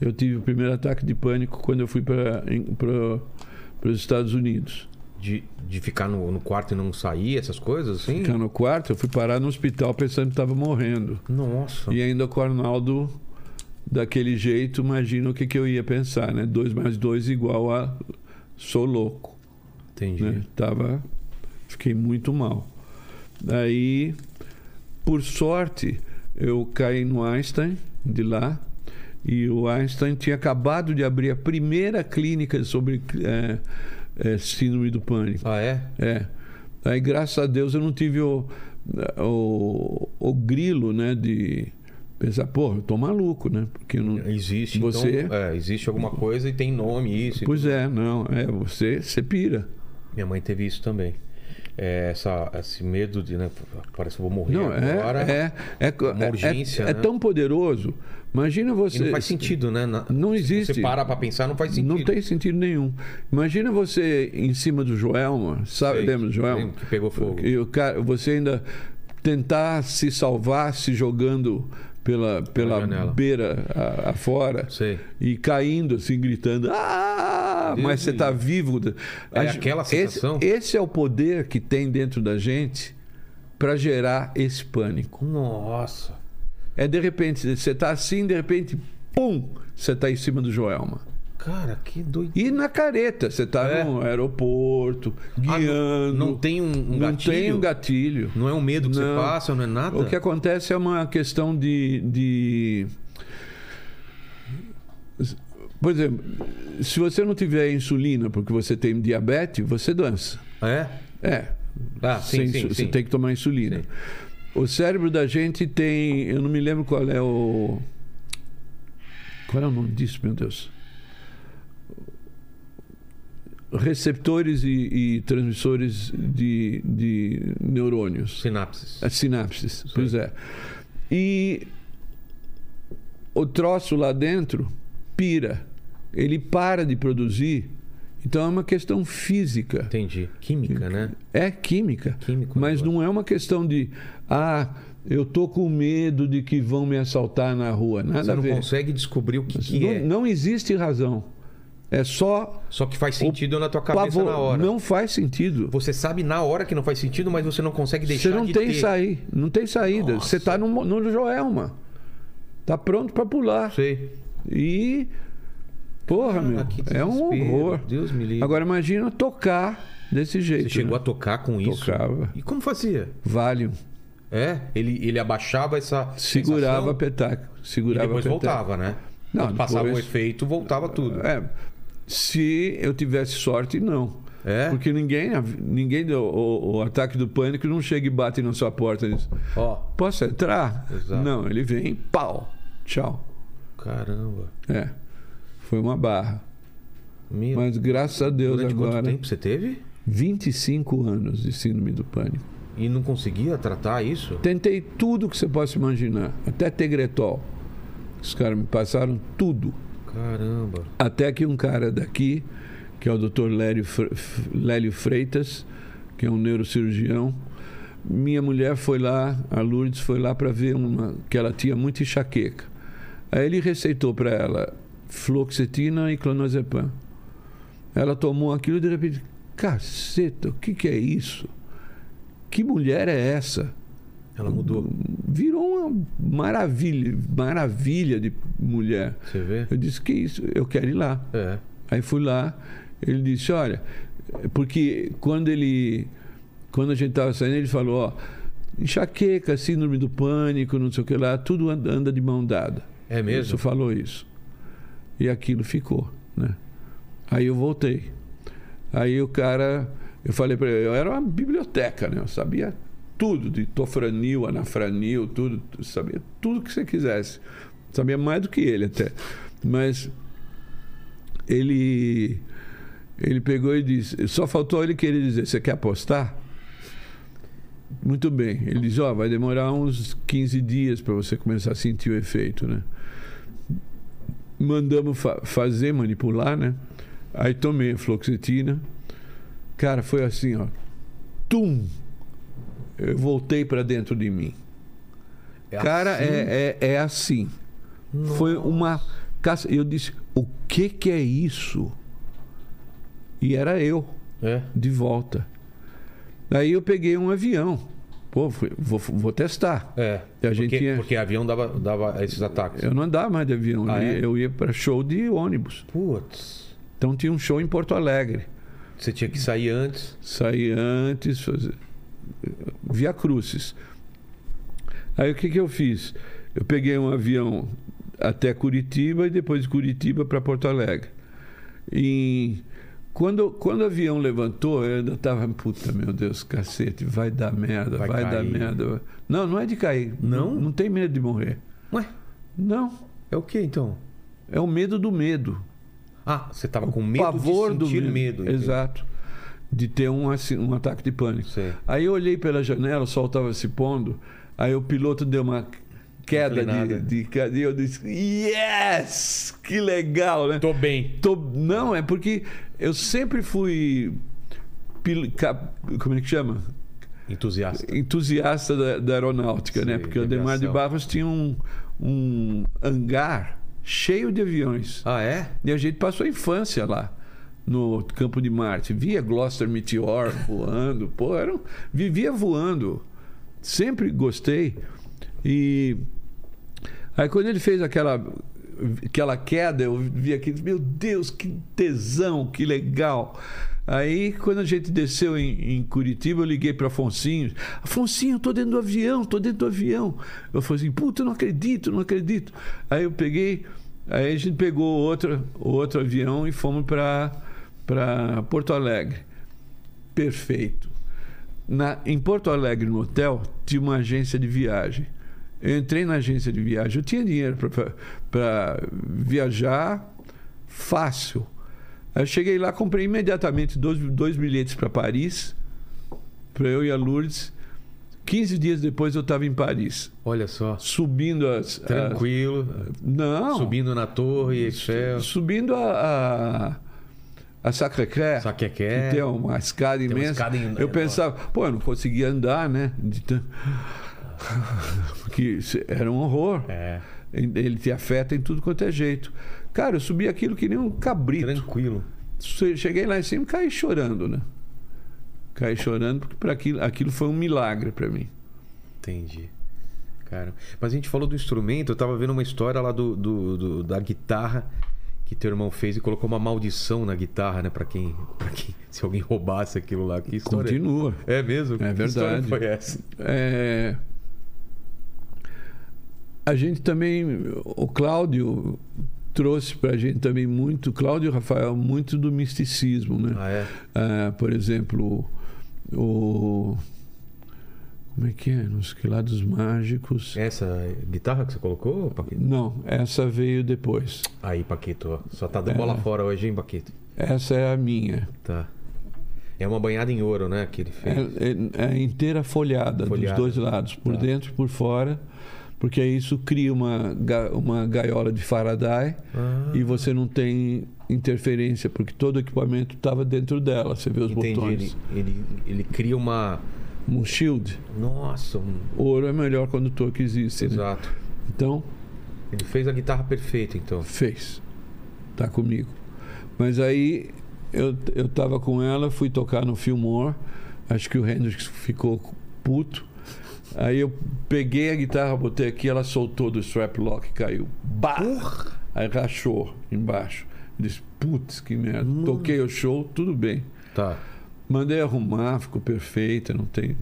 S3: Eu tive o primeiro ataque de pânico quando eu fui para os Estados Unidos.
S1: De, de ficar no, no quarto e não sair, essas coisas assim?
S3: Ficar no quarto, eu fui parar no hospital pensando que estava morrendo.
S1: Nossa.
S3: E ainda com o Arnaldo daquele jeito, imagina o que, que eu ia pensar, né? 2 mais 2 igual a sou louco,
S1: Entendi.
S3: né? Tava fiquei muito mal. Daí, por sorte, eu caí no Einstein de lá e o Einstein tinha acabado de abrir a primeira clínica sobre eh, eh, síndrome do pânico.
S1: Ah, é?
S3: É. Aí, graças a Deus, eu não tive o, o, o grilo, né? De pensar, porra, eu tô maluco, né? Porque eu não.
S1: Existe,
S3: Você-
S1: então. É, existe alguma coisa e tem nome, isso. e
S3: Pois é, não. É, você, você pira.
S1: Minha mãe teve isso também. É, essa, esse medo de, né? Parece que eu vou morrer
S3: Não, é,
S1: agora.
S3: é, é,
S1: uma
S3: é-
S1: urgência,
S3: é,
S1: né?
S3: tão poderoso. Imagina
S1: E
S3: você.
S1: não faz sentido, né? Na-
S3: Não
S1: Se você
S3: existe.
S1: para pra pensar, não faz sentido.
S3: Não tem sentido nenhum. Imagina você em cima do Joelma, sabe?
S1: Sei,
S3: lembra do Joelma?
S1: lembro que pegou fogo.
S3: E o cara, você ainda tentar se salvar se jogando pela, pela
S1: janela.
S3: beira a- afora
S1: Sei.
S3: e caindo assim, gritando. Ah!
S1: Deus
S3: mas você
S1: me
S3: está vivo.
S1: É
S3: Acho-
S1: aquela
S3: esse-
S1: sensação?
S3: Esse, é o poder que tem dentro da gente para gerar esse pânico.
S1: Nossa.
S3: É de repente, você está assim, de repente, pum! Você está em cima do Joelma.
S1: Cara, que doido.
S3: E na careta, você tá
S1: É.
S3: no aeroporto,
S1: Ah,
S3: guiando.
S1: não, não tem um, um
S3: não
S1: gatilho?
S3: tem um gatilho.
S1: Não é um medo que você
S3: Não.
S1: passa, não é nada?
S3: O que acontece é uma questão de, de. Por exemplo, se você não tiver insulina porque você tem diabetes, você dança.
S1: É?
S3: É.
S1: Ah, sim,
S3: sem
S1: sim,
S3: insu-
S1: sim.
S3: Você tem que tomar insulina.
S1: Sim.
S3: O cérebro da gente tem. Eu não me lembro qual é o. Qual é o nome disso, meu Deus? Receptores e, e transmissores de, de neurônios.
S1: Sinapses.
S3: As sinapses, pois é. E o troço lá dentro pira. Ele para de produzir. Então é uma questão física.
S1: Entendi. Química, né?
S3: É química.
S1: Químico,
S3: Mas
S1: né?
S3: não é uma questão de, ah, eu tô com medo de que vão me assaltar na rua. Nada
S1: Você
S3: a
S1: não
S3: ver.
S1: consegue descobrir o que, que
S3: não,
S1: é.
S3: não existe razão. É só
S1: Só que faz sentido na tua cabeça
S3: pavor.
S1: na hora.
S3: Não faz sentido.
S1: Você sabe na hora que não faz sentido, mas você não consegue
S3: Você
S1: deixar
S3: não
S1: de
S3: tem
S1: ter.
S3: sair, não tem saída.
S1: Nossa.
S3: Você tá no, no Joelma. Tá pronto para pular.
S1: Sei.
S3: E porra, meu,
S1: Ah, que
S3: é um
S1: desespero.
S3: horror.
S1: Deus me livre.
S3: Agora imagina tocar desse jeito.
S1: Você chegou
S3: né?
S1: a tocar com isso?
S3: Tocava.
S1: E como fazia?
S3: Valium.
S1: É? Ele, ele abaixava essa
S3: Segurava
S1: sensação
S3: petaco,
S1: e
S3: segurava
S1: depois
S3: petaco.
S1: voltava, né?
S3: Não,
S1: Quando passava o
S3: depois-
S1: efeito, voltava tudo.
S3: É, se eu tivesse sorte, não.
S1: É?
S3: Porque ninguém, ninguém deu- o, o ataque do pânico não chega e bate na sua porta e diz:
S1: Ó,
S3: Posso entrar?
S1: Exato.
S3: Não, ele vem, pau, tchau.
S1: caramba.
S3: É, foi uma barra.
S1: Meu,
S3: Mas graças a Deus
S1: durante
S3: agora,
S1: quanto tempo você teve?
S3: 25 anos de síndrome do pânico.
S1: E não conseguia tratar isso?
S3: Tentei tudo que você possa imaginar, até Tegretol. Os caras me passaram tudo.
S1: Caramba.
S3: Até que um cara daqui, que é o Dr. Lélio, Fre- Lélio Freitas, que é um neurocirurgião, minha mulher foi lá, a Lourdes foi lá para ver uma que ela tinha muita enxaqueca. Aí ele receitou para ela fluoxetina e clonazepam. Ela tomou aquilo e de repente, caceta, o que, que é isso? Que mulher é essa?
S1: Ela mudou.
S3: Virou uma maravilha, maravilha de mulher.
S1: Você vê?
S3: Eu disse, que isso? Eu quero ir lá.
S1: É.
S3: Aí fui lá, ele disse, olha, porque quando ele. Quando a gente estava saindo, ele falou, ó, enxaqueca, síndrome do pânico, não sei o que lá, tudo an- anda de mão dada.
S1: É
S3: Você
S1: mesmo?
S3: falou isso. E aquilo ficou, né? Aí eu voltei. Aí o cara, eu falei para ele, eu era uma biblioteca, né? Eu sabia tudo de tofranil, anafranil, tudo, sabia tudo que você quisesse. Sabia mais do que ele até. Mas ele ele pegou e disse, só faltou ele querer dizer, você quer apostar? Muito bem. Ele diz, ó, vai demorar uns 15 dias para você começar a sentir o efeito, né? mandamos fa- fazer, manipular, né? Aí tomei a fluoxetina. Cara, foi assim, ó. Tum! Eu voltei para dentro de mim. Cara, é, é, é assim. Foi uma caça. Eu disse, o que que é isso? E era eu
S1: É.
S3: de volta. Aí eu peguei um avião. Pô, fui- vou, vou testar.
S1: É.
S3: E a gente
S1: porque,
S3: ia-
S1: porque avião dava, dava esses ataques.
S3: Eu não andava mais de avião,
S1: Ah,
S3: eu ia-
S1: é?
S3: eu ia para show de ônibus.
S1: Putz.
S3: Então tinha um show em Porto Alegre.
S1: Você tinha que sair antes.
S3: Saí antes, fazer... via Cruzes. Aí o que, que eu fiz? Eu peguei um avião até Curitiba e depois de Curitiba para Porto Alegre. E quando, quando o avião levantou, eu ainda estava, puta meu Deus, cacete, vai dar merda,
S1: Vai
S3: vai, dar
S1: cair."
S3: merda. Não, não é de cair.
S1: Não?
S3: Não, tem medo de morrer.
S1: Ué,
S3: Não.
S1: é o que então?
S3: É o medo do medo.
S1: Ah, você tava
S3: O
S1: com medo
S3: pavor
S1: de sentir
S3: do
S1: medo. entendeu?
S3: Exato. De ter um, assi- um ataque de pânico.
S1: Sei.
S3: Aí eu olhei pela janela, o sol estava se pondo, aí o piloto deu uma queda
S1: Inclinada.
S3: de, de cadeia. Eu disse, yes! Que legal, né?
S1: Tô bem.
S3: Tô- Não, é porque eu sempre fui. pil- ca- Como é que chama?
S1: Entusiasta.
S3: Entusiasta da, da aeronáutica, né?
S1: Sei,
S3: Porque o Ademar de
S1: aviação.
S3: Barros tinha um, um hangar cheio de aviões.
S1: Ah, é?
S3: E a gente um passou a infância lá no Campo de Marte. Via Gloucester Meteor voando, pô, era um- vivia voando. Sempre gostei. E aí quando ele fez aquela aquela queda, eu vi aquilo, meu Deus, que tesão, que legal. Aí quando a gente desceu em, em Curitiba, eu liguei para Afonsinho. Afonsinho, eu tô dentro do avião, tô dentro do avião. Eu falei assim, puta, eu não acredito, não acredito. Aí eu peguei, aí a gente pegou outro, outro avião e fomos para para Porto Alegre. Perfeito. Na- em Porto Alegre, no hotel, tinha uma agência de viagem. Eu entrei na agência de viagem, eu tinha dinheiro para viajar fácil. Aí eu cheguei lá, comprei imediatamente dois, dois bilhetes para Paris, para eu e a Lourdes. 15 dias depois eu estava em Paris,
S1: Olha só.
S3: subindo as. as-
S1: Tranquilo.
S3: É. não,
S1: Subindo na torre, Excel.
S3: subindo a, a, a Sacré-Cœur.
S1: Sabe o que é que
S3: que
S1: é?
S3: tem uma escada
S1: uma
S3: imensa.
S1: escada en-
S3: eu
S1: enorme.
S3: pensava, pô, eu não conseguia andar, né? De tan- Porque isso era um horror.
S1: É.
S3: Ele te afeta em tudo quanto é jeito. Cara, eu subi aquilo que nem um cabrito.
S1: Tranquilo.
S3: Che- Cheguei lá em cima e caí chorando, né? Caí chorando porque para aquilo, aquilo foi um milagre para mim.
S1: Entendi. Cara, mas a gente falou do instrumento, eu tava vendo uma história lá do, do- do- da guitarra que teu irmão fez e colocou uma maldição na guitarra, né? Pra quem, pra quem se alguém roubasse aquilo lá. Que história.
S3: Continua.
S1: É mesmo?
S3: É
S1: Que história
S3: verdade.
S1: foi essa?
S3: É, A gente também, o Cláudio trouxe para a gente também muito, Cláudio e Rafael, muito do misticismo, né?
S1: Ah, é?
S3: Ah, por exemplo, o. Como é que é? Nos Quilados Mágicos.
S1: Essa guitarra que você colocou, Paquito?
S3: Não, essa veio depois.
S1: Aí, Paquito, ó. Só tá
S3: É.
S1: dando bola fora hoje, hein, Paquito?
S3: Essa é a minha.
S1: Tá. É uma banhada em ouro, né? Que ele fez.
S3: É, é- é inteira folhada,
S1: Folhada.
S3: dos dois lados, por
S1: Tá.
S3: dentro e por fora, porque aí isso cria uma, ga- uma gaiola de Faraday
S1: Ah.
S3: e você não tem interferência, porque todo o equipamento estava dentro dela. Você vê os
S1: Entendi. Ele,
S3: botões.
S1: ele, ele cria uma.
S3: Um shield.
S1: Nossa, um.
S3: Ouro é o melhor condutor que existe. né?
S1: Exato.
S3: Então,
S1: Ele fez a guitarra perfeita, então.
S3: fez. Tá comigo. Mas aí eu, eu tava com ela, fui tocar no Fillmore. Acho que o Hendrix ficou puto. Aí eu peguei a guitarra, botei aqui, ela soltou do strap lock e caiu. Bah! Aí rachou embaixo. Eu Disse, putz, que merda. Toquei o show, tudo bem.
S1: Tá.
S3: Mandei arrumar, ficou perfeita, não tem.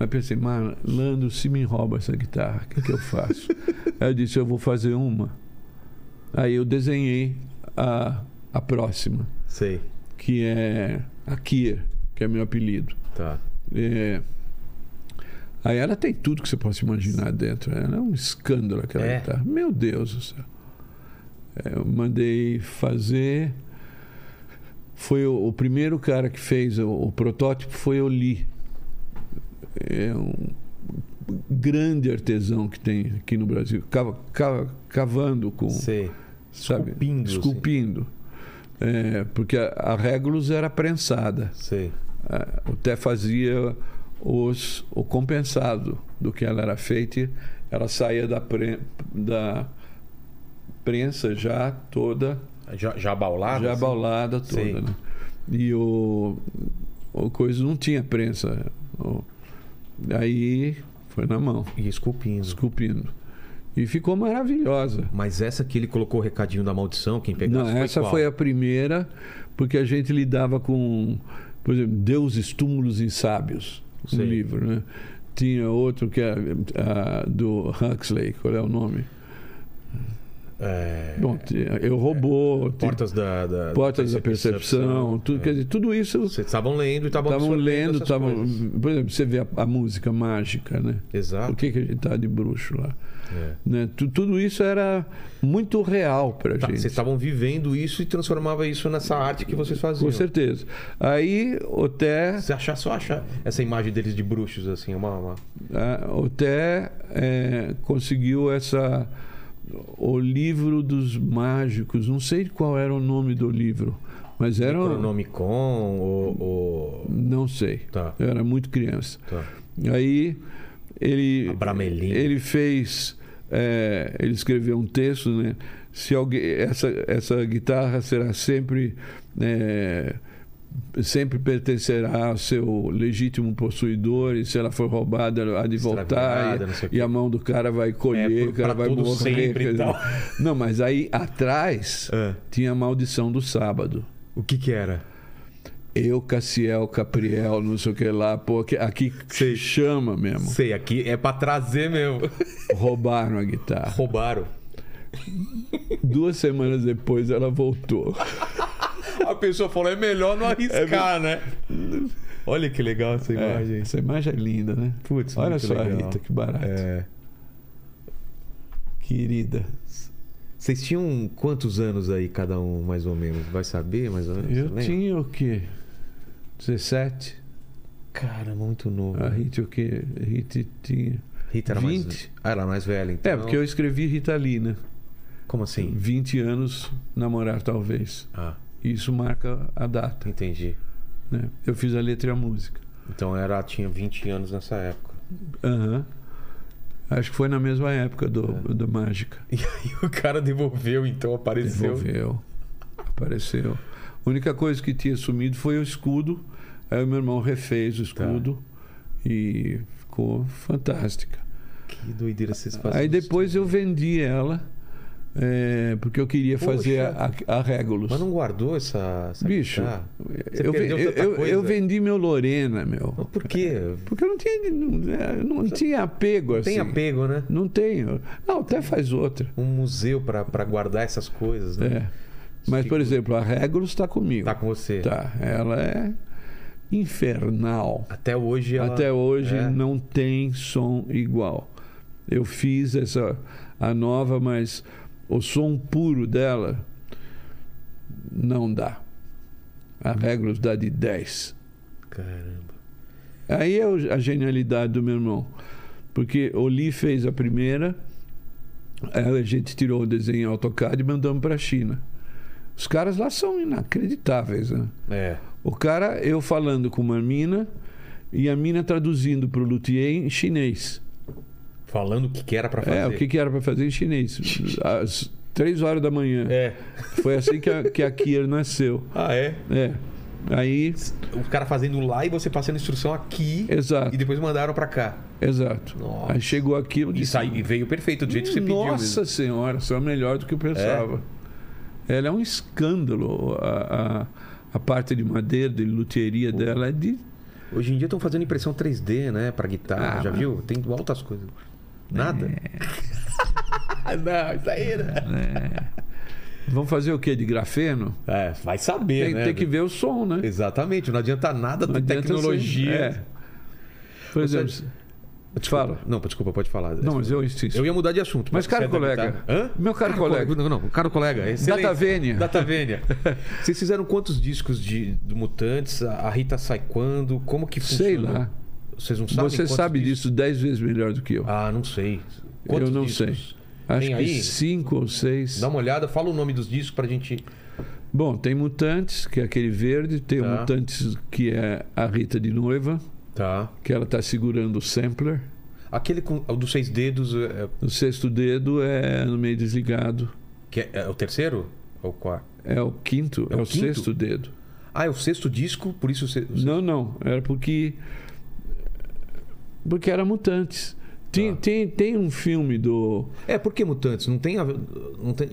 S3: Aí pensei, "Mar- Lando, se me rouba essa guitarra, o que, que eu faço? Aí eu disse, eu vou fazer uma. Aí eu desenhei a, a próxima,
S1: Sei.
S3: que é a Kier, que é meu apelido.
S1: Tá.
S3: É, Aí ela tem tudo que você possa imaginar dentro. Ela é um escândalo aquela
S1: É.
S3: guitarra. Meu Deus do céu. É, eu mandei fazer. Foi o, o primeiro cara que fez o, o protótipo foi o Lee. É um grande artesão que tem aqui no Brasil. Cava- cava- cavando com
S1: Sei.
S3: sabe?
S1: Esculpindo, assim.
S3: Esculpindo. É, porque a, a Regulus era prensada.
S1: Sei.
S3: Ah, o Té fazia os, o compensado do que ela era feita. Ela saía da, pre- da prensa já toda,
S1: Já, já baulado?
S3: já
S1: assim?
S3: baulada
S1: Sim.
S3: toda. né? E o, o coisa não tinha prensa. O- aí foi na mão,
S1: E esculpindo.
S3: esculpindo. E ficou maravilhosa.
S1: Mas essa que ele colocou o recadinho da maldição, quem pegasse
S3: Não,
S1: foi
S3: essa
S1: qual?
S3: foi a primeira, porque a gente lidava com, por exemplo, deuses, túmulos e sábios,
S1: Sei.
S3: um livro, né? Tinha outro que era ah, do Huxley, qual é o nome?
S1: É,
S3: Bom, tinha Eu Robô, tinha
S1: Portas da, da, é.
S3: Portas da Percepção, tudo, quer dizer, tudo isso
S1: Vocês estavam lendo e estavam
S3: estavam
S1: absorvendo
S3: lendo,
S1: essas
S3: estavam.
S1: coisas. Ah.
S3: Por exemplo, você vê a, a música mágica, né?
S1: Exato.
S3: Por que, que a gente tá de bruxo lá?
S1: É.
S3: Né? Tu- Tudo isso era muito real pra
S1: Tá,
S3: gente.
S1: vocês estavam vivendo isso e transformava isso nessa arte que vocês faziam.
S3: Com certeza. Aí o Té
S1: Você achar só achar essa imagem deles de bruxos, assim, é uma. uma-
S3: Ah, O Té eh, conseguiu essa o livro dos mágicos. Não sei qual era o nome do livro, mas era um-
S1: Necronomicon, ou. ou-
S3: não sei.
S1: Tá,
S3: Eu era muito criança.
S1: tá.
S3: Aí ele
S1: A Bramelin.
S3: ele fez eh, ele escreveu um texto, né? Se alguém essa essa guitarra será sempre eh, sempre pertencerá ao seu legítimo possuidor e se ela for roubada ela há de voltar
S1: Extraviada, não sei o
S3: e, e a mão do cara vai colher,
S1: É,
S3: o cara
S1: pra
S3: vai
S1: todo
S3: morrer.
S1: sempre e
S3: quer dizer.
S1: tal.
S3: Não, mas aí atrás
S1: É.
S3: tinha a maldição do sábado.
S1: O que que era?
S3: Eu, Cassiel, Capriel, não sei o que lá, pô, aqui, aqui
S1: Sei.
S3: chama mesmo.
S1: Sei, aqui é pra trazer mesmo.
S3: Roubaram a guitarra.
S1: Roubaram.
S3: Duas semanas depois ela voltou.
S1: A pessoa falou, é melhor não arriscar, né? Olha que legal essa
S3: É,
S1: imagem.
S3: essa imagem é linda, né?
S1: Putz,
S3: Olha
S1: muito
S3: só a
S1: legal.
S3: Rita, que barata.
S1: É.
S3: Querida.
S1: Vocês tinham quantos anos aí, cada um, mais ou menos? Vai saber, mais ou menos?
S3: Eu
S1: Você lembra?
S3: tinha o quê? 17?
S1: Cara, muito novo.
S3: A
S1: né?
S3: Rita o quê? A Rita tinha.
S1: Rita era
S3: 20.
S1: mais... Ah, era mais velha, então.
S3: É, porque eu escrevi Rita Lee, né?
S1: Como assim?
S3: 20 anos namorar, talvez.
S1: Ah,
S3: Isso marca a data.
S1: entendi.
S3: Né? Eu fiz a letra e a música.
S1: Então era, tinha 20 anos nessa época.
S3: Aham. Acho que foi na mesma época do,
S1: É.
S3: do Mágica.
S1: E aí o cara devolveu, então apareceu.
S3: Devolveu. Apareceu. A única coisa que tinha sumido foi o escudo. Aí o meu irmão refez o
S1: Tá.
S3: escudo e ficou fantástica.
S1: Que doideira vocês faziam.
S3: Aí
S1: isso.
S3: depois eu vendi ela, é, porque eu queria
S1: Poxa.
S3: fazer a, a Regulus.
S1: Mas não guardou essa. essa
S3: Bicho,
S1: guitarra? Você
S3: Eu, ve-
S1: perdeu tanta
S3: eu- eu-
S1: coisa.
S3: eu vendi meu Lorena, meu.
S1: Mas Por quê?
S3: Porque eu não tinha, não, não tinha apego assim.
S1: Tem apego, né?
S3: Não tenho. Ah, até faz outra.
S1: Um museu pra pra guardar essas coisas, né?
S3: É. Mas, por exemplo, a Regulus está comigo.
S1: Tá com você.
S3: Tá. Ela é infernal.
S1: Até hoje ela...
S3: Até hoje
S1: é.
S3: não tem som igual. Eu fiz essa a nova, mas o som puro dela não dá. A Regulus dá de 10.
S1: Caramba.
S3: Aí é o- a genialidade do meu irmão. Porque o Lee fez a primeira, aí a gente tirou o desenho em AutoCAD e mandamos para a China. Os caras lá são inacreditáveis, né?
S1: É.
S3: O cara, eu falando com uma mina e a mina traduzindo para o luthier em chinês.
S1: Falando o que que era pra fazer.
S3: É, o que, que era para fazer em chinês? Às três horas da manhã.
S1: É.
S3: Foi assim que a, que a Kier nasceu.
S1: Ah, é?
S3: É. Aí,
S1: O cara fazendo lá e você passando instrução aqui.
S3: exato,
S1: E depois mandaram pra cá.
S3: exato.
S1: Nossa.
S3: Aí chegou aquilo
S1: E, saiu, e veio perfeito, do jeito que você pediu
S3: Nossa
S1: mesmo.
S3: senhora, só é melhor do que eu pensava. Ela é um escândalo. A, a, a parte de madeira, de luteria dela é de
S1: Hoje em dia estão fazendo impressão 3D, né? Pra guitarra,
S5: Ah,
S1: já
S5: mas-
S1: viu? Tem altas coisas. Nada?
S3: É.
S1: não, isso aí, né?
S3: Vamos fazer o quê? De grafeno?
S1: É, vai saber,
S3: Tem,
S1: né?
S3: tem que ver o som, né?
S1: Exatamente, não adianta nada
S3: Não
S1: ter
S3: adianta
S1: tecnologia.
S3: ser- é. Por
S1: Você-
S3: exemplo,
S1: Desculpa.
S3: fala.
S1: Não, desculpa, pode falar.
S3: Não, mas eu insisto.
S1: Eu ia mudar de assunto.
S3: Mas,
S1: cara
S3: caro colega,
S1: Hã?
S3: meu caro colega.
S1: Não, não, caro colega. excelente.
S3: Data Vênia.
S1: Data Vênia. Vocês fizeram quantos discos de do Mutantes? A a Rita sai quando? Como que funciona?
S3: Sei lá.
S1: Vocês não sabem
S3: Você
S1: quantos
S3: sabe
S1: discos?
S3: disso dez vezes melhor do que eu.
S1: Ah, não sei.
S3: eu não
S1: discos?
S3: sei. Acho
S1: Tem
S3: que
S1: aí?
S3: cinco ou seis.
S1: Dá um- uma olhada, fala o nome dos discos pra gente.
S3: Bom, tem Mutantes, que é aquele verde. Tem o
S1: Tá.
S3: Mutantes, que é a Rita de noiva,
S1: Tá.
S3: que ela está segurando o sampler.
S1: Aquele com, o dos seis dedos, é, é-
S3: O sexto dedo é no meio desligado.
S1: que é, é o terceiro? Ou o quarto?
S3: É o quinto,
S1: É
S3: é,
S1: o
S3: o,
S1: quinto?
S3: sexto dedo.
S1: Ah, é o sexto disco, por isso o se- o se-
S3: Não, não. Era porque. Porque era mutantes. Tem,
S1: Tá.
S3: tem, tem um filme do.
S1: É, por que Mutantes? Não tem a ver- Não tem...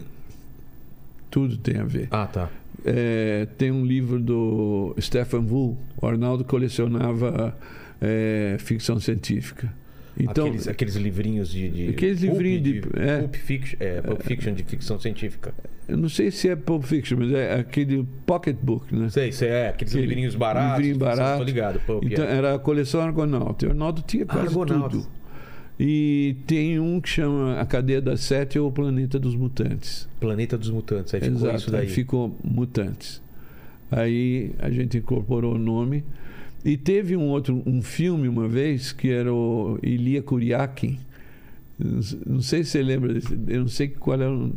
S3: Tudo tem a ver.
S1: Ah, tá.
S3: É, tem um livro do Stefan Wool. O Arnaldo colecionava é, ficção científica. Então,
S1: aqueles, aqueles livrinhos de. de
S3: Aqueles livrinhos de- é.
S1: Pulp fiction, é, pulp fiction de ficção científica.
S3: eu não sei se é Pulp Fiction, mas é aquele pocketbook, né?
S1: Sei, sei, é. Aqueles
S3: Aquele
S1: livrinhos baratos.
S3: livrinho
S1: de ficção,
S3: barato.
S1: Tô ligado, pulp.
S3: Então,
S1: é.
S3: era a coleção Argonauta. O Arnaldo tinha quase
S1: Argonauta.
S3: tudo. E tem um que chama A Cadeia das Sete ou O Planeta dos Mutantes.
S1: Planeta dos Mutantes. Aí ficou
S3: Exato,
S1: isso daí.
S3: Aí ficou Mutantes. Aí a gente incorporou o nome. E teve um outro, um filme uma vez, que era o Ilia Kuriakin. Não s- Não sei se você lembra, desse- eu não sei qual era o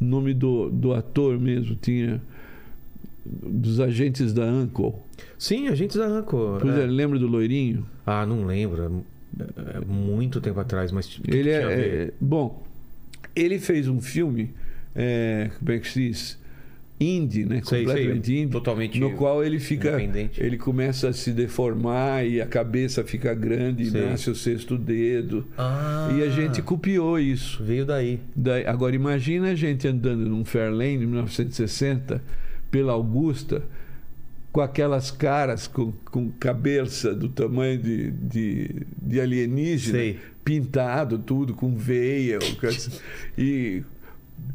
S3: nome do, do ator mesmo, tinha dos agentes da Uncle.
S1: Sim, a gente arrancou.
S3: Pois é, lembra do Loirinho?
S1: Ah, não lembro. É, é, é muito tempo atrás, mas. tipo,
S3: Ele
S1: tinha a ver.
S3: é, é- Bom, ele fez um filme, é, como é que se diz? Indie, né?
S1: Sei, sei,
S3: Completamente indie.
S1: totalmente
S3: No qual ele fica.
S1: independente.
S3: Ele começa a se deformar e a cabeça fica grande
S1: Sei.
S3: e nasce o sexto dedo.
S1: Ah,
S3: E a gente copiou isso.
S1: Veio daí.
S3: Daí- agora imagina a gente andando num Fairlane de 1960 pela Augusta com aquelas caras com, com cabeça do tamanho de, de, de alienígena,
S1: Sei.
S3: pintado tudo, com veia com as- e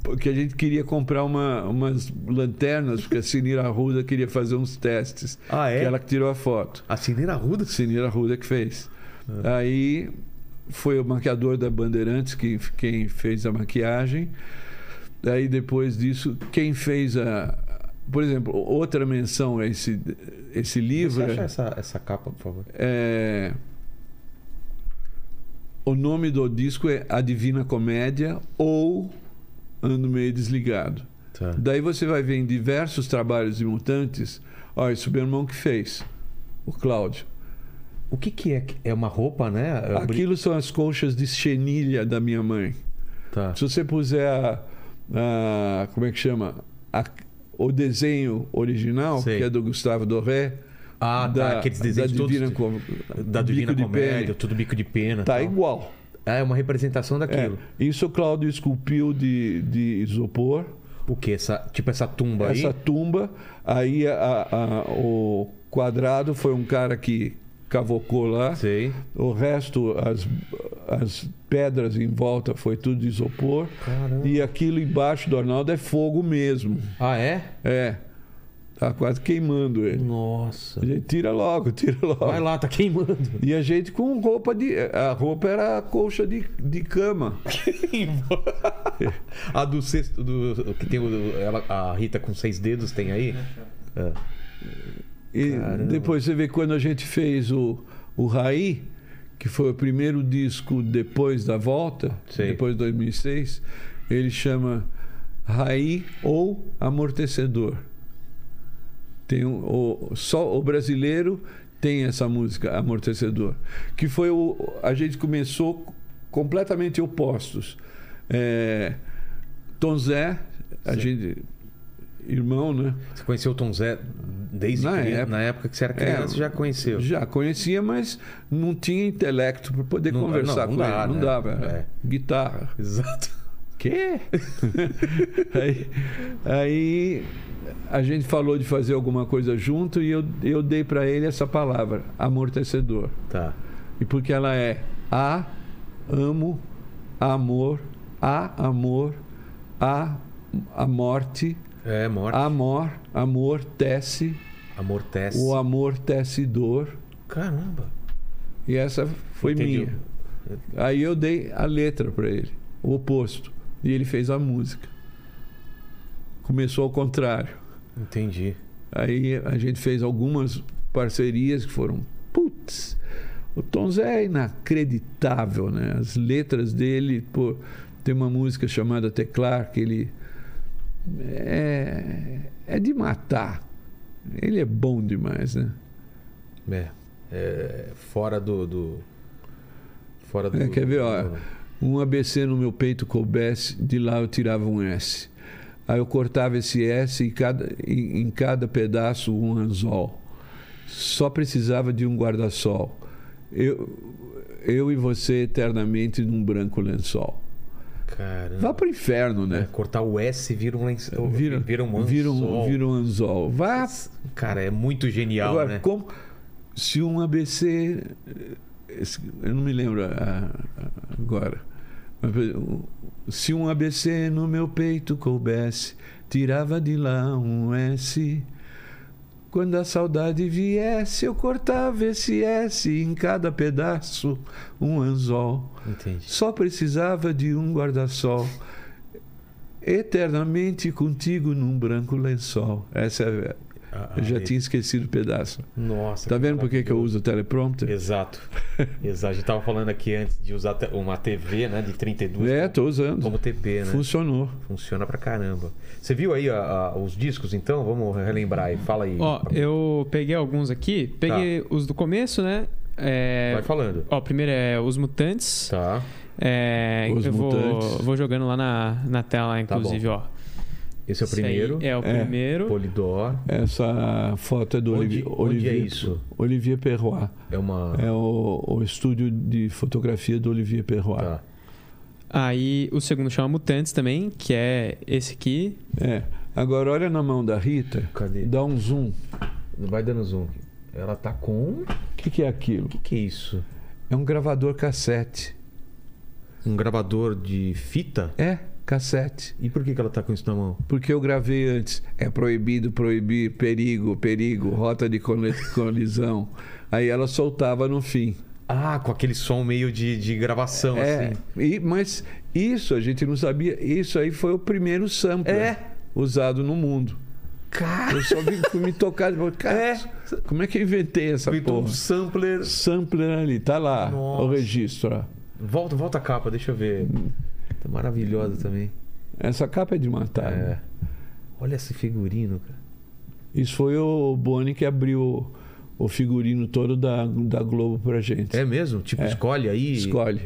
S3: porque a gente queria comprar uma, umas lanternas, porque a Sinira Arruda queria fazer uns testes.
S1: Ah, é?
S3: Que ela que tirou a foto.
S1: A Cineira Ruda?
S3: Sinira Arruda que fez.
S1: É.
S3: Aí foi o maquiador da Bandeirantes que, quem fez a maquiagem. Aí depois disso, quem fez a. Por exemplo, outra menção a esse, esse livro
S1: Você acha essa, essa capa, por favor?
S3: é. O nome do disco é A Divina Comédia ou Ando Meio Desligado.
S1: Tá.
S3: Daí você vai ver em diversos trabalhos de mutantes. Olha, isso o meu irmão que fez, o Cláudio.
S1: O que, que é? É uma roupa, né? É um bri-
S3: Aquilo são as colchas de chenilha da minha mãe.
S1: Tá.
S3: Se você puser a, a- como é que chama? A- o desenho original,
S1: Sei.
S3: que é do Gustavo Doré.
S1: Ah,
S3: da,
S1: tá. Aqueles
S3: da
S1: desenhos todos.
S3: Divina, Com-
S1: da Divina
S3: Bico de
S1: Comédia,
S3: Pene.
S1: tudo bico de pena.
S3: Tá
S1: tal.
S3: igual.
S1: Ah, é uma representação
S3: É.
S1: daquilo.
S3: Isso o Cláudio esculpiu de, de isopor,
S1: O que? Essa, tipo essa tumba
S3: essa
S1: aí?
S3: tumba. Aí a- a- o quadrado foi um cara que cavocou lá.
S1: Sei.
S3: O resto, as, as pedras em volta foi tudo de isopor.
S1: Caramba.
S3: E aquilo embaixo do Arnaldo é fogo mesmo.
S1: Ah, é?
S3: É. Tá quase queimando ele.
S1: Nossa.
S3: A gente tira logo, tira logo.
S1: Vai lá, tá queimando.
S3: E a gente com roupa de. A roupa era a colcha de, de cama.
S1: a do sexto. Do, que tem o- ela, a Rita com seis dedos tem aí? É.
S3: E depois você vê quando a gente fez o, o Raí, que foi o primeiro disco depois da volta,
S1: Sei.
S3: depois de 2006, ele chama Raí ou Amortecedor. Tem um- o, só o brasileiro tem essa música Amortecedor, que foi o a gente começou completamente opostos. É, Tom Zé, a gente irmão, né?
S1: Você conheceu o Tom Zé desde
S3: Na
S1: criança,
S3: época.
S1: na época que você era criança,
S3: É.
S1: você já conheceu.
S3: Já conhecia, mas não tinha intelecto para poder
S1: Não dá- não,
S3: conversar
S1: não
S3: com
S1: dá,
S3: ele. Não
S1: né?
S3: dava.
S1: É.
S3: Guitarra.
S1: Exato.
S3: Quê? aí, aí a gente falou de fazer alguma coisa junto e eu, eu dei para ele essa palavra, amortecedor.
S1: Tá.
S3: E porque ela é a, amo, amor, a, amor, a, a morte,
S1: É, morte.
S3: amor, amor, tece,
S1: Amortece.
S3: o amor tece dor.
S1: Caramba.
S3: E essa foi
S1: Entendi.
S3: minha. Aí eu dei a letra para ele, o oposto. E ele fez a música. Começou ao contrário.
S1: Entendi.
S3: Aí a gente fez algumas parcerias que foram. Putz, o Tom Zé é inacreditável, né? As letras dele, pô, tem uma música chamada Teclar, que ele. É, é de matar. Ele é bom demais, né?
S1: É. É, fora do, do- Fora do.
S3: É, quer ver, ó.
S1: do-
S3: Um ABC no meu peito coubesse, de lá eu tirava um S. Aí eu cortava esse S e cada, em, em cada pedaço um anzol. Só precisava de um guarda-sol. Eu, eu e você eternamente num branco lençol. Vá
S1: Caramba.
S3: pro inferno,
S1: É,
S3: né?
S1: cortar o S vira um lençol.
S3: É, Vira,
S1: vira um
S3: vira
S1: anzol.
S3: vira um anzol. Vá
S1: Cara, é muito genial,
S3: Agora,
S1: né?
S3: como se um ABC. esse- Eu não me lembro a- a- a- agora. Mas, por exemplo, Se um ABC no meu peito coubesse, tirava de lá um S. Quando a saudade viesse, eu cortava esse S em cada pedaço um anzol.
S1: Entendi.
S3: Só precisava de um guarda-sol. Eternamente contigo num branco lençol. Essa é a
S1: Ah, ah,
S3: eu já
S1: e-
S3: tinha esquecido o pedaço.
S1: Nossa.
S3: Tá vendo por que que eu
S1: maravilhoso.
S3: uso o teleprompter?
S1: Exato. Exato. A gente tava falando aqui antes de usar te- uma TV, né? De 32.
S3: É,
S1: como-
S3: tô usando.
S1: Como TP, né?
S3: Funcionou.
S1: Funciona pra caramba. Você viu aí a- a- os discos, então? Vamos relembrar aí. Fala aí.
S2: Ó, eu peguei alguns aqui. Peguei os do começo, né? É,
S1: Tá. Vai falando.
S2: Ó, primeiro é Os Mutantes.
S1: Tá.
S2: É,
S3: Os
S2: eu vou,
S3: Mutantes.
S2: vou jogando lá na, na tela,
S1: Tá
S2: inclusive, ó.
S1: Esse é o
S2: Esse aí
S1: primeiro.
S2: É o
S3: É.
S2: primeiro.
S1: Polidor.
S3: Essa foto é do
S1: Onde-
S3: Olivier,
S1: onde é
S3: Olivier,
S1: isso?
S3: Olivier Perrois.
S1: É uma.
S3: É o, o estúdio de fotografia do Olivier Perrois.
S1: Tá.
S2: Aí o segundo chama Mutantes também, que é esse aqui.
S3: É. Agora olha na mão da Rita,
S1: Cadê?
S3: dá um zoom.
S1: Vai dando zoom. aqui. Ela tá com. O
S3: O que, que é aquilo?
S1: que, que é isso?
S3: É um gravador cassete.
S1: Um gravador de fita?
S3: É, cassete.
S1: E por que, que ela tá com isso na mão?
S3: Porque eu gravei antes. É proibido proibir, perigo, perigo, rota de coli- colisão. Aí ela soltava no fim.
S1: Ah, com aquele som meio de, de gravação,
S3: É,
S1: assim.
S3: e- mas isso a gente não sabia. Isso aí foi o primeiro sampler
S1: É.
S3: usado no mundo.
S1: Cara,
S3: Eu só vi, fui me tocar de cara,
S1: É.
S3: como é que eu inventei essa
S1: inventou um
S3: porra?
S1: sampler.
S3: Sampler ali, tá lá, o
S1: Nossa.
S3: registro. ó.
S1: Volta, volta a capa, deixa eu ver. Tá maravilhosa também.
S3: Essa capa é de matar. né?
S1: É. Olha esse figurino, cara.
S3: Isso foi o Boni que abriu o, o figurino todo da, da Globo pra gente.
S1: É mesmo? Tipo,
S3: É.
S1: escolhe aí.
S3: Escolhe.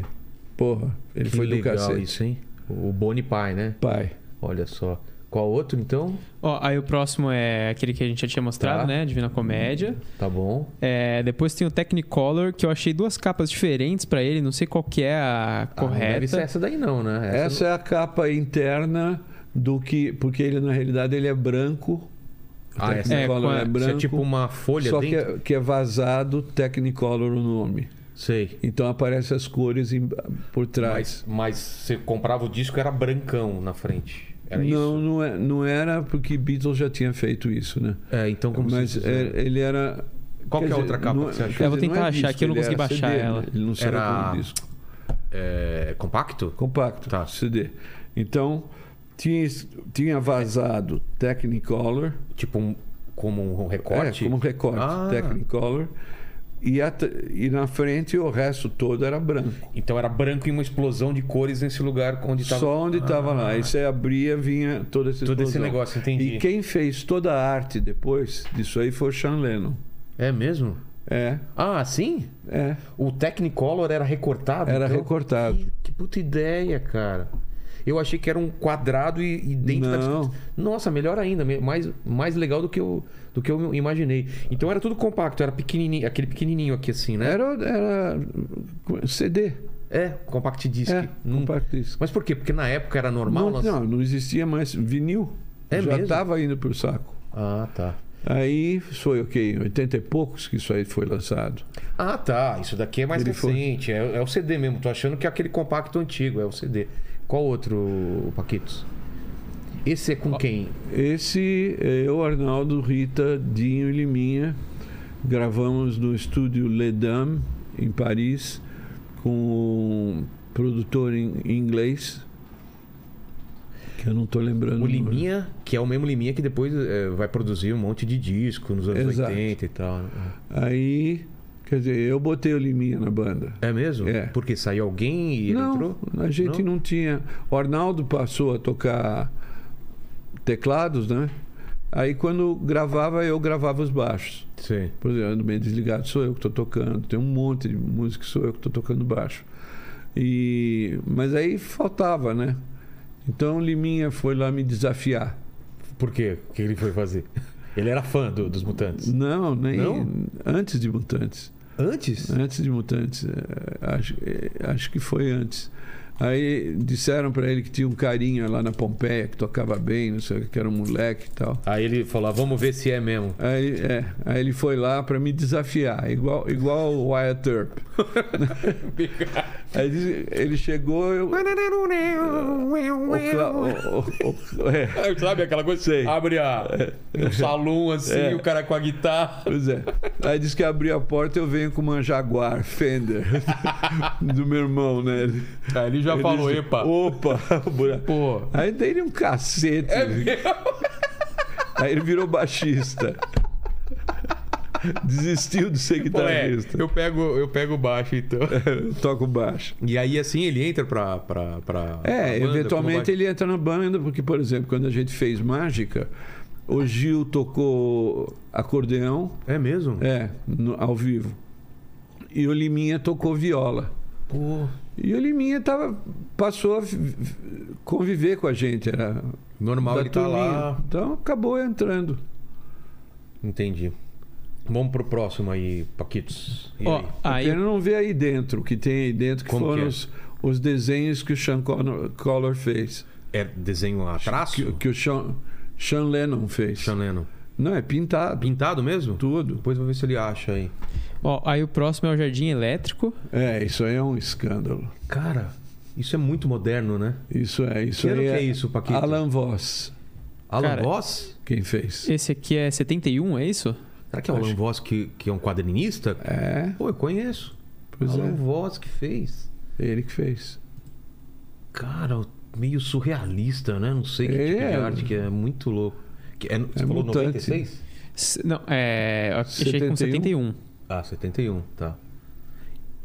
S3: Porra, ele
S1: Que
S3: foi do
S1: legal
S3: cacete.
S1: isso, hein? O Boni Pai, né?
S3: Pai.
S1: Olha só. Qual outro, então?
S2: Ó, aí o próximo é aquele que a gente já tinha mostrado,
S1: Tá.
S2: né? Divina Comédia.
S1: Tá bom.
S2: É, depois tem o Technicolor, que eu achei duas capas diferentes pra ele, não sei qual que é a
S1: Ah, não deve ser
S2: correta.
S1: essa daí não, né?
S3: Essa é a capa interna do que. Porque ele, na realidade, ele é branco.
S1: Ah,
S3: O
S1: essa-
S3: Technicolor
S2: É, com a-
S3: é
S2: isso é
S1: Isso
S3: branco.
S1: é tipo uma folha
S3: só que
S1: dentro?
S3: é, que é vazado Technicolor o nome.
S1: Sei.
S3: Então aparecem as cores em- por trás.
S1: Mas, mas você comprava o disco era brancão na frente. Era
S3: não,
S1: isso?
S3: Não, é- não era porque Beatles já tinha feito isso, né?
S1: É, então como
S3: Mas
S1: se diz,
S3: é- ele era.
S1: Qual
S3: quer
S1: que é a outra capa
S3: não
S1: que você achou?
S3: quer
S2: Eu vou
S3: dizer, não
S2: tentar
S3: é
S2: achar
S3: disco,
S2: que eu não
S3: ele era
S2: consegui baixar
S3: CD, né?
S2: ela.
S3: Ele não saiu
S1: Era-
S3: como disco.
S1: é, compacto?
S3: Compacto,
S1: Tá.
S3: CD. Então, tinha, es- tinha vazado Technicolor,
S1: Tipo um, como um recorte?
S3: É, como recorte,
S1: Ah.
S3: Technicolor, e, at- e na frente o resto todo era branco.
S1: Então era branco e uma explosão de cores nesse lugar onde tava... Ah.
S3: Só onde tá- estava lá. Aí você abria, vinha todo esse
S1: Todo esse
S3: explosão.
S1: negócio, entendi.
S3: E quem fez toda a arte depois disso aí foi o Sean Lennon.
S1: É mesmo?
S3: É,
S1: Ah, sim?
S3: é.
S1: O Technicolor era recortado?
S3: Era
S1: então?
S3: recortado.
S1: Que, que puta ideia, cara. Eu achei que era um quadrado e, e dentro
S3: Não.
S1: da... Nossa, melhor ainda. me- Mais, mais legal do que, eu, do que eu imaginei. Então era tudo compacto. Era pequenininho, aquele pequenininho aqui assim, né?
S3: Era, era CD.
S1: É, compact disc.
S3: É,
S1: Não-
S3: compact disc.
S1: Mas por quê? Porque na época era normal
S3: não,
S1: lançar-
S3: não, não existia mais vinil.
S1: É
S3: já
S1: mesmo?
S3: estava indo para o saco.
S1: Ah, tá.
S3: Aí foi o quê? Em 80 e poucos que isso aí foi lançado.
S1: Ah, tá. Isso daqui é mais
S3: Ele foi.
S1: recente. É, é o CD mesmo. Tô achando que é aquele compacto antigo. É o CD. Qual outro, Paquitos? Esse é com quem?
S3: Esse é eu, Arnaldo, Rita, Dinho e Liminha. Gravamos no estúdio Le Dam, em Paris, com um produtor em em inglês, que eu não estou lembrando.
S1: O
S3: nome.
S1: Liminha, que é o mesmo Liminha que depois é, vai produzir um monte de disco nos anos
S3: Exato.
S1: 80 e tal. né?
S3: Aí, quer dizer, eu botei o Liminha na banda.
S1: É mesmo?
S3: É.
S1: Porque saiu alguém e ele
S3: não,
S1: entrou?
S3: a gente não? tinha. O Arnaldo passou a tocar teclados, né? Aí quando gravava, eu gravava os baixos.
S1: Sim.
S3: Por exemplo, Ando Bem Desligado sou eu que estou tocando. Tem um monte de música que sou eu que estou tocando baixo. E... Mas aí faltava, né? Então o Liminha foi lá me desafiar.
S1: Por quê? O que ele foi fazer? Ele era fã do- dos Mutantes.
S3: Não, nem
S1: Não?
S3: antes de Mutantes.
S1: Antes?
S3: Antes de Mutantes. eh, Acho, eh, acho que foi antes. Aí disseram para ele que tinha um carinha lá na Pompeia que tocava bem, não sei, o que que era um moleque e tal.
S1: Aí ele falou, "Ah, vamos ver se é mesmo.
S3: Aí, é, aí ele foi lá para me desafiar, igual, igual o Wyatt Earp. aí diz- ele chegou, eu. O
S2: é
S3: Cla- o- o- o- é,
S4: Aí, Sabe aquela coisa?
S3: Sei.
S4: Abre a, um salão assim,
S3: É.
S4: o cara com a guitarra.
S3: pois é. Aí disse que abri a porta eu venho com uma Jaguar Fender do meu irmão, né? Ele,
S4: Aí ele já
S3: ele
S4: falou,
S3: disse,
S4: epa.
S3: Opa! buraco."
S4: Pô.
S3: Aí dei ele um cacete.
S4: É
S3: né? Aí ele virou baixista. Desistiu de ser
S4: Pô, é,
S3: guitarrista.
S4: eu pego, eu pego baixo então.
S3: eu toco baixo.
S1: E aí, assim, ele entra pra. pra, pra
S3: É, eventualmente
S1: ele.
S3: ele entra na banda, porque, por exemplo, quando a gente fez Mágica, o Gil tocou acordeão,
S1: É mesmo?
S3: é, no- ao vivo. E o Liminha tocou viola.
S1: Pô,
S3: E o Liminha tava, passou a vi- vi- conviver com a gente, era
S1: normal
S3: da
S1: ele tá lá.
S3: turminha. Então acabou entrando.
S1: Entendi. Vamos pro próximo aí, Paquitos. E
S2: Ó,
S1: aí?
S2: aí,
S3: Quero não ver aí dentro, o que tem aí dentro, que
S1: Como que
S3: foram
S1: é?
S3: os, os desenhos que o Sean Connor- Collor fez.
S1: É desenho a traço?
S3: Que, que o Sean, Sean Lennon fez.
S1: Sean Lennon.
S3: Não, é pintado.
S1: Pintado mesmo?
S3: Tudo.
S1: Depois vou ver se ele acha aí.
S2: ó, aí o próximo é o Jardim Elétrico.
S3: É, isso aí é um escândalo.
S1: Cara, isso é muito moderno, né?
S3: Isso é, isso
S1: Que ano
S3: aí
S1: que é isso, Paquito?
S3: Alan Voss,
S1: Alan
S2: Cara-
S1: Voss?
S3: quem fez.
S2: Esse aqui é 71, é isso?
S1: Será que é o Alan Voss que, que é um quadrinista?
S3: É,
S1: Pô, eu conheço.
S3: pois
S1: Alan
S3: é,
S1: Voss que fez.
S3: ele que fez.
S1: Cara, meio surrealista, né? Não sei que
S3: É.
S1: tipo de arte que é. Muito louco. Que é, você
S3: É
S1: falou
S3: mutante.
S1: 96?
S2: S- Não, é. eu Achei com 71.
S1: Ah, 71, tá.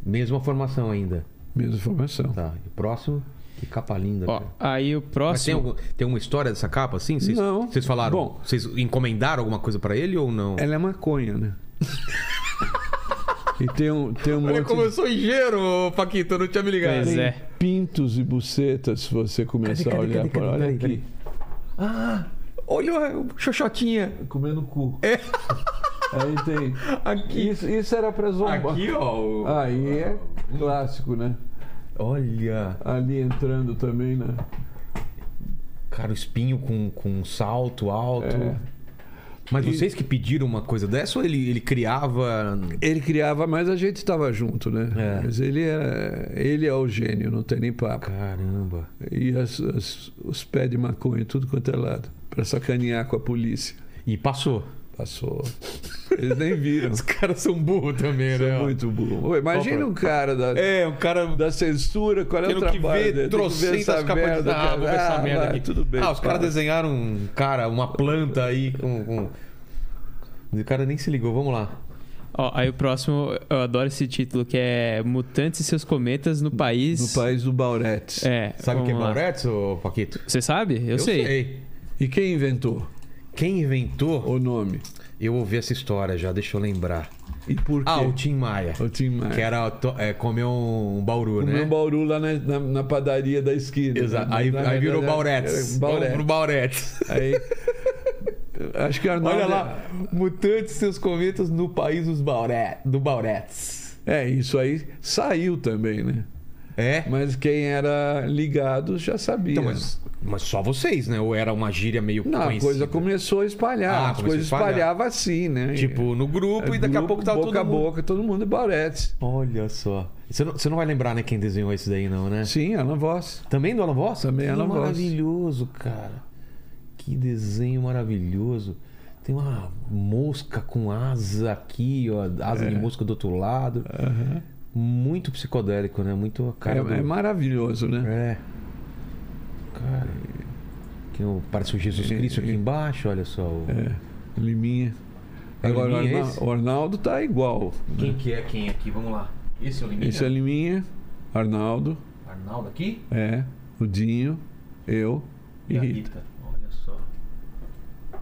S1: Mesma formação ainda.
S3: Mesma formação.
S1: Tá. E o próximo? Que capa linda.
S2: Ó,
S1: cara.
S2: aí o
S1: Mas tem,
S2: próximo.
S1: algum, tem uma história dessa capa, assim? Vocês,
S3: Não.
S1: Vocês falaram?
S3: Bom.
S1: Vocês encomendaram alguma coisa pra ele ou não?
S3: Ela é maconha, né? e tem um, tem um
S4: Olha
S3: monte
S4: como eu
S3: de
S4: sou ligeiro, ô, Paquito, eu não tinha me ligado.
S2: Pois é.
S3: pintos e bucetas se você começar a olhar para. Olha aqui,
S4: Ah, olha o xoxotinha.
S3: comendo cu.
S4: É.
S3: Aí tem.
S4: Aqui.
S3: Isso, isso era pra zombar.
S4: Aqui, ó. o-
S3: Aí é clássico, né?
S1: Olha.
S3: Ali entrando também, né?
S1: Cara, o espinho com, com um salto alto.
S3: É.
S1: Mas vocês que pediram uma coisa dessa ou ele, ele criava.
S3: Ele criava, mas a gente estava junto, né?
S1: É.
S3: Mas ele era, ele é o gênio, não tem nem papo.
S1: Caramba.
S3: E as- as- os pés de maconha, em tudo quanto é lado, para sacanear com a polícia.
S1: E passou.
S3: Passou. Eles nem viram.
S4: Os caras são burros também, né? ó?
S3: Muito burro. Ô, Imagina um cara da,
S4: É, um cara
S3: da censura, qual é o
S4: Tendo que
S3: trabalho
S4: ver
S3: dele? Tem que ver
S4: trocentas
S3: essa
S4: capas de
S3: merda,
S4: ah,
S3: cara.
S4: vou ver essa
S3: Ah,
S4: merda
S3: vai,
S4: aqui.
S3: Tudo bem.
S4: Ah, os
S3: para.
S4: caras desenharam um cara, uma planta aí com, com- O cara nem se ligou, vamos lá.
S2: Ó, aí o próximo, eu adoro esse título, que é Mutantes e seus cometas no país.
S3: No país do Bauretes.
S2: É.
S1: Sabe o que é
S2: vamos lá.
S1: Bauretz, ô Paquito?
S2: Você sabe? Eu, sei.
S3: E quem inventou
S1: Quem inventou?
S3: o nome?
S1: Eu ouvi essa história já, deixa eu lembrar.
S3: E por quê?
S1: Ah, o Tim Maia.
S3: O Tim Maia.
S1: Que era to- é, comer um, um bauru,
S3: Comeu
S1: né?
S3: um bauru lá na, na- na padaria da esquina.
S1: Exato.
S3: Na-
S1: Aí,
S3: na
S1: aí
S3: verdade, é,
S1: virou
S3: era-
S1: Bauretz.
S3: era Bauretes.
S1: Vamos pro Bauretz.
S3: Aí, acho que o Arnaldo...
S4: Olha lá, mutantes e seus cometas no país dos Bauré, do Bauretz.
S3: É, isso aí saiu também, né?
S1: É?
S3: Mas quem era ligado já sabia.
S1: Então, mas, mas só vocês, né? Ou era uma gíria meio
S3: Não, a
S1: conhecida?
S3: coisa começou a espalhar.
S1: Ah,
S3: as
S1: começou a
S3: coisas
S1: espalhar.
S3: espalhavam assim, né?
S1: Tipo, no grupo e daqui a
S3: Grupo,
S1: pouco tava
S3: boca
S1: todo
S3: a
S1: mundo...
S3: boca, todo mundo é em Barete.
S1: Olha só. Você não, você não vai lembrar, né, quem desenhou isso daí, não, né?
S3: Sim, Alan Voss.
S1: Também do Alan Voss?
S3: Também
S1: que
S3: Alan Voss.
S1: maravilhoso, cara. Que desenho maravilhoso. Tem uma mosca com asa aqui, ó, asa
S3: É.
S1: de mosca do outro lado. Muito psicodélico, né? Muito a cara
S3: é,
S1: do...
S3: é maravilhoso,
S1: É.
S3: né?
S1: Cara. Que o- parece o Jesus Cristo aqui embaixo, olha só. o-
S3: É. Liminha.
S1: É o
S3: Agora, o
S1: Liminha
S3: Arna-
S1: esse?
S3: o Arnaldo tá igual.
S4: Quem que é quem aqui? Vamos lá. Esse é o Liminha?
S3: Esse é Liminha, Arnaldo,
S4: Arnaldo aqui?
S3: é, o Dinho, eu e,
S4: a
S3: Rita.
S4: Olha só.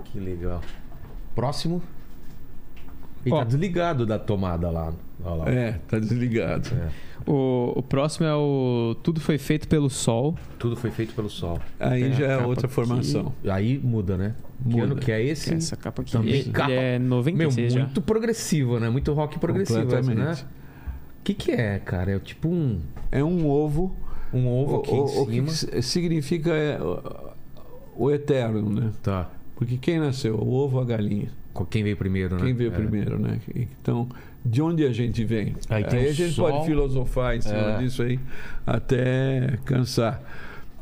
S1: Que legal. Próximo. Ele
S2: Ó.
S1: tá desligado da tomada lá. Olha lá.
S3: É, tá desligado.
S2: O, o próximo é o Tudo Foi Feito pelo Sol.
S1: Tudo foi feito pelo sol.
S3: Aí já é
S2: capa
S3: outra
S2: aqui.
S3: formação.
S1: Aí muda, né? Que
S3: Muda.
S1: ano que é esse?
S2: Essa capa aqui.
S1: Também
S2: ele,
S1: capa-
S2: ele é
S1: Meu,
S2: 96 já.
S1: muito progressivo, né? Muito rock progressivo, essa, né?
S3: Completamente.
S1: O que, que é, cara? É tipo um,
S3: É um ovo.
S1: um ovo aqui
S3: o,
S1: em
S3: o- o que
S1: cima.
S3: que si- significa é, o, o eterno, né?
S1: Tá.
S3: Porque quem nasceu? O ovo ou a galinha?
S1: Com Quem veio primeiro, né?
S3: Quem veio
S1: É.
S3: primeiro, né? Então, de onde a gente vem?
S1: Aí tem Ah, então o
S3: a gente
S1: sol.
S3: pode filosofar em cima
S1: É.
S3: disso aí até cansar.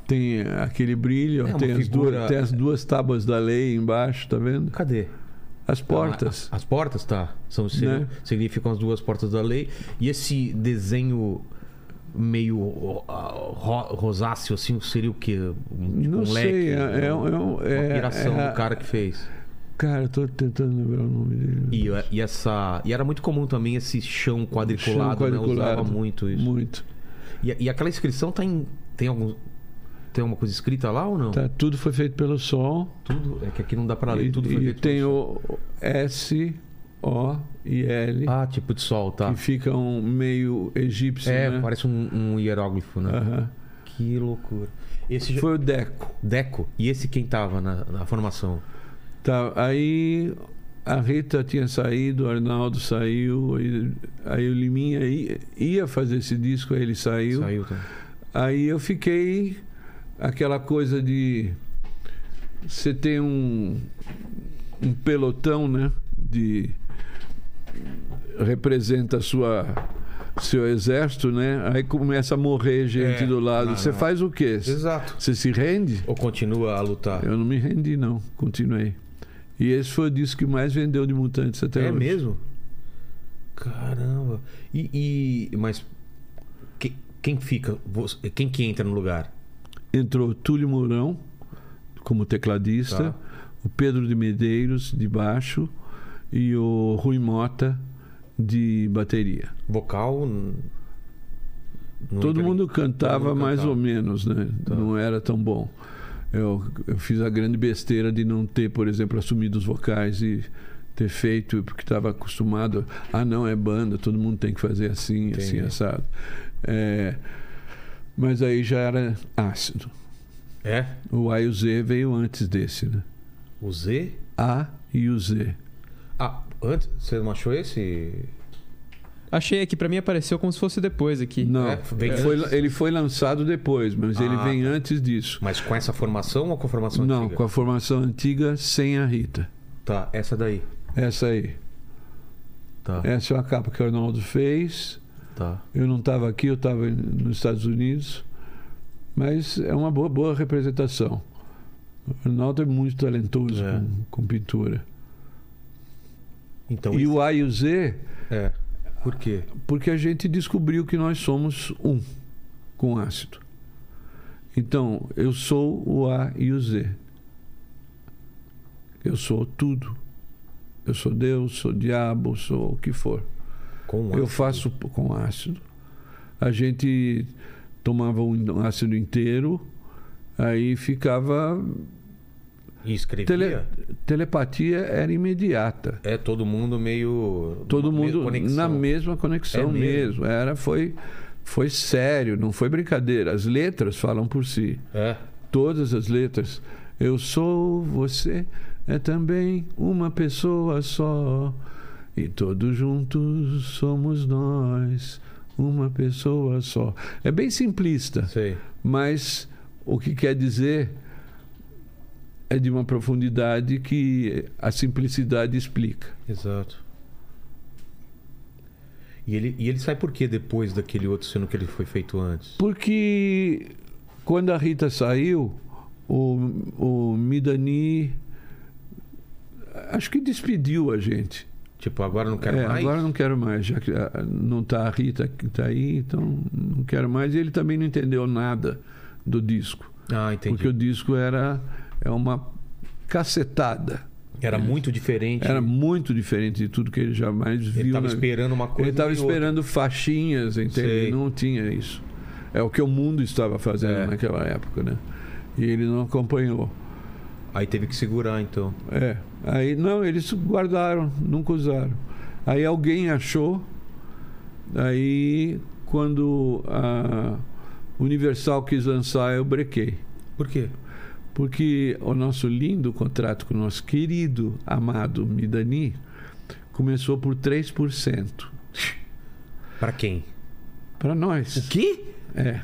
S3: Tem aquele brilho,
S1: É uma
S3: tem, as
S1: figura-
S3: duas, tem as duas tábuas da lei embaixo, tá vendo?
S1: Cadê?
S3: As
S1: Então,
S3: portas.
S1: As portas, tá. São,
S3: Né?
S1: Significam as duas portas da lei. E esse desenho meio ó, ó, ro- rosáceo, assim, seria o quê? Um, tipo,
S3: Não
S1: um
S3: sei,
S1: leque,
S3: é- é- é-
S1: uma
S3: é-
S1: piração
S3: é-
S1: do cara que fez.
S3: Cara, eu tô tentando lembrar o nome dele.
S1: E, é, e essa e era muito comum também esse chão
S3: Chão
S1: quadriculado, né?
S3: quadriculado.
S1: Usava muito isso.
S3: Muito.
S1: E, e aquela inscrição tá em tem algum tem alguma coisa escrita lá ou não?
S3: Tá, tudo foi feito pelo sol.
S1: Tudo é que aqui não dá pra ler.
S3: e
S1: tudo foi
S3: e
S1: feito
S3: tem
S1: pelo sol.
S3: o S, O e L,
S1: ah tipo de sol, tá?
S3: que fica um meio egípcio,
S1: É,
S3: né?
S1: parece um, um hieróglifo, né?
S3: Aham.
S1: Que loucura. Esse
S3: Foi o Deco.
S1: Deco e esse quem tava na, na formação.
S3: Tá, aí a Rita tinha saído, o Arnaldo saiu, aí, aí o Liminha ia, ia fazer esse disco, aí ele saiu.
S1: Saiu também.
S3: Aí eu fiquei aquela coisa de você tem um, um pelotão, né? De representa a sua seu exército, né? Aí começa a morrer gente
S1: É,
S3: do lado.
S1: não,
S3: Você
S1: não.
S3: faz o quê?
S1: Exato.
S3: Você se rende?
S1: Ou continua a lutar.
S3: Eu não me rendi, não. Continuei. E esse foi o disco que mais vendeu de mutantes até
S1: É
S3: hoje.
S1: mesmo? Caramba. E, e- mas que- quem fica? Você- Quem que entra no lugar?
S3: Entrou Túlio Mourão como tecladista,
S1: Tá.
S3: o Pedro de Medeiros de baixo e o Rui Mota de bateria.
S1: Vocal? n- não
S3: Todo
S1: entra
S3: mundo cantava
S1: Todo mundo
S3: mais
S1: cantava. Tá.
S3: ou menos, né? Não era tão bom. Eu, eu fiz a grande besteira de não ter, por exemplo, assumido os vocais e ter feito, porque estava acostumado. Ah, não, é banda, todo mundo tem que fazer assim, assim,
S1: Entendi.
S3: assado. É, mas aí já era ácido.
S1: ninguém. É?
S3: O A e o Z veio antes desse, né?
S1: O Z?
S3: A e o Z.
S1: Ah, antes. Você não achou esse?
S2: Achei aqui, pra mim apareceu como se fosse depois aqui.
S3: Não,
S1: É, vem
S3: foi-
S1: antes.
S3: ele foi lançado depois, mas ele
S1: Ah,
S3: vem antes disso.
S1: Mas com essa formação ou com a formação
S3: Não,
S1: antiga?
S3: com a formação antiga sem a Rita.
S1: Tá, essa daí.
S3: Essa aí.
S1: Tá,
S3: Essa é uma capa que o Arnaldo fez.
S1: tá.
S3: Eu não estava aqui, eu estava nos Estados Unidos. Mas é uma boa, boa representação. O Arnaldo é muito talentoso
S1: É.
S3: com, com pintura.
S1: Então,
S3: E o A e o Z,
S1: esse- é. Por quê?
S3: porque a gente descobriu que nós somos um com ácido. Então, eu sou o A e o Z. Eu sou tudo. Eu sou Deus, sou diabo, sou o que for.
S1: Com um
S3: Eu
S1: A.
S3: faço p- com ácido. A gente tomava um ácido inteiro, aí ficava.
S1: E escrevia?
S3: tele- telepatia era imediata.
S1: É todo mundo meio.
S3: Todo
S1: uma
S3: mundo
S1: conexão.
S3: na mesma conexão
S1: É
S3: mesmo.
S1: mesmo?
S3: Era, foi, foi sério, não foi brincadeira. As letras falam por si.
S1: É.
S3: Todas as letras. Eu sou, você é também uma pessoa só. E todos juntos somos nós. uma pessoa só. É bem simplista,
S1: Sei.
S3: mas o que quer dizer é de uma profundidade que a simplicidade explica.
S1: Exato. E ele, e ele sai por quê depois daquele outro, sendo que ele foi feito antes?
S3: Porque quando a Rita saiu, o, o Midani acho que despediu a gente.
S1: Tipo, agora eu não quero
S3: É,
S1: mais?
S3: Agora eu não quero mais, já que ah, não está a Rita que está aí, então não quero mais. E ele também não entendeu nada do disco.
S1: Ah, entendi.
S3: Porque o disco era é uma cacetada.
S1: Era muito diferente.
S3: Era muito diferente de tudo que ele jamais viu.
S1: Ele tava
S3: na-
S1: esperando uma coisa.
S3: Ele estava
S1: e outra.
S3: esperando faixinhas, entende?
S1: Sei.
S3: Não tinha isso. É o que o mundo estava fazendo
S1: É.
S3: naquela época, né? E ele não acompanhou.
S1: Aí teve que segurar, então.
S3: É. Aí não, eles guardaram, nunca usaram. Aí alguém achou. Aí quando a Universal quis lançar, eu brequei.
S1: Por quê?
S3: Porque o nosso lindo contrato com o nosso querido, amado Midani começou por 3%.
S1: Pra quem?
S3: Para nós.
S1: quê?
S3: É.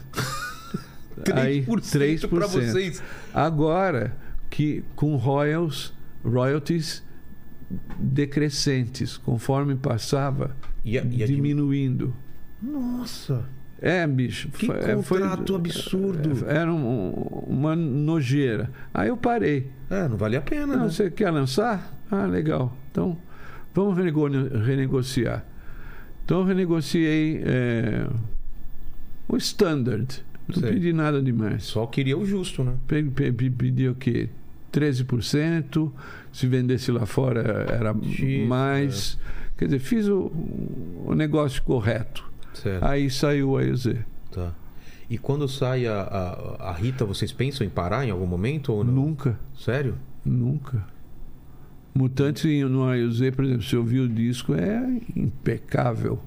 S1: 3%
S3: Aí,
S1: pra vocês.
S3: Agora que com royals, royalties decrescentes, conforme passava,
S1: E a- e a
S3: diminuindo.
S1: Nossa.
S3: É, bicho.
S1: Que
S3: fa- é,
S1: contrato absurdo.
S3: é, Era um- uma nojeira. Aí eu parei.
S1: É, não vale a pena,
S3: Não,
S1: né?
S3: você quer lançar? Ah, legal. Então, vamos renego- renegociar. Então, eu renegociei eh, o standard. Não
S1: Sei.
S3: pedi nada demais.
S1: Só queria o justo, né?
S3: Pe- pe- pe- Pedi o quê? 13%. Se vendesse lá fora, era
S1: X,
S3: mais.
S1: é.
S3: Quer dizer, fiz o, o negócio correto.
S1: Certo.
S3: Aí saiu a EZ.
S1: Tá. E quando sai a, a, a Rita, vocês pensam em parar em algum momento ou não?
S3: Nunca.
S1: Sério?
S3: Nunca. Mutantes em- no AUZ, por exemplo, se eu ouvir o disco, é impecável.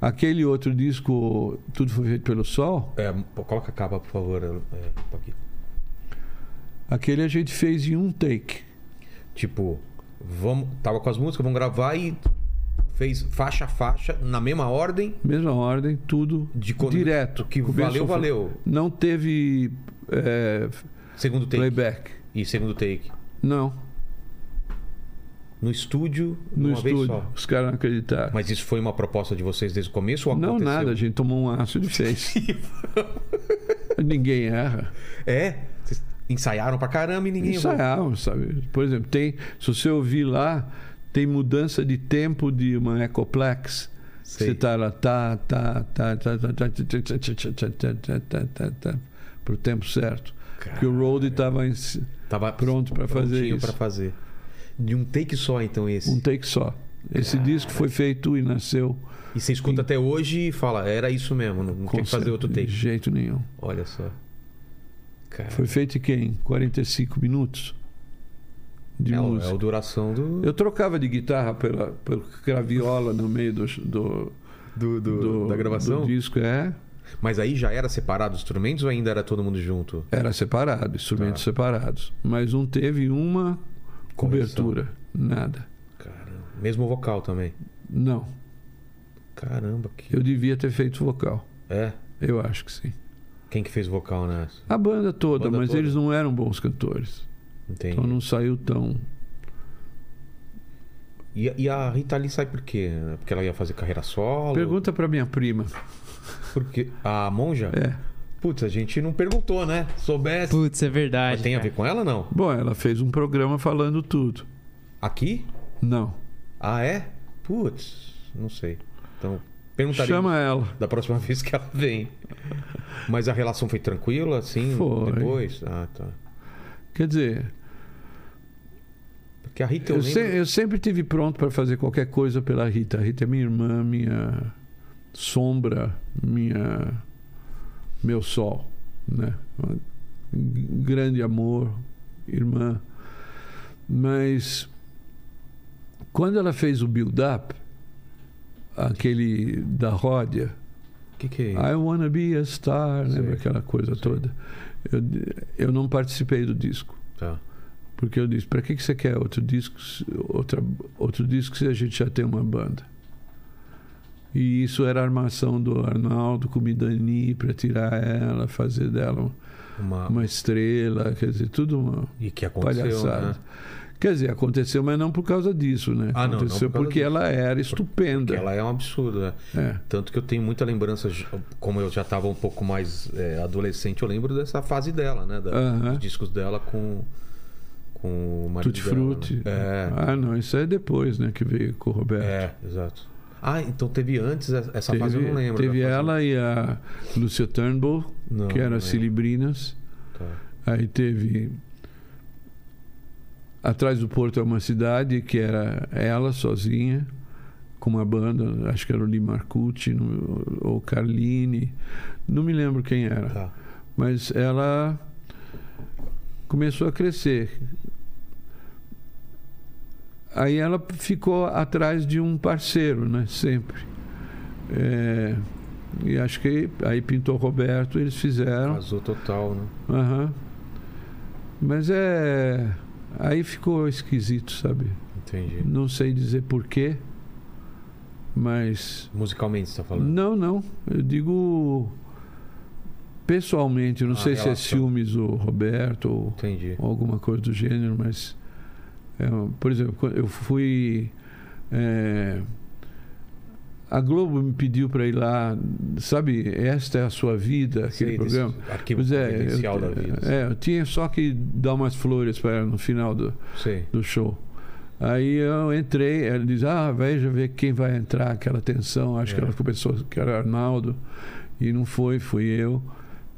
S3: Aquele outro disco, Tudo Foi Feito Pelo Sol,
S1: É, pô, coloca a capa, por favor. É, tá aqui.
S3: aquele a gente fez em um take.
S1: Tipo, vamos, tava com as músicas, vamos gravar e fez faixa a faixa, na mesma ordem,
S3: Mesma ordem, tudo
S1: De quando-
S3: direto.
S1: que
S3: Começo
S1: valeu,
S3: ao fim.
S1: valeu.
S3: Não teve é,
S1: segundo take.
S3: playback.
S1: E segundo take.
S3: Não,
S1: No estúdio,
S3: no
S1: uma vez
S3: estúdio.
S1: só.
S3: Os caras não acreditaram.
S1: Mas isso foi uma proposta de vocês desde o começo ou
S3: não,
S1: aconteceu?
S3: nada, a gente tomou um ácido e fez. Ninguém erra.
S1: É? Vocês ensaiaram pra caramba e ninguém...
S3: Ensaiavam, sabe? Por exemplo, tem, se você ouvir lá, tem mudança de tempo de uma Ecoplex.
S1: Sei.
S3: Você tá lá, tá, tá, tá, tá, tá, tá, tá, tá, tá, tá, tá, tá, tá, tá, tá, pro tempo certo. Porque o Road estava em si-
S1: Tava
S3: pronto pra fazer
S1: prontinho
S3: isso.
S1: pra fazer. De um take só, então, esse.
S3: um take só. Esse disco foi feito e nasceu
S1: E você escuta até hoje e fala, era isso mesmo, não, não tem que fazer
S3: certo-
S1: outro
S3: de
S1: take.
S3: jeito nenhum.
S1: Olha só. Cara,
S3: Foi feito em quem? 45 minutos de
S1: é, o-
S3: música.
S1: é a duração do,
S3: Eu trocava de guitarra pela, pela craviola no meio do, do,
S1: do- do-
S3: do-
S1: da gravação.
S3: do disco, é.
S1: Mas aí já era separado os instrumentos ou ainda era todo mundo junto?
S3: Era separado, instrumentos
S1: Tá.
S3: separados. Mas não teve uma
S1: Correção.
S3: cobertura, nada.
S1: Caramba. Mesmo vocal também.
S3: Não,
S1: Caramba, que.
S3: eu devia ter feito vocal.
S1: É?
S3: Eu acho que sim.
S1: Quem que fez vocal nessa?
S3: A banda toda,
S1: Banda
S3: mas
S1: toda.
S3: eles não eram bons cantores.
S1: Entendi.
S3: Então não saiu tão.
S1: E, e a Rita Lee sai por quê? Porque ela ia fazer carreira solo?
S3: Pergunta pra minha prima.
S1: Porque a Monja?
S3: É.
S1: Putz, a gente não perguntou, né? Soubesse.
S2: Putz, é verdade.
S1: Mas tem a
S2: cara.
S1: ver com ela não?
S3: Bom, ela fez um programa falando tudo.
S1: Aqui?
S3: Não.
S1: Ah, é? Putz, não sei. Então, perguntaria
S3: Chama ela.
S1: da próxima vez que ela vem. Mas a relação foi tranquila, assim,
S3: Foi.
S1: depois? Ah, tá.
S3: Quer dizer,
S1: Porque a Rita, eu,
S3: eu,
S1: lembro...
S3: se- eu sempre tive pronto pra fazer qualquer coisa pela Rita. A Rita é minha irmã, minha sombra, minha meu sol, né? Um grande amor, irmã. Mas quando ela fez o build-up, aquele da Ródia,
S1: O que que é isso?
S3: I Wanna Be a Star, lembra
S1: Sei.
S3: aquela coisa
S1: Sei.
S3: toda? Eu, eu não participei do disco.
S1: Tá.
S3: Porque eu disse, para que, que você quer outro disco, se- outra, outro disco se a gente já tem uma banda? E isso era a armação do Arnaldo com o Midani para tirar ela, fazer dela
S1: Uma-
S3: uma estrela, quer dizer, tudo uma
S1: E que aconteceu,
S3: palhaçada.
S1: né?
S3: Quer dizer, aconteceu, mas não por causa disso, né?
S1: Ah, não, não
S3: aconteceu
S1: por causa
S3: porque
S1: disso.
S3: ela era estupenda.
S1: Que ela é um absurdo, né?
S3: É.
S1: Tanto que eu tenho muita lembrança, como eu já estava um pouco mais é, adolescente, eu lembro dessa fase dela, né? Da,
S3: Aham.
S1: Dos discos dela com, com o marido
S3: Tutti
S1: dela,
S3: Frutti.
S1: né?
S3: Ah, não, isso é depois, né, que veio com o Roberto.
S1: É, é, exato. Ah, então teve antes, essa fase eu não lembro.
S3: teve
S1: da fase-
S3: ela e a Lúcia Turnbull,
S1: Não,
S3: que
S1: não
S3: era
S1: lembro.
S3: Cilibrinas.
S1: Tá.
S3: Aí teve Atrás do Porto é uma cidade que era ela sozinha com uma banda, acho que era o Lee Marcucci no- ou Carline, não me lembro quem era.
S1: Tá.
S3: Mas ela começou a crescer. Aí ela ficou atrás de um parceiro, né? Sempre. É, e acho que aí pintou Roberto, eles fizeram.
S1: Casou total, né?
S3: Aham. Mas é. Aí ficou esquisito, sabe?
S1: Entendi.
S3: Não sei dizer porquê, mas.
S1: Musicalmente você tá falando?
S3: Não, não. Eu digo. Pessoalmente, eu não
S1: A
S3: sei se é
S1: relação.
S3: ciúmes ou Roberto ou,
S1: Entendi.
S3: ou alguma coisa do gênero, mas. é, por exemplo, quando eu fui. é, a Globo me pediu para ir lá, sabe? Esta é a sua vida, aquele
S1: Esse-
S3: programa.
S1: esse Arquivo
S3: Pois é,
S1: confidencial
S3: eu,
S1: Tipo, da vida. assim.
S3: é, eu tinha só que dar umas flores para ela no final do,
S1: Sei.
S3: do show. Aí eu entrei, ela diz, ah, veja ver quem vai entrar, aquela tensão, acho que
S1: É.
S3: ela começou, que era Arnaldo, e não foi, fui eu.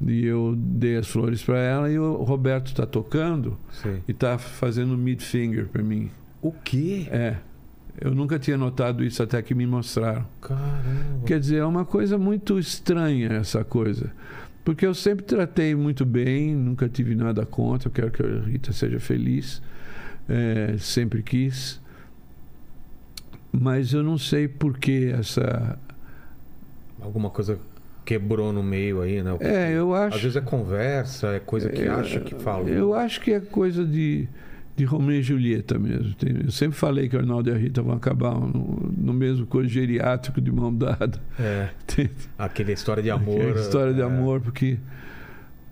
S3: E eu dei as flores para ela e o Roberto está tocando
S1: sei.
S3: e está fazendo mid finger para mim.
S1: O quê?
S3: É. Eu nunca tinha notado isso até que me mostraram.
S1: Caramba.
S3: É. Quer dizer, é uma coisa muito estranha essa coisa. Porque eu sempre tratei muito bem, nunca tive nada contra, eu quero que a Rita seja feliz, eh, sempre quis. Mas eu não sei por que essa.
S1: Alguma coisa quebrou no meio aí, né? O-
S3: É, eu acho.
S1: Às vezes é conversa, é coisa que
S3: É,
S1: acha que fala. né?
S3: Eu acho que é coisa de, de Romeu e Julieta mesmo. Tem- Eu sempre falei que o Arnaldo e a Rita vão acabar no, no mesmo coisa geriátrico de mão dada.
S1: É, aquela história de amor.
S3: Que é a história de
S1: é,
S3: amor, porque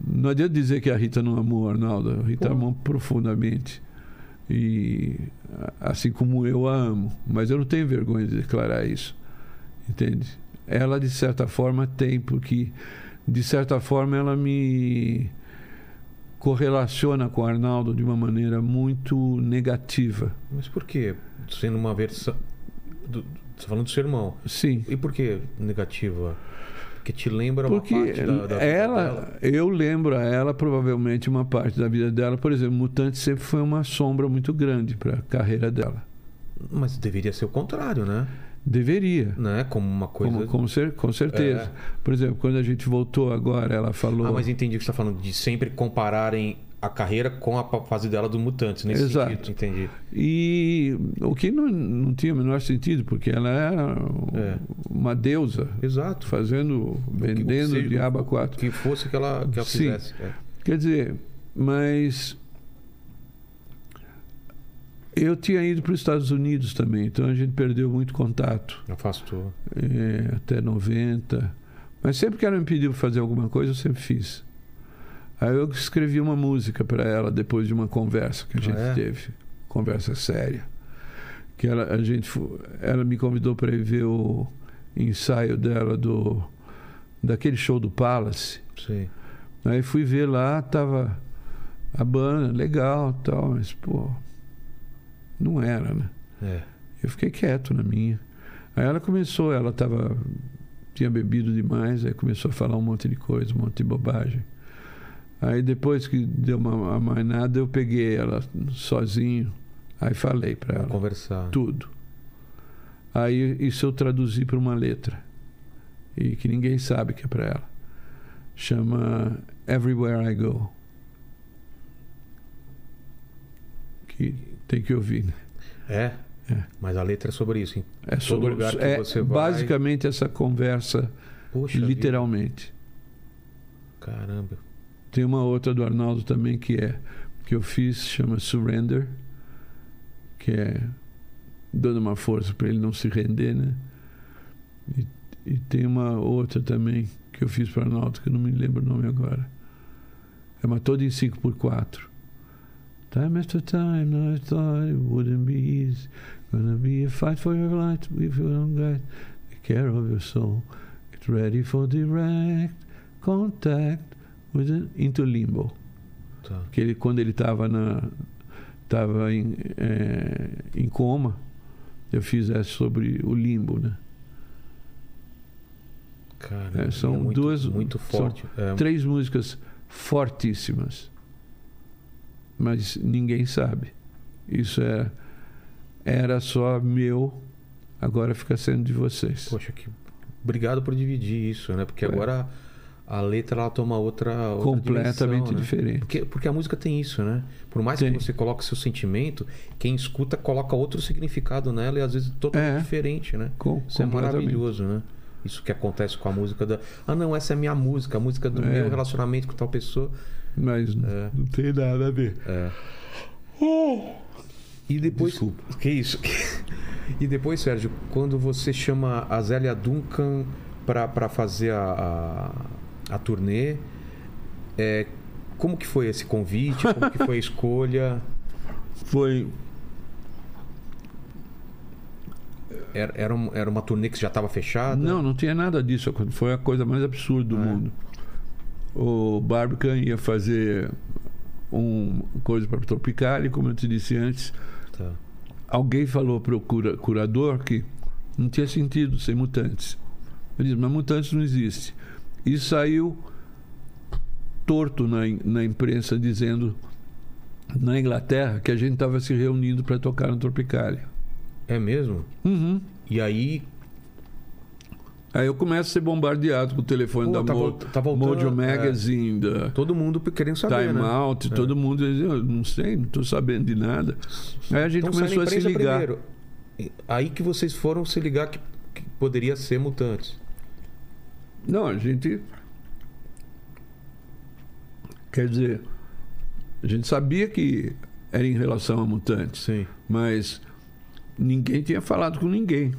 S3: não adianta dizer que a Rita não amou o Arnaldo. A Rita
S1: Pô.
S3: amou profundamente. E a- assim como eu a amo. Mas eu não tenho vergonha de declarar isso. Entende? Ela, de certa forma, tem, porque de certa forma ela me correlaciona com o Arnaldo de uma maneira muito negativa.
S1: Mas por quê? Sendo uma versão. do- Você tá falando do seu irmão.
S3: Sim.
S1: E por que negativa? Porque te lembra
S3: Porque
S1: uma parte da, da vida dela?
S3: ela, eu lembro a ela provavelmente uma parte da vida dela. Por exemplo, Mutante sempre foi uma sombra muito grande para a carreira dela.
S1: Mas deveria ser o contrário, né?
S3: Deveria,
S1: né? Como uma coisa. É.
S3: como, com, cer- com certeza. Por exemplo, quando a gente voltou agora, ela falou.
S1: Ah, mas entendi o que você está falando, de sempre compararem a carreira com a pa- fase dela do Mutantes, nesse
S3: Exato.
S1: sentido. Entendi.
S3: E o que não, não tinha o menor sentido, porque ela era
S1: É.
S3: uma deusa,
S1: Exato.
S3: fazendo, vendendo
S1: o
S3: o
S1: que-
S3: diabo a
S1: O
S3: quatro.
S1: que fosse que ela, que ela
S3: Sim.
S1: fizesse. é.
S3: Quer dizer, mas eu tinha ido para os Estados Unidos também, então a gente perdeu muito contato
S1: Afastou.
S3: é, até 90. Mas sempre que ela me pediu para fazer alguma coisa, eu sempre fiz. Aí eu escrevi uma música para ela depois de uma conversa que a
S1: Ah,
S3: gente
S1: é?
S3: teve, conversa séria. Que ela, a gente, fo- ela me convidou para ir ver o ensaio dela do daquele show do Palace.
S1: Sim.
S3: Aí fui ver lá, tava a banda, legal tal, mas pô, não era, né?
S1: É.
S3: Eu fiquei quieto na minha. Aí ela começou, ela tava. tinha bebido demais, aí começou a falar um monte de coisa, um monte de bobagem. Aí depois que deu uma amainada, eu peguei ela sozinho, aí falei pra
S1: Pra
S3: ela
S1: conversar.
S3: tudo. Aí isso eu traduzi para uma letra e que ninguém sabe que é para ela. Chama Everywhere I Go. Que tem que ouvir. né?
S1: É.
S3: É.
S1: Mas a letra é sobre isso, hein?
S3: É sobre
S1: lugar que
S3: é
S1: você vai-
S3: basicamente essa conversa
S1: Poxa. vida.
S3: literalmente.
S1: Caramba.
S3: Tem uma outra do Arnaldo também que é que eu fiz, chama Surrender, que é dando uma força para ele não se render, né? E, e tem uma outra também que eu fiz para a Náutica, que eu não me lembro o nome agora. É uma toda em 5x4. Time after time, I thought it wouldn't be easy. Gonna be a fight for your life if you don't get the care of your soul. Get ready for direct contact with the, into limbo.
S1: Tá.
S3: Que ele, quando ele estava na tava em, eh, em coma, eu fiz essa sobre o limbo, né?
S1: Cara,
S3: É, são
S1: é muito,
S3: duas-
S1: Muito
S3: são
S1: forte. É,
S3: Três músicas fortíssimas, mas ninguém sabe. Isso era, era só meu, agora fica sendo de vocês.
S1: Poxa, que. Obrigado por dividir isso, né? Porque
S3: É.
S1: agora a letra ela toma outra. outra
S3: Completamente
S1: dimensão, né?
S3: diferente.
S1: Porque, porque a música tem isso, né? Por mais
S3: Tem.
S1: que você coloque seu sentimento, quem escuta coloca outro significado nela e às vezes totalmente
S3: É.
S1: diferente, né?
S3: Com,
S1: Isso é
S3: completamente.
S1: maravilhoso, né? Isso que acontece com a música da. Ah, não, essa é a minha música, a música do
S3: É.
S1: meu relacionamento com tal pessoa.
S3: Mas n-
S1: É.
S3: não tem nada a ver.
S1: É. E depois.
S3: Desculpa.
S1: Que isso? e depois, Sérgio, quando você chama a Zélia Duncan pra, pra fazer a, a, a turnê, é, como que foi esse convite? Como que foi a escolha?
S3: Foi
S1: Era, era, um- era uma turnê que já estava fechada?
S3: Não, não tinha nada disso. Foi a coisa mais absurda do
S1: Ah, é?
S3: mundo. O Barbican ia fazer um coisa para Tropical e, como eu te disse antes,
S1: Tá.
S3: alguém falou para o cura, curador que não tinha sentido sem mutantes. Ele disse, mas mutantes não existe. E saiu torto na, im- na imprensa dizendo na Inglaterra que a gente estava se reunindo para tocar no Tropicália.
S1: É mesmo?
S3: Uhum.
S1: E aí.
S3: Aí eu começo a ser bombardeado com o telefone
S1: pô,
S3: da
S1: tá,
S3: Mo-
S1: vol- tá voltando.
S3: Mojo
S1: é,
S3: Magazine, da
S1: todo mundo querendo saber,
S3: Time
S1: né?
S3: Out,
S1: É.
S3: todo mundo dizia, eu não sei, não estou sabendo de nada. Aí a gente
S1: Então, sai na
S3: começou a se
S1: imprensa
S3: ligar.
S1: primeiro. E- Aí que vocês foram se ligar que, que poderia ser mutantes.
S3: Não, a gente. Quer dizer, a gente sabia que era em relação a mutantes,
S1: Sim.
S3: mas ninguém tinha falado com ninguém.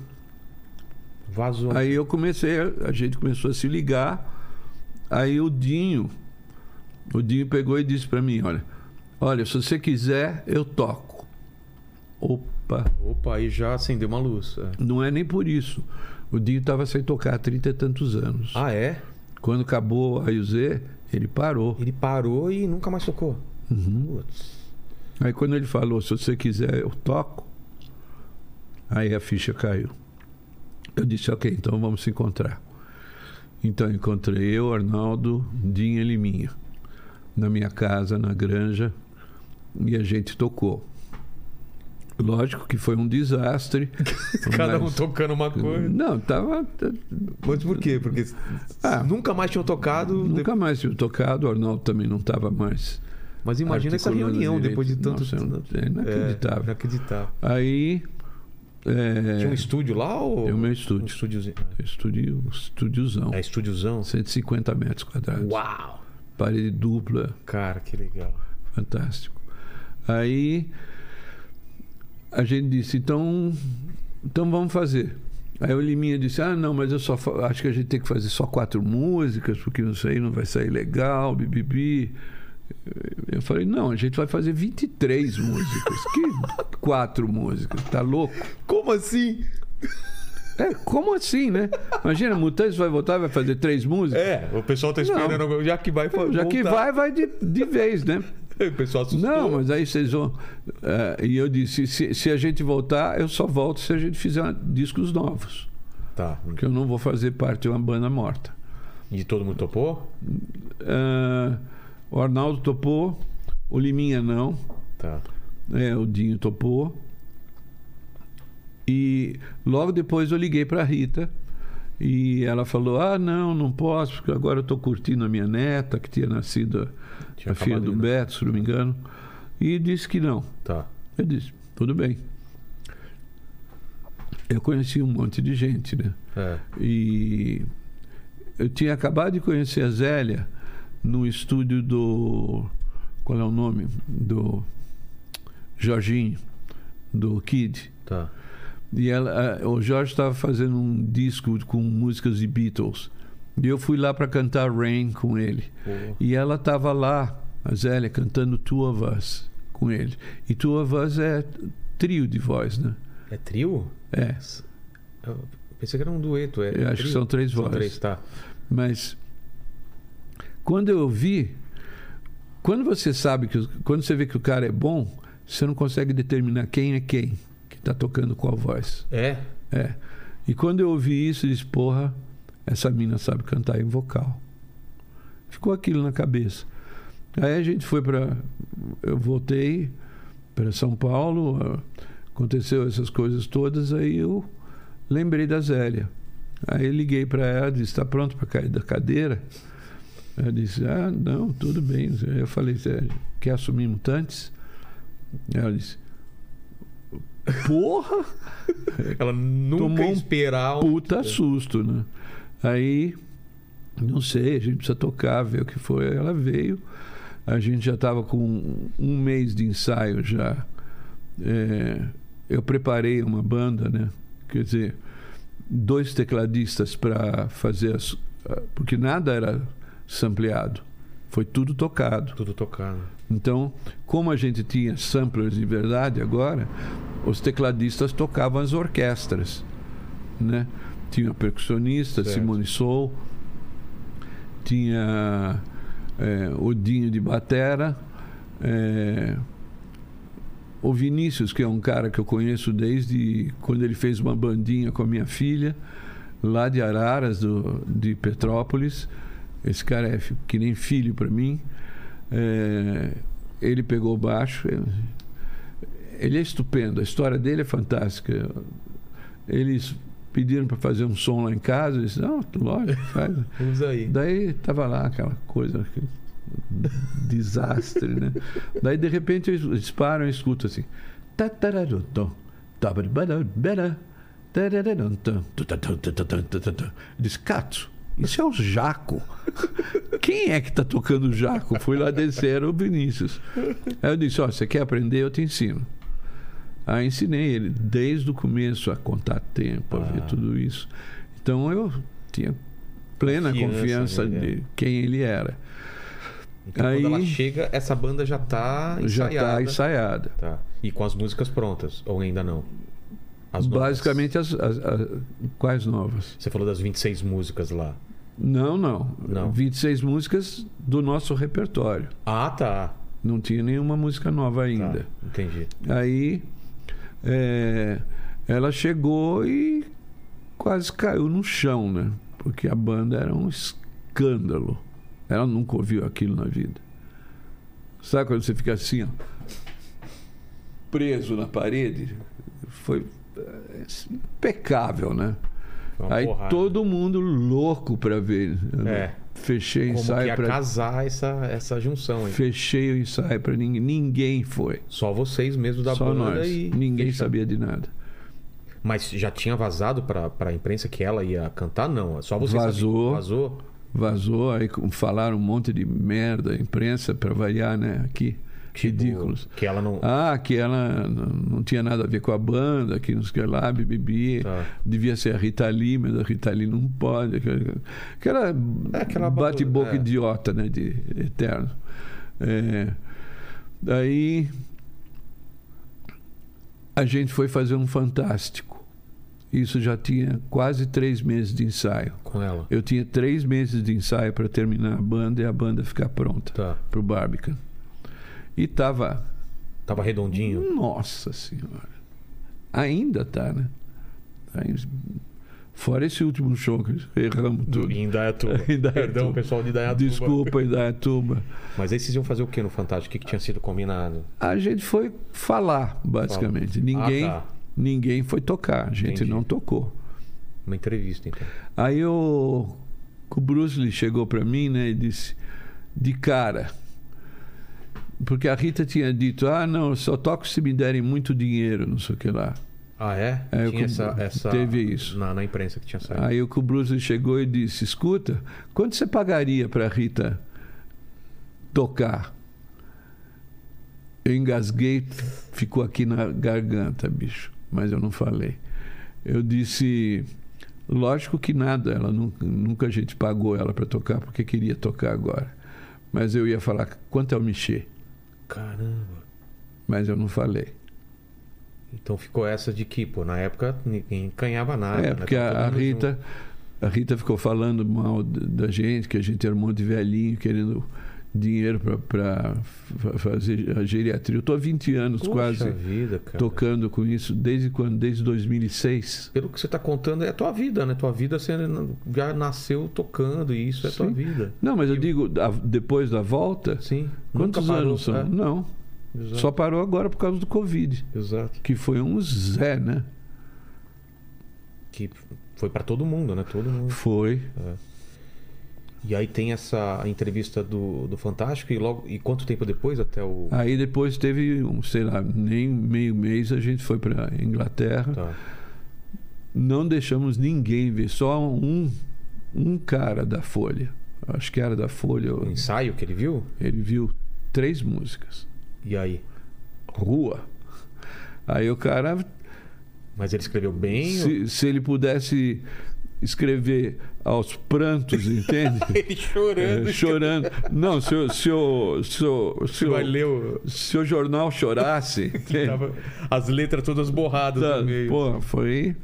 S1: Vazou.
S3: Aí eu comecei, a gente começou a se ligar. Aí o Dinho, o Dinho pegou e disse para mim, olha, olha, se você quiser, eu toco. Opa,
S1: Opa, aí já acendeu uma luz. é.
S3: não é nem por isso. O Dinho estava sem tocar há trinta e tantos anos.
S1: Ah, é?
S3: Quando acabou a Z, ele parou.
S1: Ele parou e nunca mais tocou. Uhum. Putz.
S3: Aí quando ele falou, se você quiser, eu toco, aí a ficha caiu. Eu disse, ok, então vamos se encontrar. Então encontrei eu, Arnaldo, Dinha e Liminha, na minha casa, na granja, e a gente tocou. Lógico que foi um desastre.
S1: Cada um né?
S3: mas-
S1: tocando uma coisa.
S3: Não, tava.
S1: Mas por quê? Porque s-
S3: Ah,
S1: nunca mais tinham tocado. de-
S3: Nunca mais tinha tocado, o Arnaldo também não estava mais.
S1: Mas imagina essa
S3: articulando
S1: reunião
S3: direito.
S1: depois de tanto
S3: Nossa,
S1: tempo.
S3: é inacreditável.
S1: inacreditável.
S3: Aí. é,
S1: Tinha um estúdio lá ou.
S3: É o meu
S1: Um
S3: estúdio. um
S1: estúdiozinho.
S3: Estúdio, estúdiozão.
S1: É, estúdiozão.
S3: 150 metros quadrados.
S1: Uau!
S3: Parede dupla,
S1: Cara, que legal.
S3: fantástico. Aí a gente disse, então, então vamos fazer. Aí o Liminha disse, ah não, mas eu só fa- acho que a gente tem que fazer só quatro músicas, porque não sei, não vai sair legal, bibibi. Eu falei, não, a gente vai fazer 23 músicas. que quatro músicas? Tá louco?
S1: Como assim?
S3: É, como assim, né? Imagina, Mutantes vai voltar, vai fazer três músicas?
S1: É, o pessoal tá esperando.
S3: Não.
S1: alguma- Já que vai.
S3: Já que
S1: voltar.
S3: vai, vai de, de vez, né?
S1: O pessoal assustou.
S3: Não, mas aí vocês vão. é, e eu disse: se, se a gente voltar, eu só volto se a gente fizer discos novos.
S1: Tá.
S3: Porque eu não vou fazer parte de uma banda morta.
S1: E todo mundo topou?
S3: Ah, o Arnaldo topou, o Liminha não,
S1: Tá.
S3: é, o Dinho topou. E logo depois eu liguei para Rita. E ela falou: Ah, não, não posso, porque agora eu estou curtindo a minha neta, que tinha nascido
S1: Tinha
S3: a filha
S1: acabado
S3: do
S1: de-
S3: Beto, se não me engano. E disse que não.
S1: Tá.
S3: Eu disse, tudo bem. Eu conheci um monte de gente, né?
S1: É.
S3: E eu tinha acabado de conhecer a Zélia no estúdio do. Qual é o nome? Do Jorginho, do Kid.
S1: Tá.
S3: E ela, a- o Jorge estava fazendo um disco com músicas de Beatles. E eu fui lá para cantar Rain com ele. E ela estava lá, a Zélia, cantando Two of Us com ele. E Two of Us é trio de voz, né?
S4: É trio?
S3: É.
S4: Eu pensei que era um dueto. É
S3: Eu acho que
S4: trio?
S3: são três
S4: São
S3: vozes.
S4: três, tá.
S3: Mas quando eu vi, quando você sabe que, quando você vê que o cara é bom, você não consegue determinar quem é quem que está tocando qual voz.
S4: É?
S3: É. E quando eu ouvi isso, eu disse, porra, essa mina sabe cantar em vocal. Ficou aquilo na cabeça. Aí a gente foi para eu voltei para São Paulo, ah, aconteceu essas coisas todas, aí eu lembrei da Zélia. Aí liguei para ela, disse: "Está pronto para cair da cadeira?" Ela disse: "Ah, não, tudo bem". Eu falei: "Zé, quer assumir mutantes?" Ela disse: "Porra!"
S4: Ela nunca
S3: Tomou um
S4: esperava.
S3: puta susto, né? Aí, não sei, a gente precisa tocar, ver o que foi. Ela veio, a gente já estava com um mês de ensaio já. É, eu preparei uma banda, né? Quer dizer, dois tecladistas para fazer as. Porque nada era sampleado, foi tudo tocado.
S4: Tudo tocado.
S1: né?
S3: Então, como a gente tinha samplers de verdade agora, os tecladistas tocavam as orquestras, né? Tinha a percussionista,
S4: Certo.
S3: Simone Soul, tinha é, Odinho de batera, é, o Vinícius, que é um cara que eu conheço desde quando ele fez uma bandinha com a minha filha, lá de Araras, do, de Petrópolis. Esse cara é fi- que nem filho para mim. É, ele pegou o baixo. Ele, ele é estupendo. A história dele é fantástica. Eles pediram para fazer um som lá em casa. Eu disse, não, lógico, faz.
S4: Vamos aí.
S3: Daí tava lá aquela coisa, aquele desastre, né? Daí de repente eles param e escutam assim. "Tatararotó, tabarabara, tarararotó, tutatatatatatá." Diz, Cato, isso é o Jaco. Quem é que tá tocando o Jaco? Fui lá descer, era o Vinícius. Aí eu disse, ó, você quer aprender? Eu te ensino. Aí ensinei ele desde o começo a contar tempo, a ver
S4: Ah.
S3: tudo isso. Então eu tinha plena
S4: Confiança
S3: confiança
S4: nele, é.
S3: de quem ele era.
S4: Então,
S3: Aí-
S4: quando ela chega, essa banda já tá
S3: Já
S4: ensaiada.
S3: está ensaiada.
S4: Tá. E com as músicas prontas, ou ainda não? As novas.
S3: Basicamente, as, as- as- quais novas?
S4: Você falou das 26 músicas lá.
S3: Não, não,
S4: Não.
S3: 26 músicas do nosso repertório.
S4: Ah, tá.
S3: Não tinha nenhuma música nova
S4: Tá.
S3: ainda.
S4: Entendi.
S3: Aí é, ela chegou e quase caiu no chão, né? Porque a banda era um escândalo. Ela nunca ouviu aquilo na vida. Sabe quando você fica assim, ó, preso na parede? Foi é, impecável, né?
S4: Foi uma
S3: Aí
S4: porrada.
S3: todo mundo louco pra ver. Eu
S4: É.
S3: Fechei o
S4: Como que é
S3: ensaio
S4: ia
S3: para
S4: casar essa, essa junção, hein?
S3: fechei o ensaio para ninguém, ninguém foi.
S4: Só vocês mesmo da
S3: Só
S4: banda
S3: nós.
S4: e.
S3: Ninguém
S4: Fechado.
S3: sabia de nada.
S4: Mas já tinha vazado pra, pra imprensa que ela ia cantar? Não. É Só vocês
S3: Vazou.
S4: sabiam. Vazou.
S3: Vazou, aí com- falaram um monte de merda, a imprensa, pra variar, né? Aqui. Ridículos.
S4: Tipo, Que ela não.
S3: Ah, que ela n- não tinha nada a ver com a banda, que não sei o que lá, bibibi.
S4: Tá.
S3: Devia ser a Rita Lee, mas a Rita Lee não pode. Aquela, aquela
S4: É, aquela babu-
S3: bate-boca
S4: é.
S3: idiota, né? De eterno. É, daí a gente foi fazer um fantástico. Isso já tinha quase três meses de ensaio.
S4: Com ela.
S3: Eu tinha três meses de ensaio para terminar a banda e a banda ficar pronta
S4: Tá.
S3: para o Barbican. E tava,
S4: Tava redondinho.
S3: nossa senhora, ainda tá, né? Aí, fora esse último show que erramos tudo.
S4: Em Indaiatuba.
S3: Em Indaiatuba.
S4: Perdão, pessoal de Indaiatuba.
S3: Desculpa, Idaiatuba.
S4: Mas aí vocês iam fazer o que no Fantástico? O que, que tinha sido combinado?
S3: A gente foi falar, basicamente. Ninguém,
S4: Ah, tá.
S3: ninguém foi tocar, a gente
S4: Entendi.
S3: não tocou.
S4: Uma entrevista, então.
S3: Aí o, o Bruce Lee chegou para mim né, e disse, de cara, porque a Rita tinha dito, ah, não, eu só toco se me derem muito dinheiro, não sei o que lá.
S4: Ah, é?
S3: É, eu
S4: tinha
S3: com-
S4: essa, essa-
S3: teve isso.
S4: Na, na imprensa que tinha saído.
S3: Aí o que o Bruce Lee chegou e disse, escuta, quanto você pagaria para a Rita tocar? Eu engasguei, ficou aqui na garganta, bicho, mas eu não falei. Eu disse, lógico que nada, ela nunca, nunca a gente pagou ela para tocar porque queria tocar agora. Mas eu ia falar quanto é o Michê,
S1: Caramba.
S3: mas eu não falei.
S1: Então ficou essa de que, pô, na época ninguém canhava nada.
S3: é,
S1: né?
S3: porque
S1: Tava
S3: a, a
S1: todo mundo
S3: Rita, a Rita ficou falando mal d- da gente, que a gente era um monte de velhinho querendo dinheiro para fazer a geriatria. Eu tô há 20 anos
S1: junto. Poxa
S3: quase
S1: vida, cara.
S3: tocando com isso, desde quando? Desde 2006.
S1: Pelo que você tá contando, é tua vida, né? Tua vida você n- já nasceu tocando e isso é tua
S3: Sim.
S1: vida.
S3: Não, mas eu digo, da- depois da volta,
S1: Sim.
S3: quantos
S1: Nunca parou,
S3: anos são?
S1: é.
S3: Não,
S1: Exato.
S3: só parou agora por causa do Covid,
S1: Exato.
S3: que foi um Zé, né?
S1: Que foi pra todo mundo, né? Todo mundo.
S3: Foi.
S1: E aí tem essa entrevista do, do Fantástico e logo. E quanto tempo depois até o.
S3: Aí depois teve, um, sei lá, nem meio mês a gente foi para Inglaterra.
S1: Tá.
S3: não deixamos ninguém ver, só um, um cara da Folha. Acho que era da Folha.
S1: O ensaio que ele viu?
S3: Ele viu três músicas.
S1: E aí?
S3: Rua. Aí o cara,
S1: Mas ele escreveu bem? ou-
S3: se, se ele pudesse escrever aos prantos, entende?
S1: Ele chorando.
S3: É, chorando. Não, se o, se o, se o, se
S1: Você vai
S3: o,
S1: ler o-
S3: se o jornal chorasse, entende?
S1: tava- as letras todas borradas
S3: Tá,
S1: no meio.
S3: Pô, foi.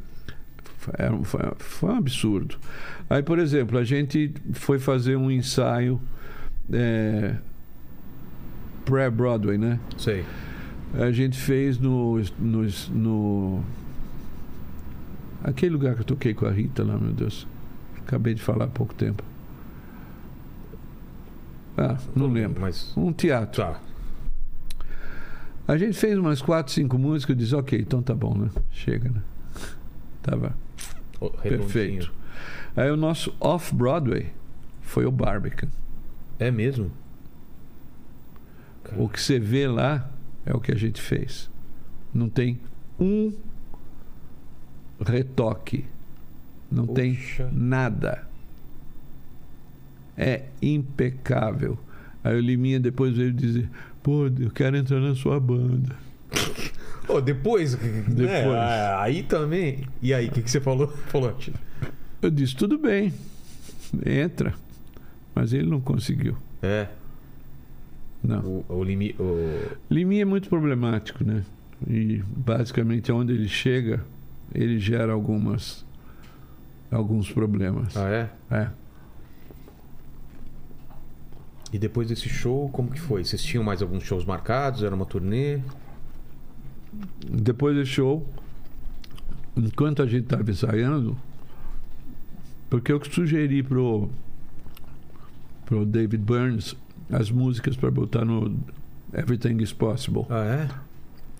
S3: foi- era um- Foi, foi um absurdo. Aí, por exemplo, a gente foi fazer um ensaio é, pré-Broadway, né?
S1: Sei.
S3: A gente fez no, no, no- Aquele lugar que eu toquei com a Rita lá, meu Deus. Acabei de falar há pouco tempo. Ah, não lembro.
S1: Mas.
S3: Um teatro.
S1: Tá.
S3: A gente fez umas quatro, cinco músicas e disse, ok, então tá bom, né? Chega, né? Tava.
S1: Ó, redondinho.
S3: Perfeito. Aí o nosso off-Broadway foi o Barbican.
S1: É mesmo?
S3: O que você vê lá é o que a gente fez. Não tem um retoque. Não tem
S1: Poxa.
S3: nada. É impecável. Aí o Liminha depois veio dizer: Pô, eu quero entrar na sua banda.
S1: Ô, depois. Né?
S3: Depois.
S1: Ah, Aí também. E aí, o que, que você falou? Falou.
S3: Eu disse: Tudo bem, entra. Mas ele não conseguiu.
S1: É.
S3: Não.
S1: O, o limite. O...
S3: Liminha é muito problemático, né? E basicamente onde ele chega, ele gera algumas alguns problemas.
S1: Ah, é?
S3: É.
S1: E depois desse show, como que foi? Vocês tinham mais alguns shows marcados? Era uma turnê?
S3: Depois do show, enquanto a gente estava ensaiando, porque eu que sugeri pro pro David Burns as músicas para botar no Everything is Possible.
S1: Ah,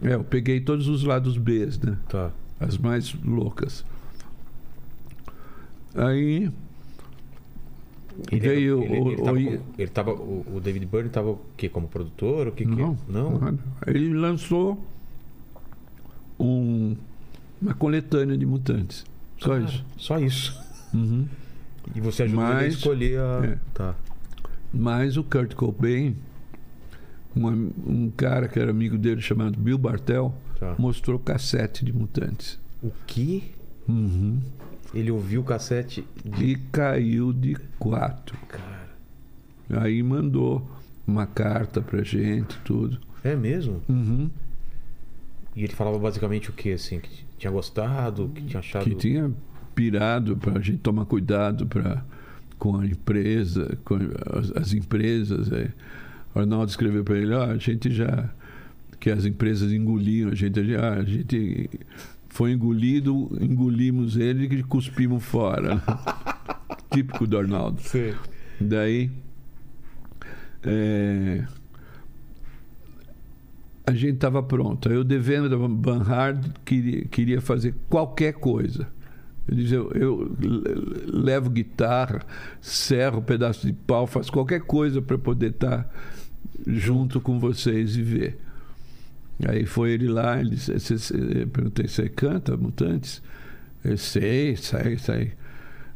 S1: é?
S3: É, eu peguei todos os lados B's, né?
S1: Tá.
S3: as mais loucas. Aí
S1: Ele, era-
S3: veio
S1: ele,
S3: o,
S1: ele tava como-
S3: o-
S1: ele tava- o- o David Byrne tava o quê? Como produtor? O que que
S3: não, Uhum.
S1: é? Não?
S3: nada. ele lançou um- uma coletânea de mutantes, só
S1: Cara,
S3: isso.
S1: Só isso.
S3: Uhum.
S1: E você ajudou ele a
S3: Mas-
S1: escolher a.
S3: é.
S1: Tá.
S3: Mas o Kurt Cobain, um am- um cara que era amigo dele chamado Bill Bartel,
S1: Tá.
S3: mostrou cassete de mutantes.
S1: O que?
S3: Uhum.
S1: Ele ouviu o cassete.
S3: E caiu de quatro.
S1: Cara.
S3: Aí mandou uma carta pra gente, tudo.
S1: É mesmo?
S3: Uhum.
S1: E ele falava basicamente o que, assim? Que tinha gostado, que tinha achado.
S3: que tinha pirado para a gente tomar cuidado para com a empresa, com as, as empresas. É. Arnaldo escreveu para ele: "Ó, a gente já que as empresas engoliam a gente, a gente, ah, a gente foi engolido, engolimos ele e cuspimos fora. Típico do Arnaldo.
S1: Você-
S3: Daí é, a gente estava pronto. Aí o Devendo da Banhard queria, queria fazer qualquer coisa. Ele dizia, eu, eu le- levo guitarra, serro, pedaço de pau, faço qualquer coisa para poder estar junto com vocês e ver. Aí foi ele lá, ele disse, "Cê- cê-" eu perguntei, você canta, Mutantes? Ele sei, sei, sei.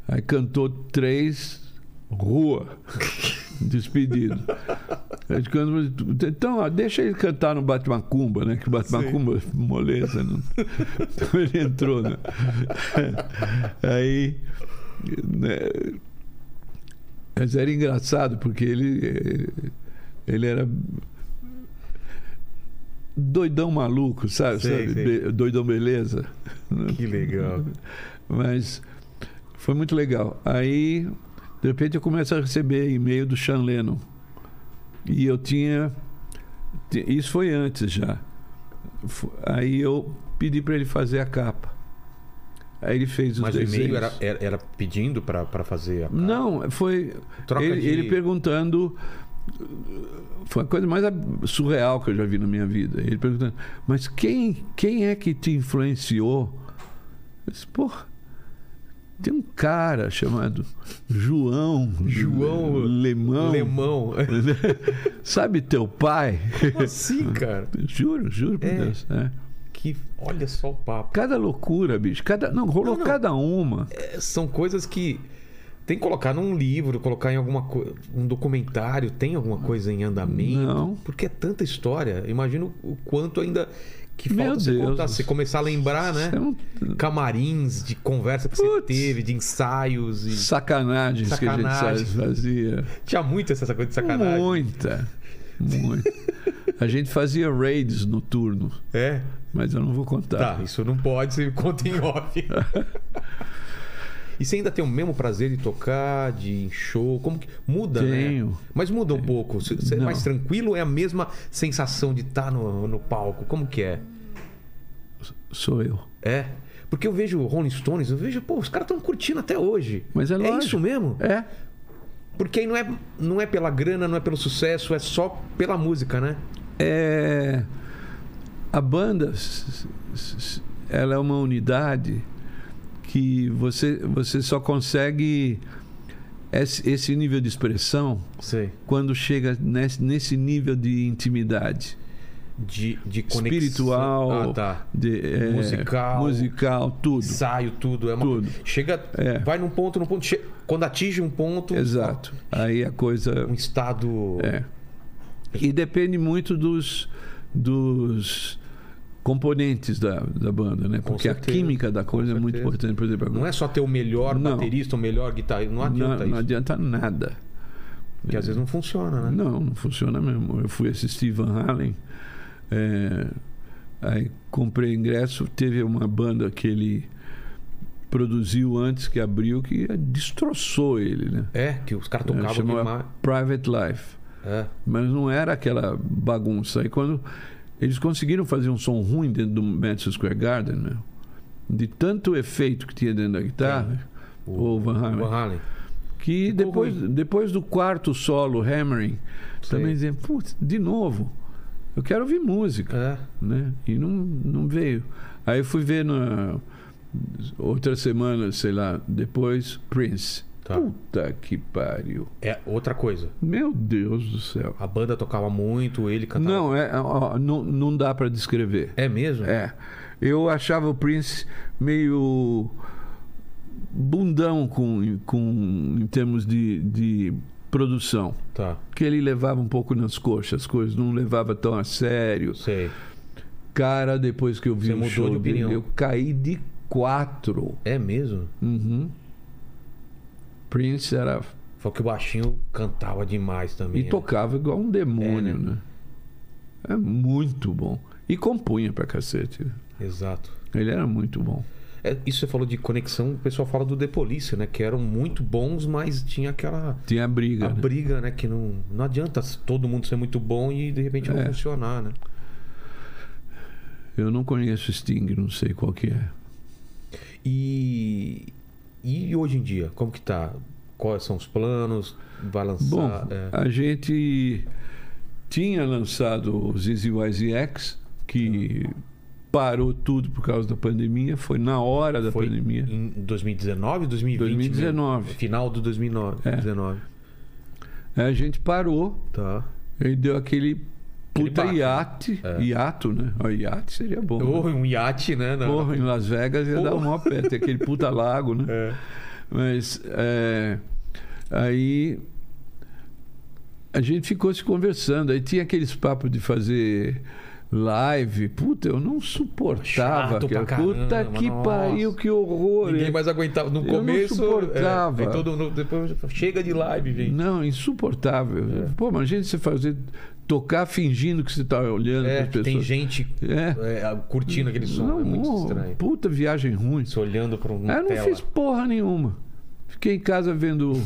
S3: Aí cantou três, rua, despedido. Eles cantam- Então, ó, deixa ele cantar no Batmacumba, né? Que Batmacumba, moleza. Não... Então ele entrou, né? Aí. né, Mas era engraçado, porque ele. eh, Ele era. Doidão maluco, sabe?
S1: Sei,
S3: Sabe?
S1: sei.
S3: Be- Doidão beleza. né?
S1: Que legal.
S3: Mas foi muito legal. Aí, de repente, eu começo a receber e-mail do Sean Lennon. E eu tinha. ti- Isso foi antes já. Fo- Aí eu pedi para ele fazer a capa. Aí ele fez os
S1: Mas o
S3: desenhos.
S1: e-mail era, era, era pedindo pra, pra fazer a
S3: Não, foi.
S1: troca
S3: ele,
S1: de...
S3: ele perguntando. Foi a coisa mais ab- surreal que eu já vi na minha vida. Ele perguntando, mas quem, quem é que te influenciou? Eu disse, porra, tem um cara chamado João.
S1: João
S3: Lemão.
S1: Lemão.
S3: Sabe teu pai?
S1: Como assim, cara?
S3: Juro, juro por
S1: É.
S3: Deus. é.
S1: Que... Olha só o papo.
S3: Cada loucura, bicho. Cada, não, rolou
S1: Não, não.
S3: cada uma.
S1: É, São coisas que tem que colocar num livro, colocar em alguma co... um documentário, tem alguma coisa em andamento.
S3: Não.
S1: Porque é tanta história. Imagino o quanto ainda que
S3: Meu
S1: falta você
S3: Deus.
S1: contar, você começar a lembrar, né?
S3: Isso é um-
S1: Camarins de conversa que você
S3: Putz.
S1: teve, de ensaios e
S3: Sacanagens que a gente
S1: Sacanagem.
S3: sa- fazia.
S1: tinha muito essa coisa de sacanagem.
S3: Muita. Muita. A gente fazia raids noturno,
S1: É.
S3: mas eu não vou contar.
S1: Tá, isso não pode, você conta em off. e você ainda tem o mesmo prazer de tocar, de ir em show? Como que. Muda, né?
S3: Tenho.
S1: Mas muda um pouco. Você você é
S3: Não.
S1: mais tranquilo ou é a mesma sensação de estar no, no palco? Como que é?
S3: Sou eu.
S1: É. Porque eu vejo Rolling Stones, eu vejo, pô, os caras estão curtindo até hoje.
S3: Mas é lógico.
S1: isso mesmo?
S3: É?
S1: Porque aí não é, não é pela grana, não é pelo sucesso, é só pela música, né?
S3: É. A banda, s- s- s- ela é uma unidade que você, você só consegue esse esse nível de expressão
S1: Sei.
S3: quando chega nesse, nesse nível de intimidade.
S1: De, de conexão.
S3: Espiritual.
S1: Ah, tá.
S3: de, é,
S1: Musical.
S3: musical, tudo.
S1: Ensaio, tudo. É uma...
S3: Tudo.
S1: Chega,
S3: É.
S1: vai num ponto, num ponto. che- Quando atinge um ponto.
S3: Exato. Aí a coisa.
S1: Um estado.
S3: É. E depende muito dos, dos componentes da, da banda, né? Porque a
S1: certeza,
S3: química da coisa é muito
S1: certeza.
S3: importante. Por exemplo,
S1: Não é só ter o melhor
S3: Não.
S1: baterista, o melhor guitarrista. Não adianta
S3: não,
S1: isso.
S3: não adianta nada.
S1: Porque às vezes não funciona, né?
S3: Não, não funciona mesmo. Eu fui assistir Van Halen, é, aí comprei ingresso. Teve uma banda que ele produziu antes que abriu que destroçou ele, né?
S1: É, que os caras
S3: É,
S1: tocavam
S3: chamou
S1: demais.
S3: Private Life.
S1: É.
S3: mas não era aquela bagunça. E quando eles conseguiram fazer um som ruim dentro do Madison Square Garden, né? de tanto efeito que tinha dentro da guitarra, o Van Halen,
S1: né? Van Halen.
S3: que
S1: Ficou
S3: depois, depois do quarto solo, Hammering,
S1: Sei.
S3: também diziam, putz, de novo, eu quero ouvir música,
S1: É.
S3: né? E não, não veio. Aí eu fui ver na outra semana, sei lá, depois, Prince.
S1: Tá.
S3: Puta que pariu.
S1: É outra coisa.
S3: Meu Deus do céu.
S1: A banda tocava muito, ele cantava.
S3: Não, é, ó, não, não dá para descrever.
S1: É mesmo?
S3: É. Eu achava o Prince meio bundão com, com, em termos de, de produção.
S1: Tá,
S3: Que ele levava um pouco nas coxas, as coisas não levava tão a sério.
S1: sei.
S3: Cara, depois que eu vi
S1: Você
S3: o
S1: mudou
S3: show
S1: de opinião.
S3: dele, eu caí de quatro.
S1: É mesmo?
S3: Uhum. Prince era.
S1: Foi que o baixinho cantava demais também.
S3: E
S1: né?
S3: tocava igual um demônio,
S1: É, né?
S3: né? É muito bom. E compunha pra cacete. né?
S1: Exato.
S3: Ele era muito bom.
S1: É, isso você falou de conexão, o pessoal fala do The Police, né? Que eram muito bons, mas tinha aquela
S3: Tinha briga.
S1: a
S3: né?
S1: briga, né? Que não, não adianta todo mundo ser muito bom e de repente não
S3: É.
S1: funcionar, né?
S3: Eu não conheço Sting, não sei qual que é.
S1: E, e hoje em dia, como que tá? Quais são os planos? Vai lançar?
S3: Bom,
S1: é,
S3: a gente tinha lançado o ZZYZX, que parou tudo por causa da pandemia. Foi na hora da
S1: É. foi
S3: pandemia.
S1: em 2019, 2020?
S3: 2019.
S1: mesmo? né? Final do 2009,
S3: É.
S1: 2019.
S3: Aí A gente parou
S1: Tá.
S3: e deu aquele
S1: Aquele
S3: puta
S1: baque, né?
S3: iate. Hiato, né? O iate seria bom. né?
S1: Ou um iate, né? Não.
S3: Porra, em Las Vegas ia dar um maior pé, tem aquele puta lago, né?
S1: É.
S3: Mas é, aí a gente ficou se conversando. Aí tinha aqueles papos de fazer live. Puta, eu não suportava.
S1: Chato
S3: cara.
S1: pra
S3: Puta
S1: caramba,
S3: que
S1: nossa.
S3: pariu, que horror.
S1: Ninguém mais aguentava. No
S3: Eu não
S1: começo.
S3: suportava.
S1: é, aí todo mundo- depois chega de live, gente. É.
S3: Não, insuportável. Pô, mas gente você fazer tocar fingindo que você tá olhando
S1: É,
S3: para as pessoas.
S1: tem gente
S3: É.
S1: é, curtindo aquele som.
S3: Não,
S1: é muito
S3: ó,
S1: estranho.
S3: Puta viagem ruim.
S1: Se olhando pra uma
S3: Aí eu não
S1: tela.
S3: fiz porra nenhuma. Fiquei em casa vendo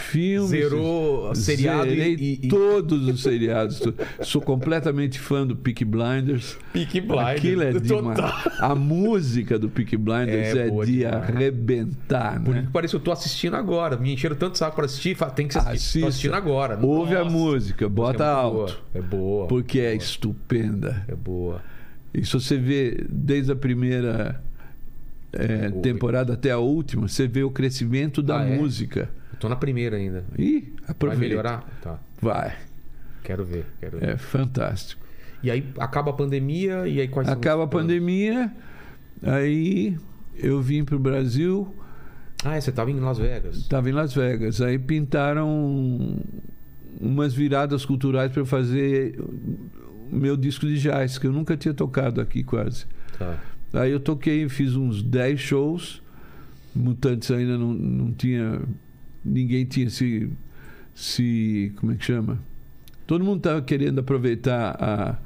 S3: filmes.
S1: Ah, Zerou seriado
S3: zerei
S1: e, e, e
S3: todos os seriados. Sou completamente fã do Peak Blinders.
S1: Peaky Blinders.
S3: Aquilo é demais.
S1: Total.
S3: A música do Peak Blinders
S1: É
S3: é,
S1: boa
S3: de
S1: demais.
S3: arrebentar,
S1: Por
S3: né?
S1: isso que parece, eu tô assistindo agora. Me encheram tanto saco pra assistir. fala, Tem que assistir.
S3: Assista.
S1: Tô assistindo agora.
S3: Ouve a
S1: Nossa,
S3: música, bota
S1: é muito
S3: alto.
S1: Boa. É boa.
S3: Porque é estupenda.
S1: É boa.
S3: Isso você vê desde a primeira eh,
S1: O-
S3: temporada até a última, você vê o crescimento da
S1: Ah, é?
S3: música.
S1: Eu tô na primeira ainda.
S3: Ih,
S1: Vai
S3: aproveita.
S1: melhorar? Tá.
S3: Vai.
S1: Quero ver. Quero ver.
S3: É fantástico.
S1: E aí acaba a pandemia e aí quais são os
S3: Acaba a
S1: planos?
S3: pandemia, aí eu vim para o Brasil,
S1: Ah, é, você tava em Las Vegas.
S3: estava em Las Vegas. Aí pintaram umas viradas culturais para fazer o meu disco de jazz, que eu nunca tinha tocado aqui quase.
S1: Tá.
S3: Aí eu toquei, fiz uns 10 shows. Mutantes ainda não, não tinha. Ninguém tinha se. se como é que chama? Todo mundo estava querendo aproveitar a,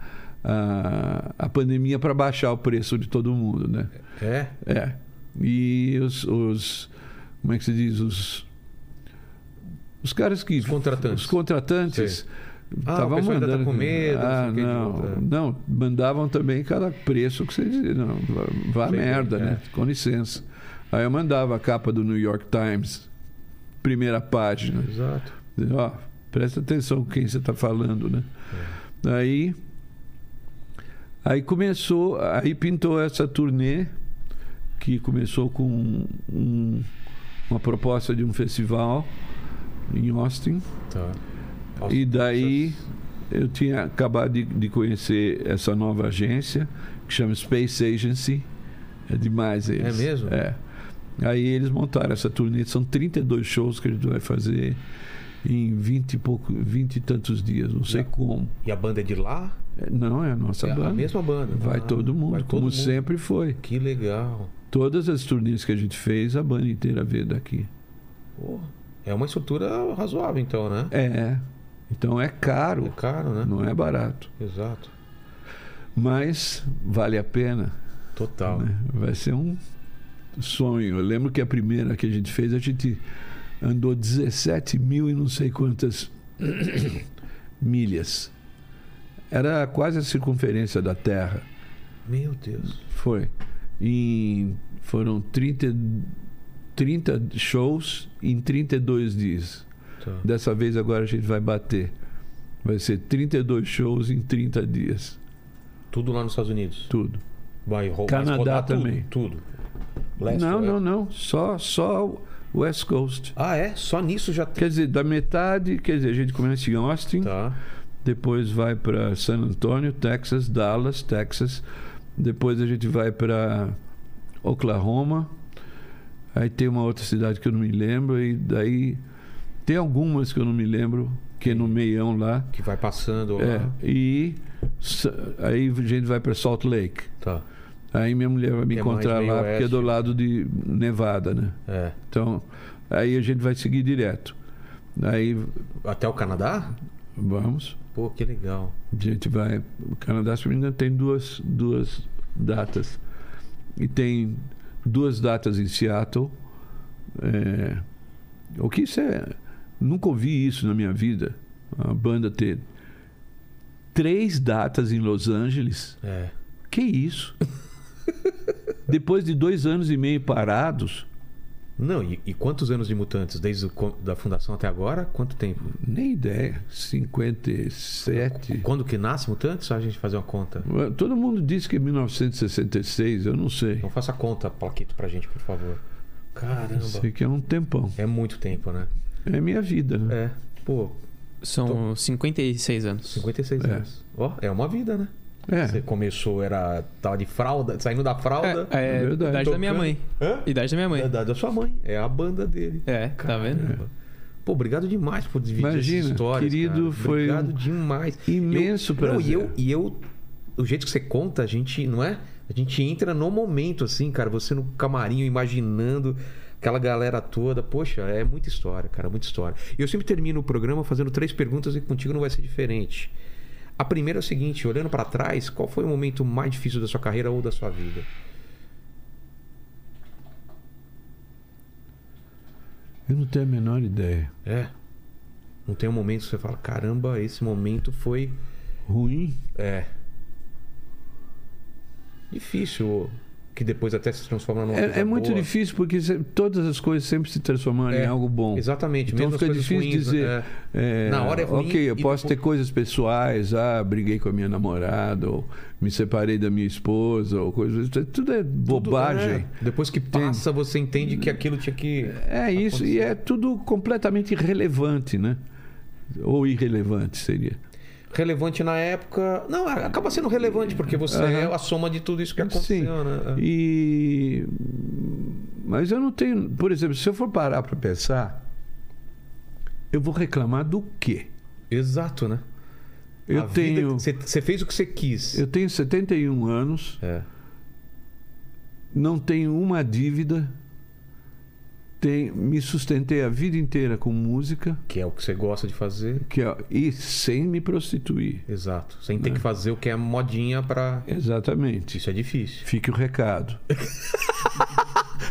S3: a, a pandemia para baixar o preço de todo mundo, né?
S1: É?
S3: É. E os. os- como é que se diz? Os. Os caras que.
S1: Os contratantes.
S3: Os contratantes.
S1: Ah, o
S3: tavam
S1: pessoal ainda tá com medo, não sei
S3: Ah,
S1: o que,
S3: não.
S1: de volta.
S3: Não, mandavam também cada preço que vocês. Não, vá- vá
S1: Sei bem,
S3: merda,
S1: é.
S3: né? Com licença. Aí eu mandava a capa do New York Times, primeira página.
S1: Exato.
S3: Ó, presta atenção com quem você está falando, né?
S1: É.
S3: Aí, aí começou, aí pintou essa turnê que começou com um- uma proposta de um festival em Austin.
S1: Tá.
S3: E daí eu tinha acabado de, de conhecer essa nova agência que chama Space Agency. É demais eles.
S1: É mesmo?
S3: É. Aí eles montaram essa turnê, são 32 shows que a gente vai fazer em 20 e pouco, 20 e tantos dias, não sei
S1: Já.
S3: como.
S1: E a banda é de lá?
S3: É, Não, é a nossa
S1: é
S3: banda.
S1: a mesma banda.
S3: Vai
S1: Ah,
S3: todo mundo,
S1: vai todo
S3: como
S1: mundo.
S3: sempre foi.
S1: Que legal.
S3: Todas as turnês que a gente fez, a banda inteira veio daqui.
S1: Pô, É uma estrutura razoável, então, né?
S3: É. Então é
S1: É
S3: caro,
S1: caro, né?
S3: não é barato.
S1: Exato.
S3: Mas vale a pena.
S1: Total.
S3: né? Vai ser um sonho. Eu lembro que a primeira que a gente fez, a gente andou 17 mil e não sei quantas milhas. Era quase a circunferência da Terra.
S1: Meu Deus.
S3: Foi. Em, foram 30, 30 shows em 32 dias.
S1: Tá.
S3: Dessa vez agora a gente vai bater. Vai ser 32 shows em 30 dias.
S1: Tudo lá nos Estados Unidos.
S3: Tudo.
S1: Vai ro-
S3: Canadá
S1: vai rodar tudo,
S3: também.
S1: Tudo.
S3: não,
S1: oeste.
S3: não, não. Só, só West Coast.
S1: Ah, é? Só nisso já tem.
S3: Quer dizer, da metade, quer dizer, a gente começa em Austin,
S1: Tá.
S3: depois vai para San Antonio, Texas, Dallas, Texas, depois a gente vai para Oklahoma, aí tem uma outra cidade que eu não me lembro, e daí tem algumas que eu não me lembro, que é no meião lá.
S1: Que vai passando lá.
S3: É, e sa- aí a gente vai para Salt Lake.
S1: Tá.
S3: Aí minha mulher vai me
S1: Que é mais
S3: encontrar
S1: meio
S3: lá, porque é do
S1: oeste.
S3: lado de Nevada, né?
S1: É.
S3: Então, aí a gente vai seguir direto. Aí
S1: Até o Canadá?
S3: vamos.
S1: Pô, que legal.
S3: A gente vai. O Canadá, se não me engano, tem duas, duas datas. E tem duas datas em Seattle. É, o que isso é. Nunca ouvi isso na minha vida. A banda ter três datas em Los Angeles.
S1: É.
S3: Que isso? Depois de dois anos e meio parados,
S1: Não, e, e quantos anos de mutantes? Desde o con- da fundação até agora? Quanto tempo?
S3: nem ideia. 57.
S1: Quando que nasce mutantes? Só a gente fazer uma conta.
S3: Todo mundo diz que é 1966, eu não sei.
S1: Não Então faça conta, Plaquito, pra gente, por favor. Caramba.
S3: Sei que é um tempão.
S1: É muito tempo, né?
S3: É minha vida, né?
S1: É. Pô,
S2: São 56 anos.
S1: 56
S3: É.
S1: anos. Ó, é uma vida, né?
S3: É.
S1: Você começou, era. Tava de fralda, saindo da fralda.
S2: É, é,
S3: verdade.
S2: idade da minha
S3: É.
S1: Tocando.
S2: mãe.
S1: Hã?
S2: Idade da minha mãe.
S1: Da, da- da sua mãe. É a É banda dele.
S2: É, tá vendo?
S1: Caramba. Pô, obrigado demais por dividir
S3: Imagina,
S1: essas histórias.
S3: querido,
S1: cara.
S3: foi
S1: Obrigado
S3: um
S1: demais.
S3: imenso
S1: É. eu, Não,
S3: prazer.
S1: e eu, e eu, o jeito que você conta, a gente, não é? A gente entra no momento, assim, cara. Você no camarim, eu imaginando aquela galera toda. Poxa, é muita história, cara, muita história. E eu sempre termino o programa fazendo três perguntas e contigo não vai ser diferente. A primeira é o seguinte, olhando pra trás, qual foi o momento mais difícil da sua carreira ou da sua vida?
S3: Eu não tenho a menor ideia.
S1: É. Não tem um momento que você fala, caramba, esse momento foi.
S3: Ruim?
S1: É. Difícil. ou Que depois até se transforma numa. coisa
S3: É, é muito
S1: boa.
S3: difícil porque se- todas as coisas sempre se transformaram
S1: É,
S3: em algo bom.
S1: Exatamente.
S3: Então
S1: mesmo as
S3: fica
S1: coisas
S3: difícil
S1: ruins,
S3: dizer.
S1: né?
S3: É,
S1: Na hora é ruim
S3: Ok, eu
S1: e depois-
S3: posso ter coisas pessoais. Ah, briguei com a minha namorada, ou me separei da minha esposa, ou coisas. Tudo é
S1: Tudo,
S3: bobagem.
S1: é. Depois que passa, você entende que aquilo tinha que.
S3: É isso, e é tudo completamente irrelevante, né? Ou irrelevante seria.
S1: Relevante na época. Não, acaba sendo relevante, porque você é a soma de tudo isso que aconteceu, né?
S3: E mas eu não tenho, por exemplo, se eu for parar para pensar, eu vou reclamar do quê?
S1: Exato, né?
S3: Eu
S1: A vida-
S3: tenho,
S1: Você você fez o que você quis.
S3: eu tenho 71 anos,
S1: É.
S3: não tenho uma dívida, tenho, me sustentei a vida inteira com música,
S1: Que é o que você gosta de fazer.
S3: que é, e sem me prostituir.
S1: Exato. Sem ter que fazer o que é modinha pra.
S3: Exatamente.
S1: Isso é difícil.
S3: Fique o recado.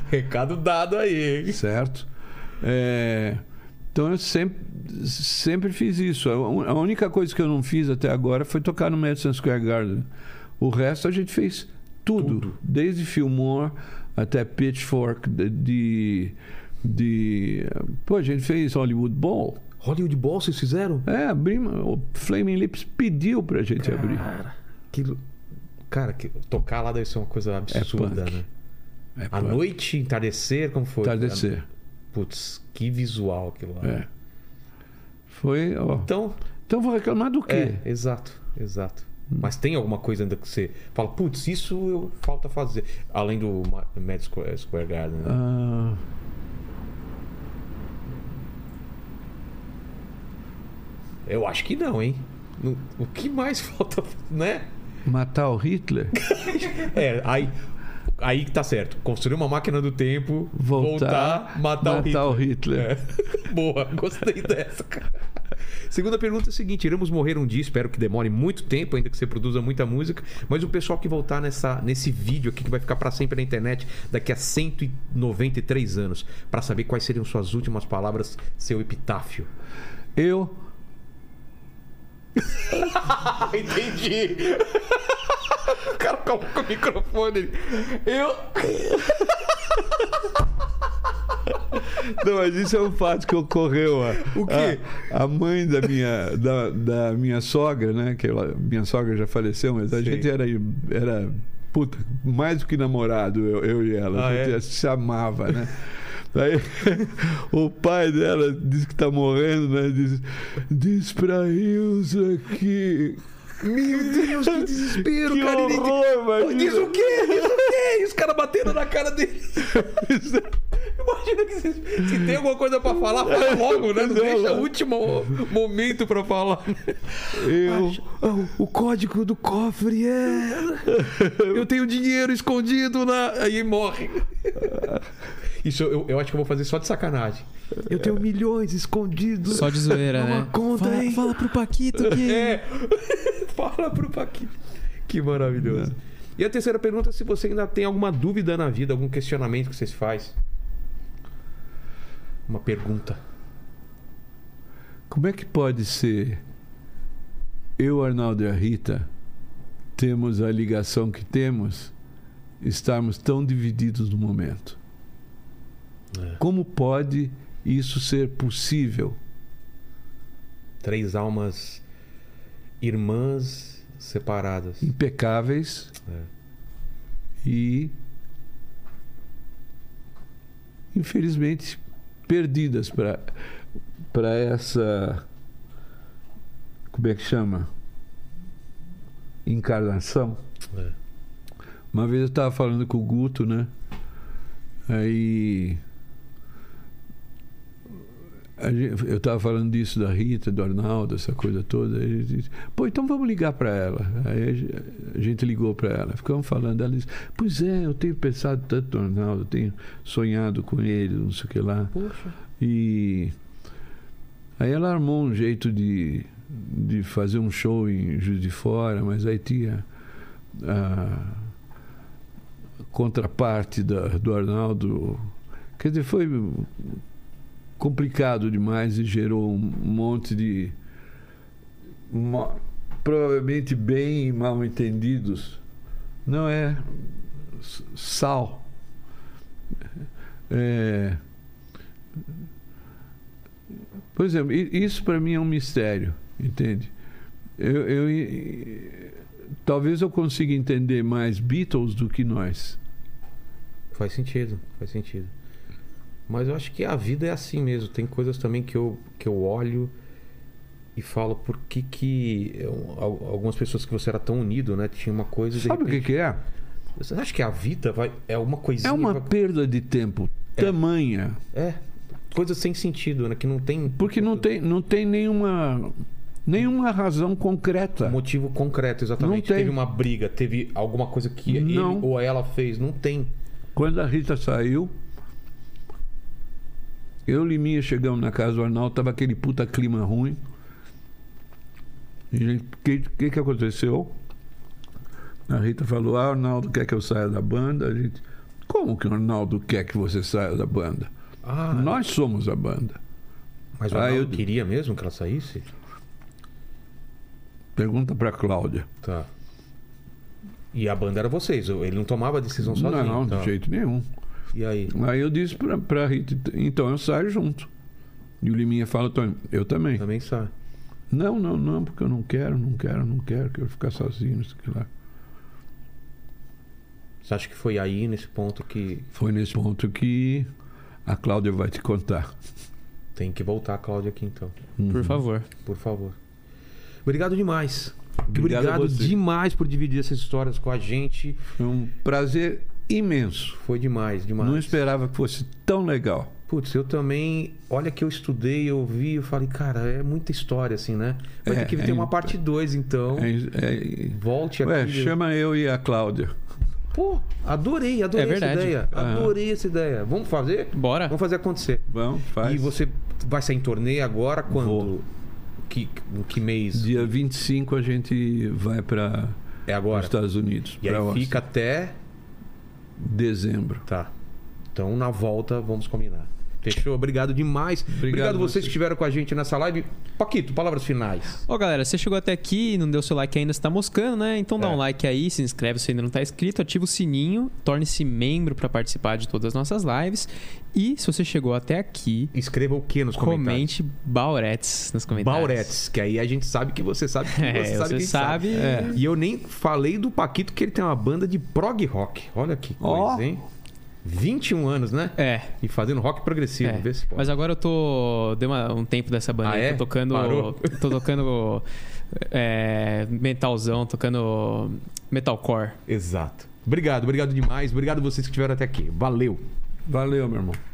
S1: Recado dado aí. hein?
S3: certo? É, então eu sempre, sempre fiz isso. A un- a única coisa que eu não fiz até agora foi tocar no Madison Square Garden. O resto a gente fez tudo, desde Fillmore até Pitchfork, de, de, de- Pô, a gente fez Hollywood Bowl.
S1: Hollywood Bowl, vocês fizeram?
S3: É, abrimos. O Flaming Lips pediu pra gente abrir.
S1: Cara, que. lu- Cara, que... tocar lá deve ser uma coisa absurda,
S3: punk.
S1: né?
S3: É,
S1: A
S3: pô,
S1: noite, entardecer, como foi?
S3: Entardecer.
S1: Putz, que visual aquilo lá.
S3: Tá É. Foi, ó.
S1: Então,
S3: Então vou reclamar do quê? Hum.
S1: é, exato, exato. Mas tem alguma coisa ainda que você fala, putz, isso eu falta fazer. Além do Ma- Madison Square- Square Garden, né?
S3: Ah.
S1: Eu acho que não, hein? No- O que mais falta, né?
S3: matar o Hitler?
S1: É, aí, aí que tá certo. Construir uma máquina do tempo,
S3: Voltar,
S1: voltar, matar, o Hitler.
S3: Hitler.
S1: É. Boa, gostei dessa, cara. Segunda pergunta é a seguinte: iremos morrer um dia, espero que demore muito tempo, ainda que você produza muita música. Mas o pessoal que voltar nessa, nesse vídeo aqui, que vai ficar pra sempre na internet daqui a 193 anos, pra saber quais seriam suas últimas palavras, seu epitáfio.
S3: Eu
S1: Ah, entendi. o cara coloca o microfone. Eu.
S3: Não, mas isso é um fato que ocorreu. A,
S1: O quê?
S3: A, a mãe da minha, da, da minha sogra, né? Que ela, minha sogra já faleceu, mas a
S1: Sim.
S3: gente era, era puta, mais do que namorado, eu, eu e ela.
S1: Ah,
S3: a gente
S1: é?
S3: se amava, né? Daí o pai dela diz que tá morrendo, né? Diz, diz pra Ilza que.
S1: Meu Deus, que desespero,
S3: Que
S1: cara. Ele-
S3: horror, imagina.
S1: Diz um o quê? Diz o quê? E os caras batendo na cara dele. Imagina que se, se tem alguma coisa pra falar, fala logo, né? Não deixa o último momento pra falar.
S3: Eu.
S1: o código do cofre é. Eu tenho dinheiro escondido na. Aí morre. Isso eu, eu acho que eu vou fazer só de sacanagem. Eu tenho milhões escondidos.
S2: Só de zoeira,
S1: numa
S2: né?
S1: conta,
S2: fala,
S1: hein?
S2: fala pro Paquito que.
S1: É. Fala pro Paquito. Que maravilhoso. E a terceira pergunta é se você ainda tem alguma dúvida na vida, algum questionamento que vocês faz. Uma pergunta.
S3: Como é que pode ser eu, Arnaldo e a Rita temos a ligação que temos, estarmos tão divididos no momento?
S2: É.
S3: Como pode isso ser possível?
S1: Três almas irmãs separadas.
S3: Impecáveis e infelizmente perdidas para para essa como é que chama? Encarnação.
S1: É.
S3: Uma vez eu estava falando com o Guto, né? Aí. a gente- eu estava falando disso da Rita, do Arnaldo, essa coisa toda. e ele disse, Pô, então vamos ligar para ela. Aí a ge- a gente ligou para ela, ficamos falando. Ela disse: Pois é, eu tenho pensado tanto no Arnaldo, eu tenho sonhado com ele, não sei o que lá.
S1: Poxa.
S3: E aí ela armou um jeito de, de fazer um show em Juiz de Fora, mas aí tinha a contraparte da, do Arnaldo. Quer dizer, foi complicado demais e gerou um monte de. mo- provavelmente bem mal entendidos. Não é s- sal. É, por exemplo, i- isso para mim é um mistério, entende? Eu, eu i- talvez eu consiga entender mais Beatles do que nós.
S1: Faz sentido, faz sentido. Mas eu acho que a vida é assim mesmo. Tem coisas também que eu, que eu olho e falo por que que eu- al- algumas pessoas que você era tão unido, né? Tinha uma coisa e de
S3: Sabe o que,
S1: repente-
S3: que é?
S1: Você acha que a vida vai é uma coisinha?
S3: É uma
S1: vai-
S3: perda de tempo
S1: É.
S3: tamanha,
S1: É. Coisas sem sentido, né? Que não tem
S3: porque não tem, não tem nenhuma, nenhuma razão concreta.
S1: motivo concreto, exatamente.
S3: Não tem.
S1: Teve uma briga, teve alguma coisa que
S3: Não.
S1: ele ou ela fez. Não tem.
S3: Quando a Rita saiu, eu e Liminha chegamos na casa do Arnaldo, tava aquele puta clima ruim. E gente, o que, que que aconteceu? A Rita falou, ah, Arnaldo quer que eu saia da banda. A gente, como que o Arnaldo quer que você saia da banda?
S1: Ah,
S3: Nós somos a banda.
S1: mas o
S3: Ah,
S1: Arnaldo
S3: eu-
S1: queria mesmo que ela saísse?
S3: Pergunta pra Cláudia.
S1: Tá. E a banda era vocês, ele não tomava a decisão sozinho.
S3: não,
S1: tá.
S3: de jeito nenhum.
S1: E aí?
S3: Aí eu disse pra, pra Rita, então eu saio junto. E o Liminha fala, "Então, eu também.
S1: Também sabe.
S3: Não, não, não, porque eu não quero, não quero, não quero, quero ficar sozinho, não sei o que lá.
S1: Você acha que foi aí, nesse ponto, que
S3: Foi nesse ponto que a Cláudia vai te contar. Uhum.
S1: tem que voltar a Cláudia aqui, então?
S2: Por favor.
S1: Por favor. Obrigado demais.
S3: Obrigado a você.
S1: demais por dividir essas histórias com a gente.
S3: Foi um prazer imenso.
S1: Foi demais, demais.
S3: Não esperava que fosse tão legal.
S1: Putz, eu também. Olha que eu estudei, eu vi, eu falei, cara, é muita história, assim, né? Vai
S3: É,
S1: ter que
S3: é
S1: ter uma
S3: imp-
S1: parte 2, então.
S3: É- é-
S1: Volte aqui.
S3: Ué, chama eu e a Cláudia.
S1: Pô, adorei, adorei
S2: É
S1: essa
S2: verdade.
S1: ideia.
S3: Aham.
S1: Adorei essa ideia. Vamos fazer?
S2: Bora.
S1: Vamos fazer acontecer.
S3: Vamos, faz.
S1: E você vai sair em torneio agora quando?
S3: Vou.
S1: Que, em que mês?
S3: Dia 25 a gente vai para
S1: É
S3: os
S1: agora.
S3: Estados Unidos.
S1: E aí
S3: pra Austin.
S1: fica até.
S3: dezembro.
S1: Tá. Então na volta vamos combinar. Fechou? Obrigado demais. Obrigado, vocês
S3: vocês.
S1: que estiveram com a gente nessa live. Paquito, palavras finais.
S2: Ó, galera, você chegou até aqui e não deu seu like ainda, você tá moscando, né? Então dá
S1: É.
S2: um like aí, se inscreve se ainda não tá inscrito, ativa o sininho, torne-se membro para participar de todas as nossas lives. E se você chegou até aqui,
S1: Escreva o que nos comentários?
S2: comente Bauretes nos comentários.
S1: Bauretes, que aí a gente sabe que você sabe que você
S2: É,
S1: sabe
S2: você
S1: que
S2: sabe. É.
S1: E eu nem falei do Paquito que ele tem uma banda de prog rock. Olha que coisa,
S3: Ó.
S1: hein? 21 anos, né?
S2: É.
S1: E fazendo rock progressivo,
S2: É,
S1: vê se pode.
S2: Mas agora eu tô. Deu uma- um tempo dessa banda
S1: Ah,
S2: aí.
S1: é?
S2: Tô tocando.
S1: Parou?
S2: Tô tocando. é, metalzão, tocando metalcore.
S1: Exato. Obrigado, obrigado demais. Obrigado vocês que estiveram até aqui. Valeu.
S3: Valeu, meu irmão.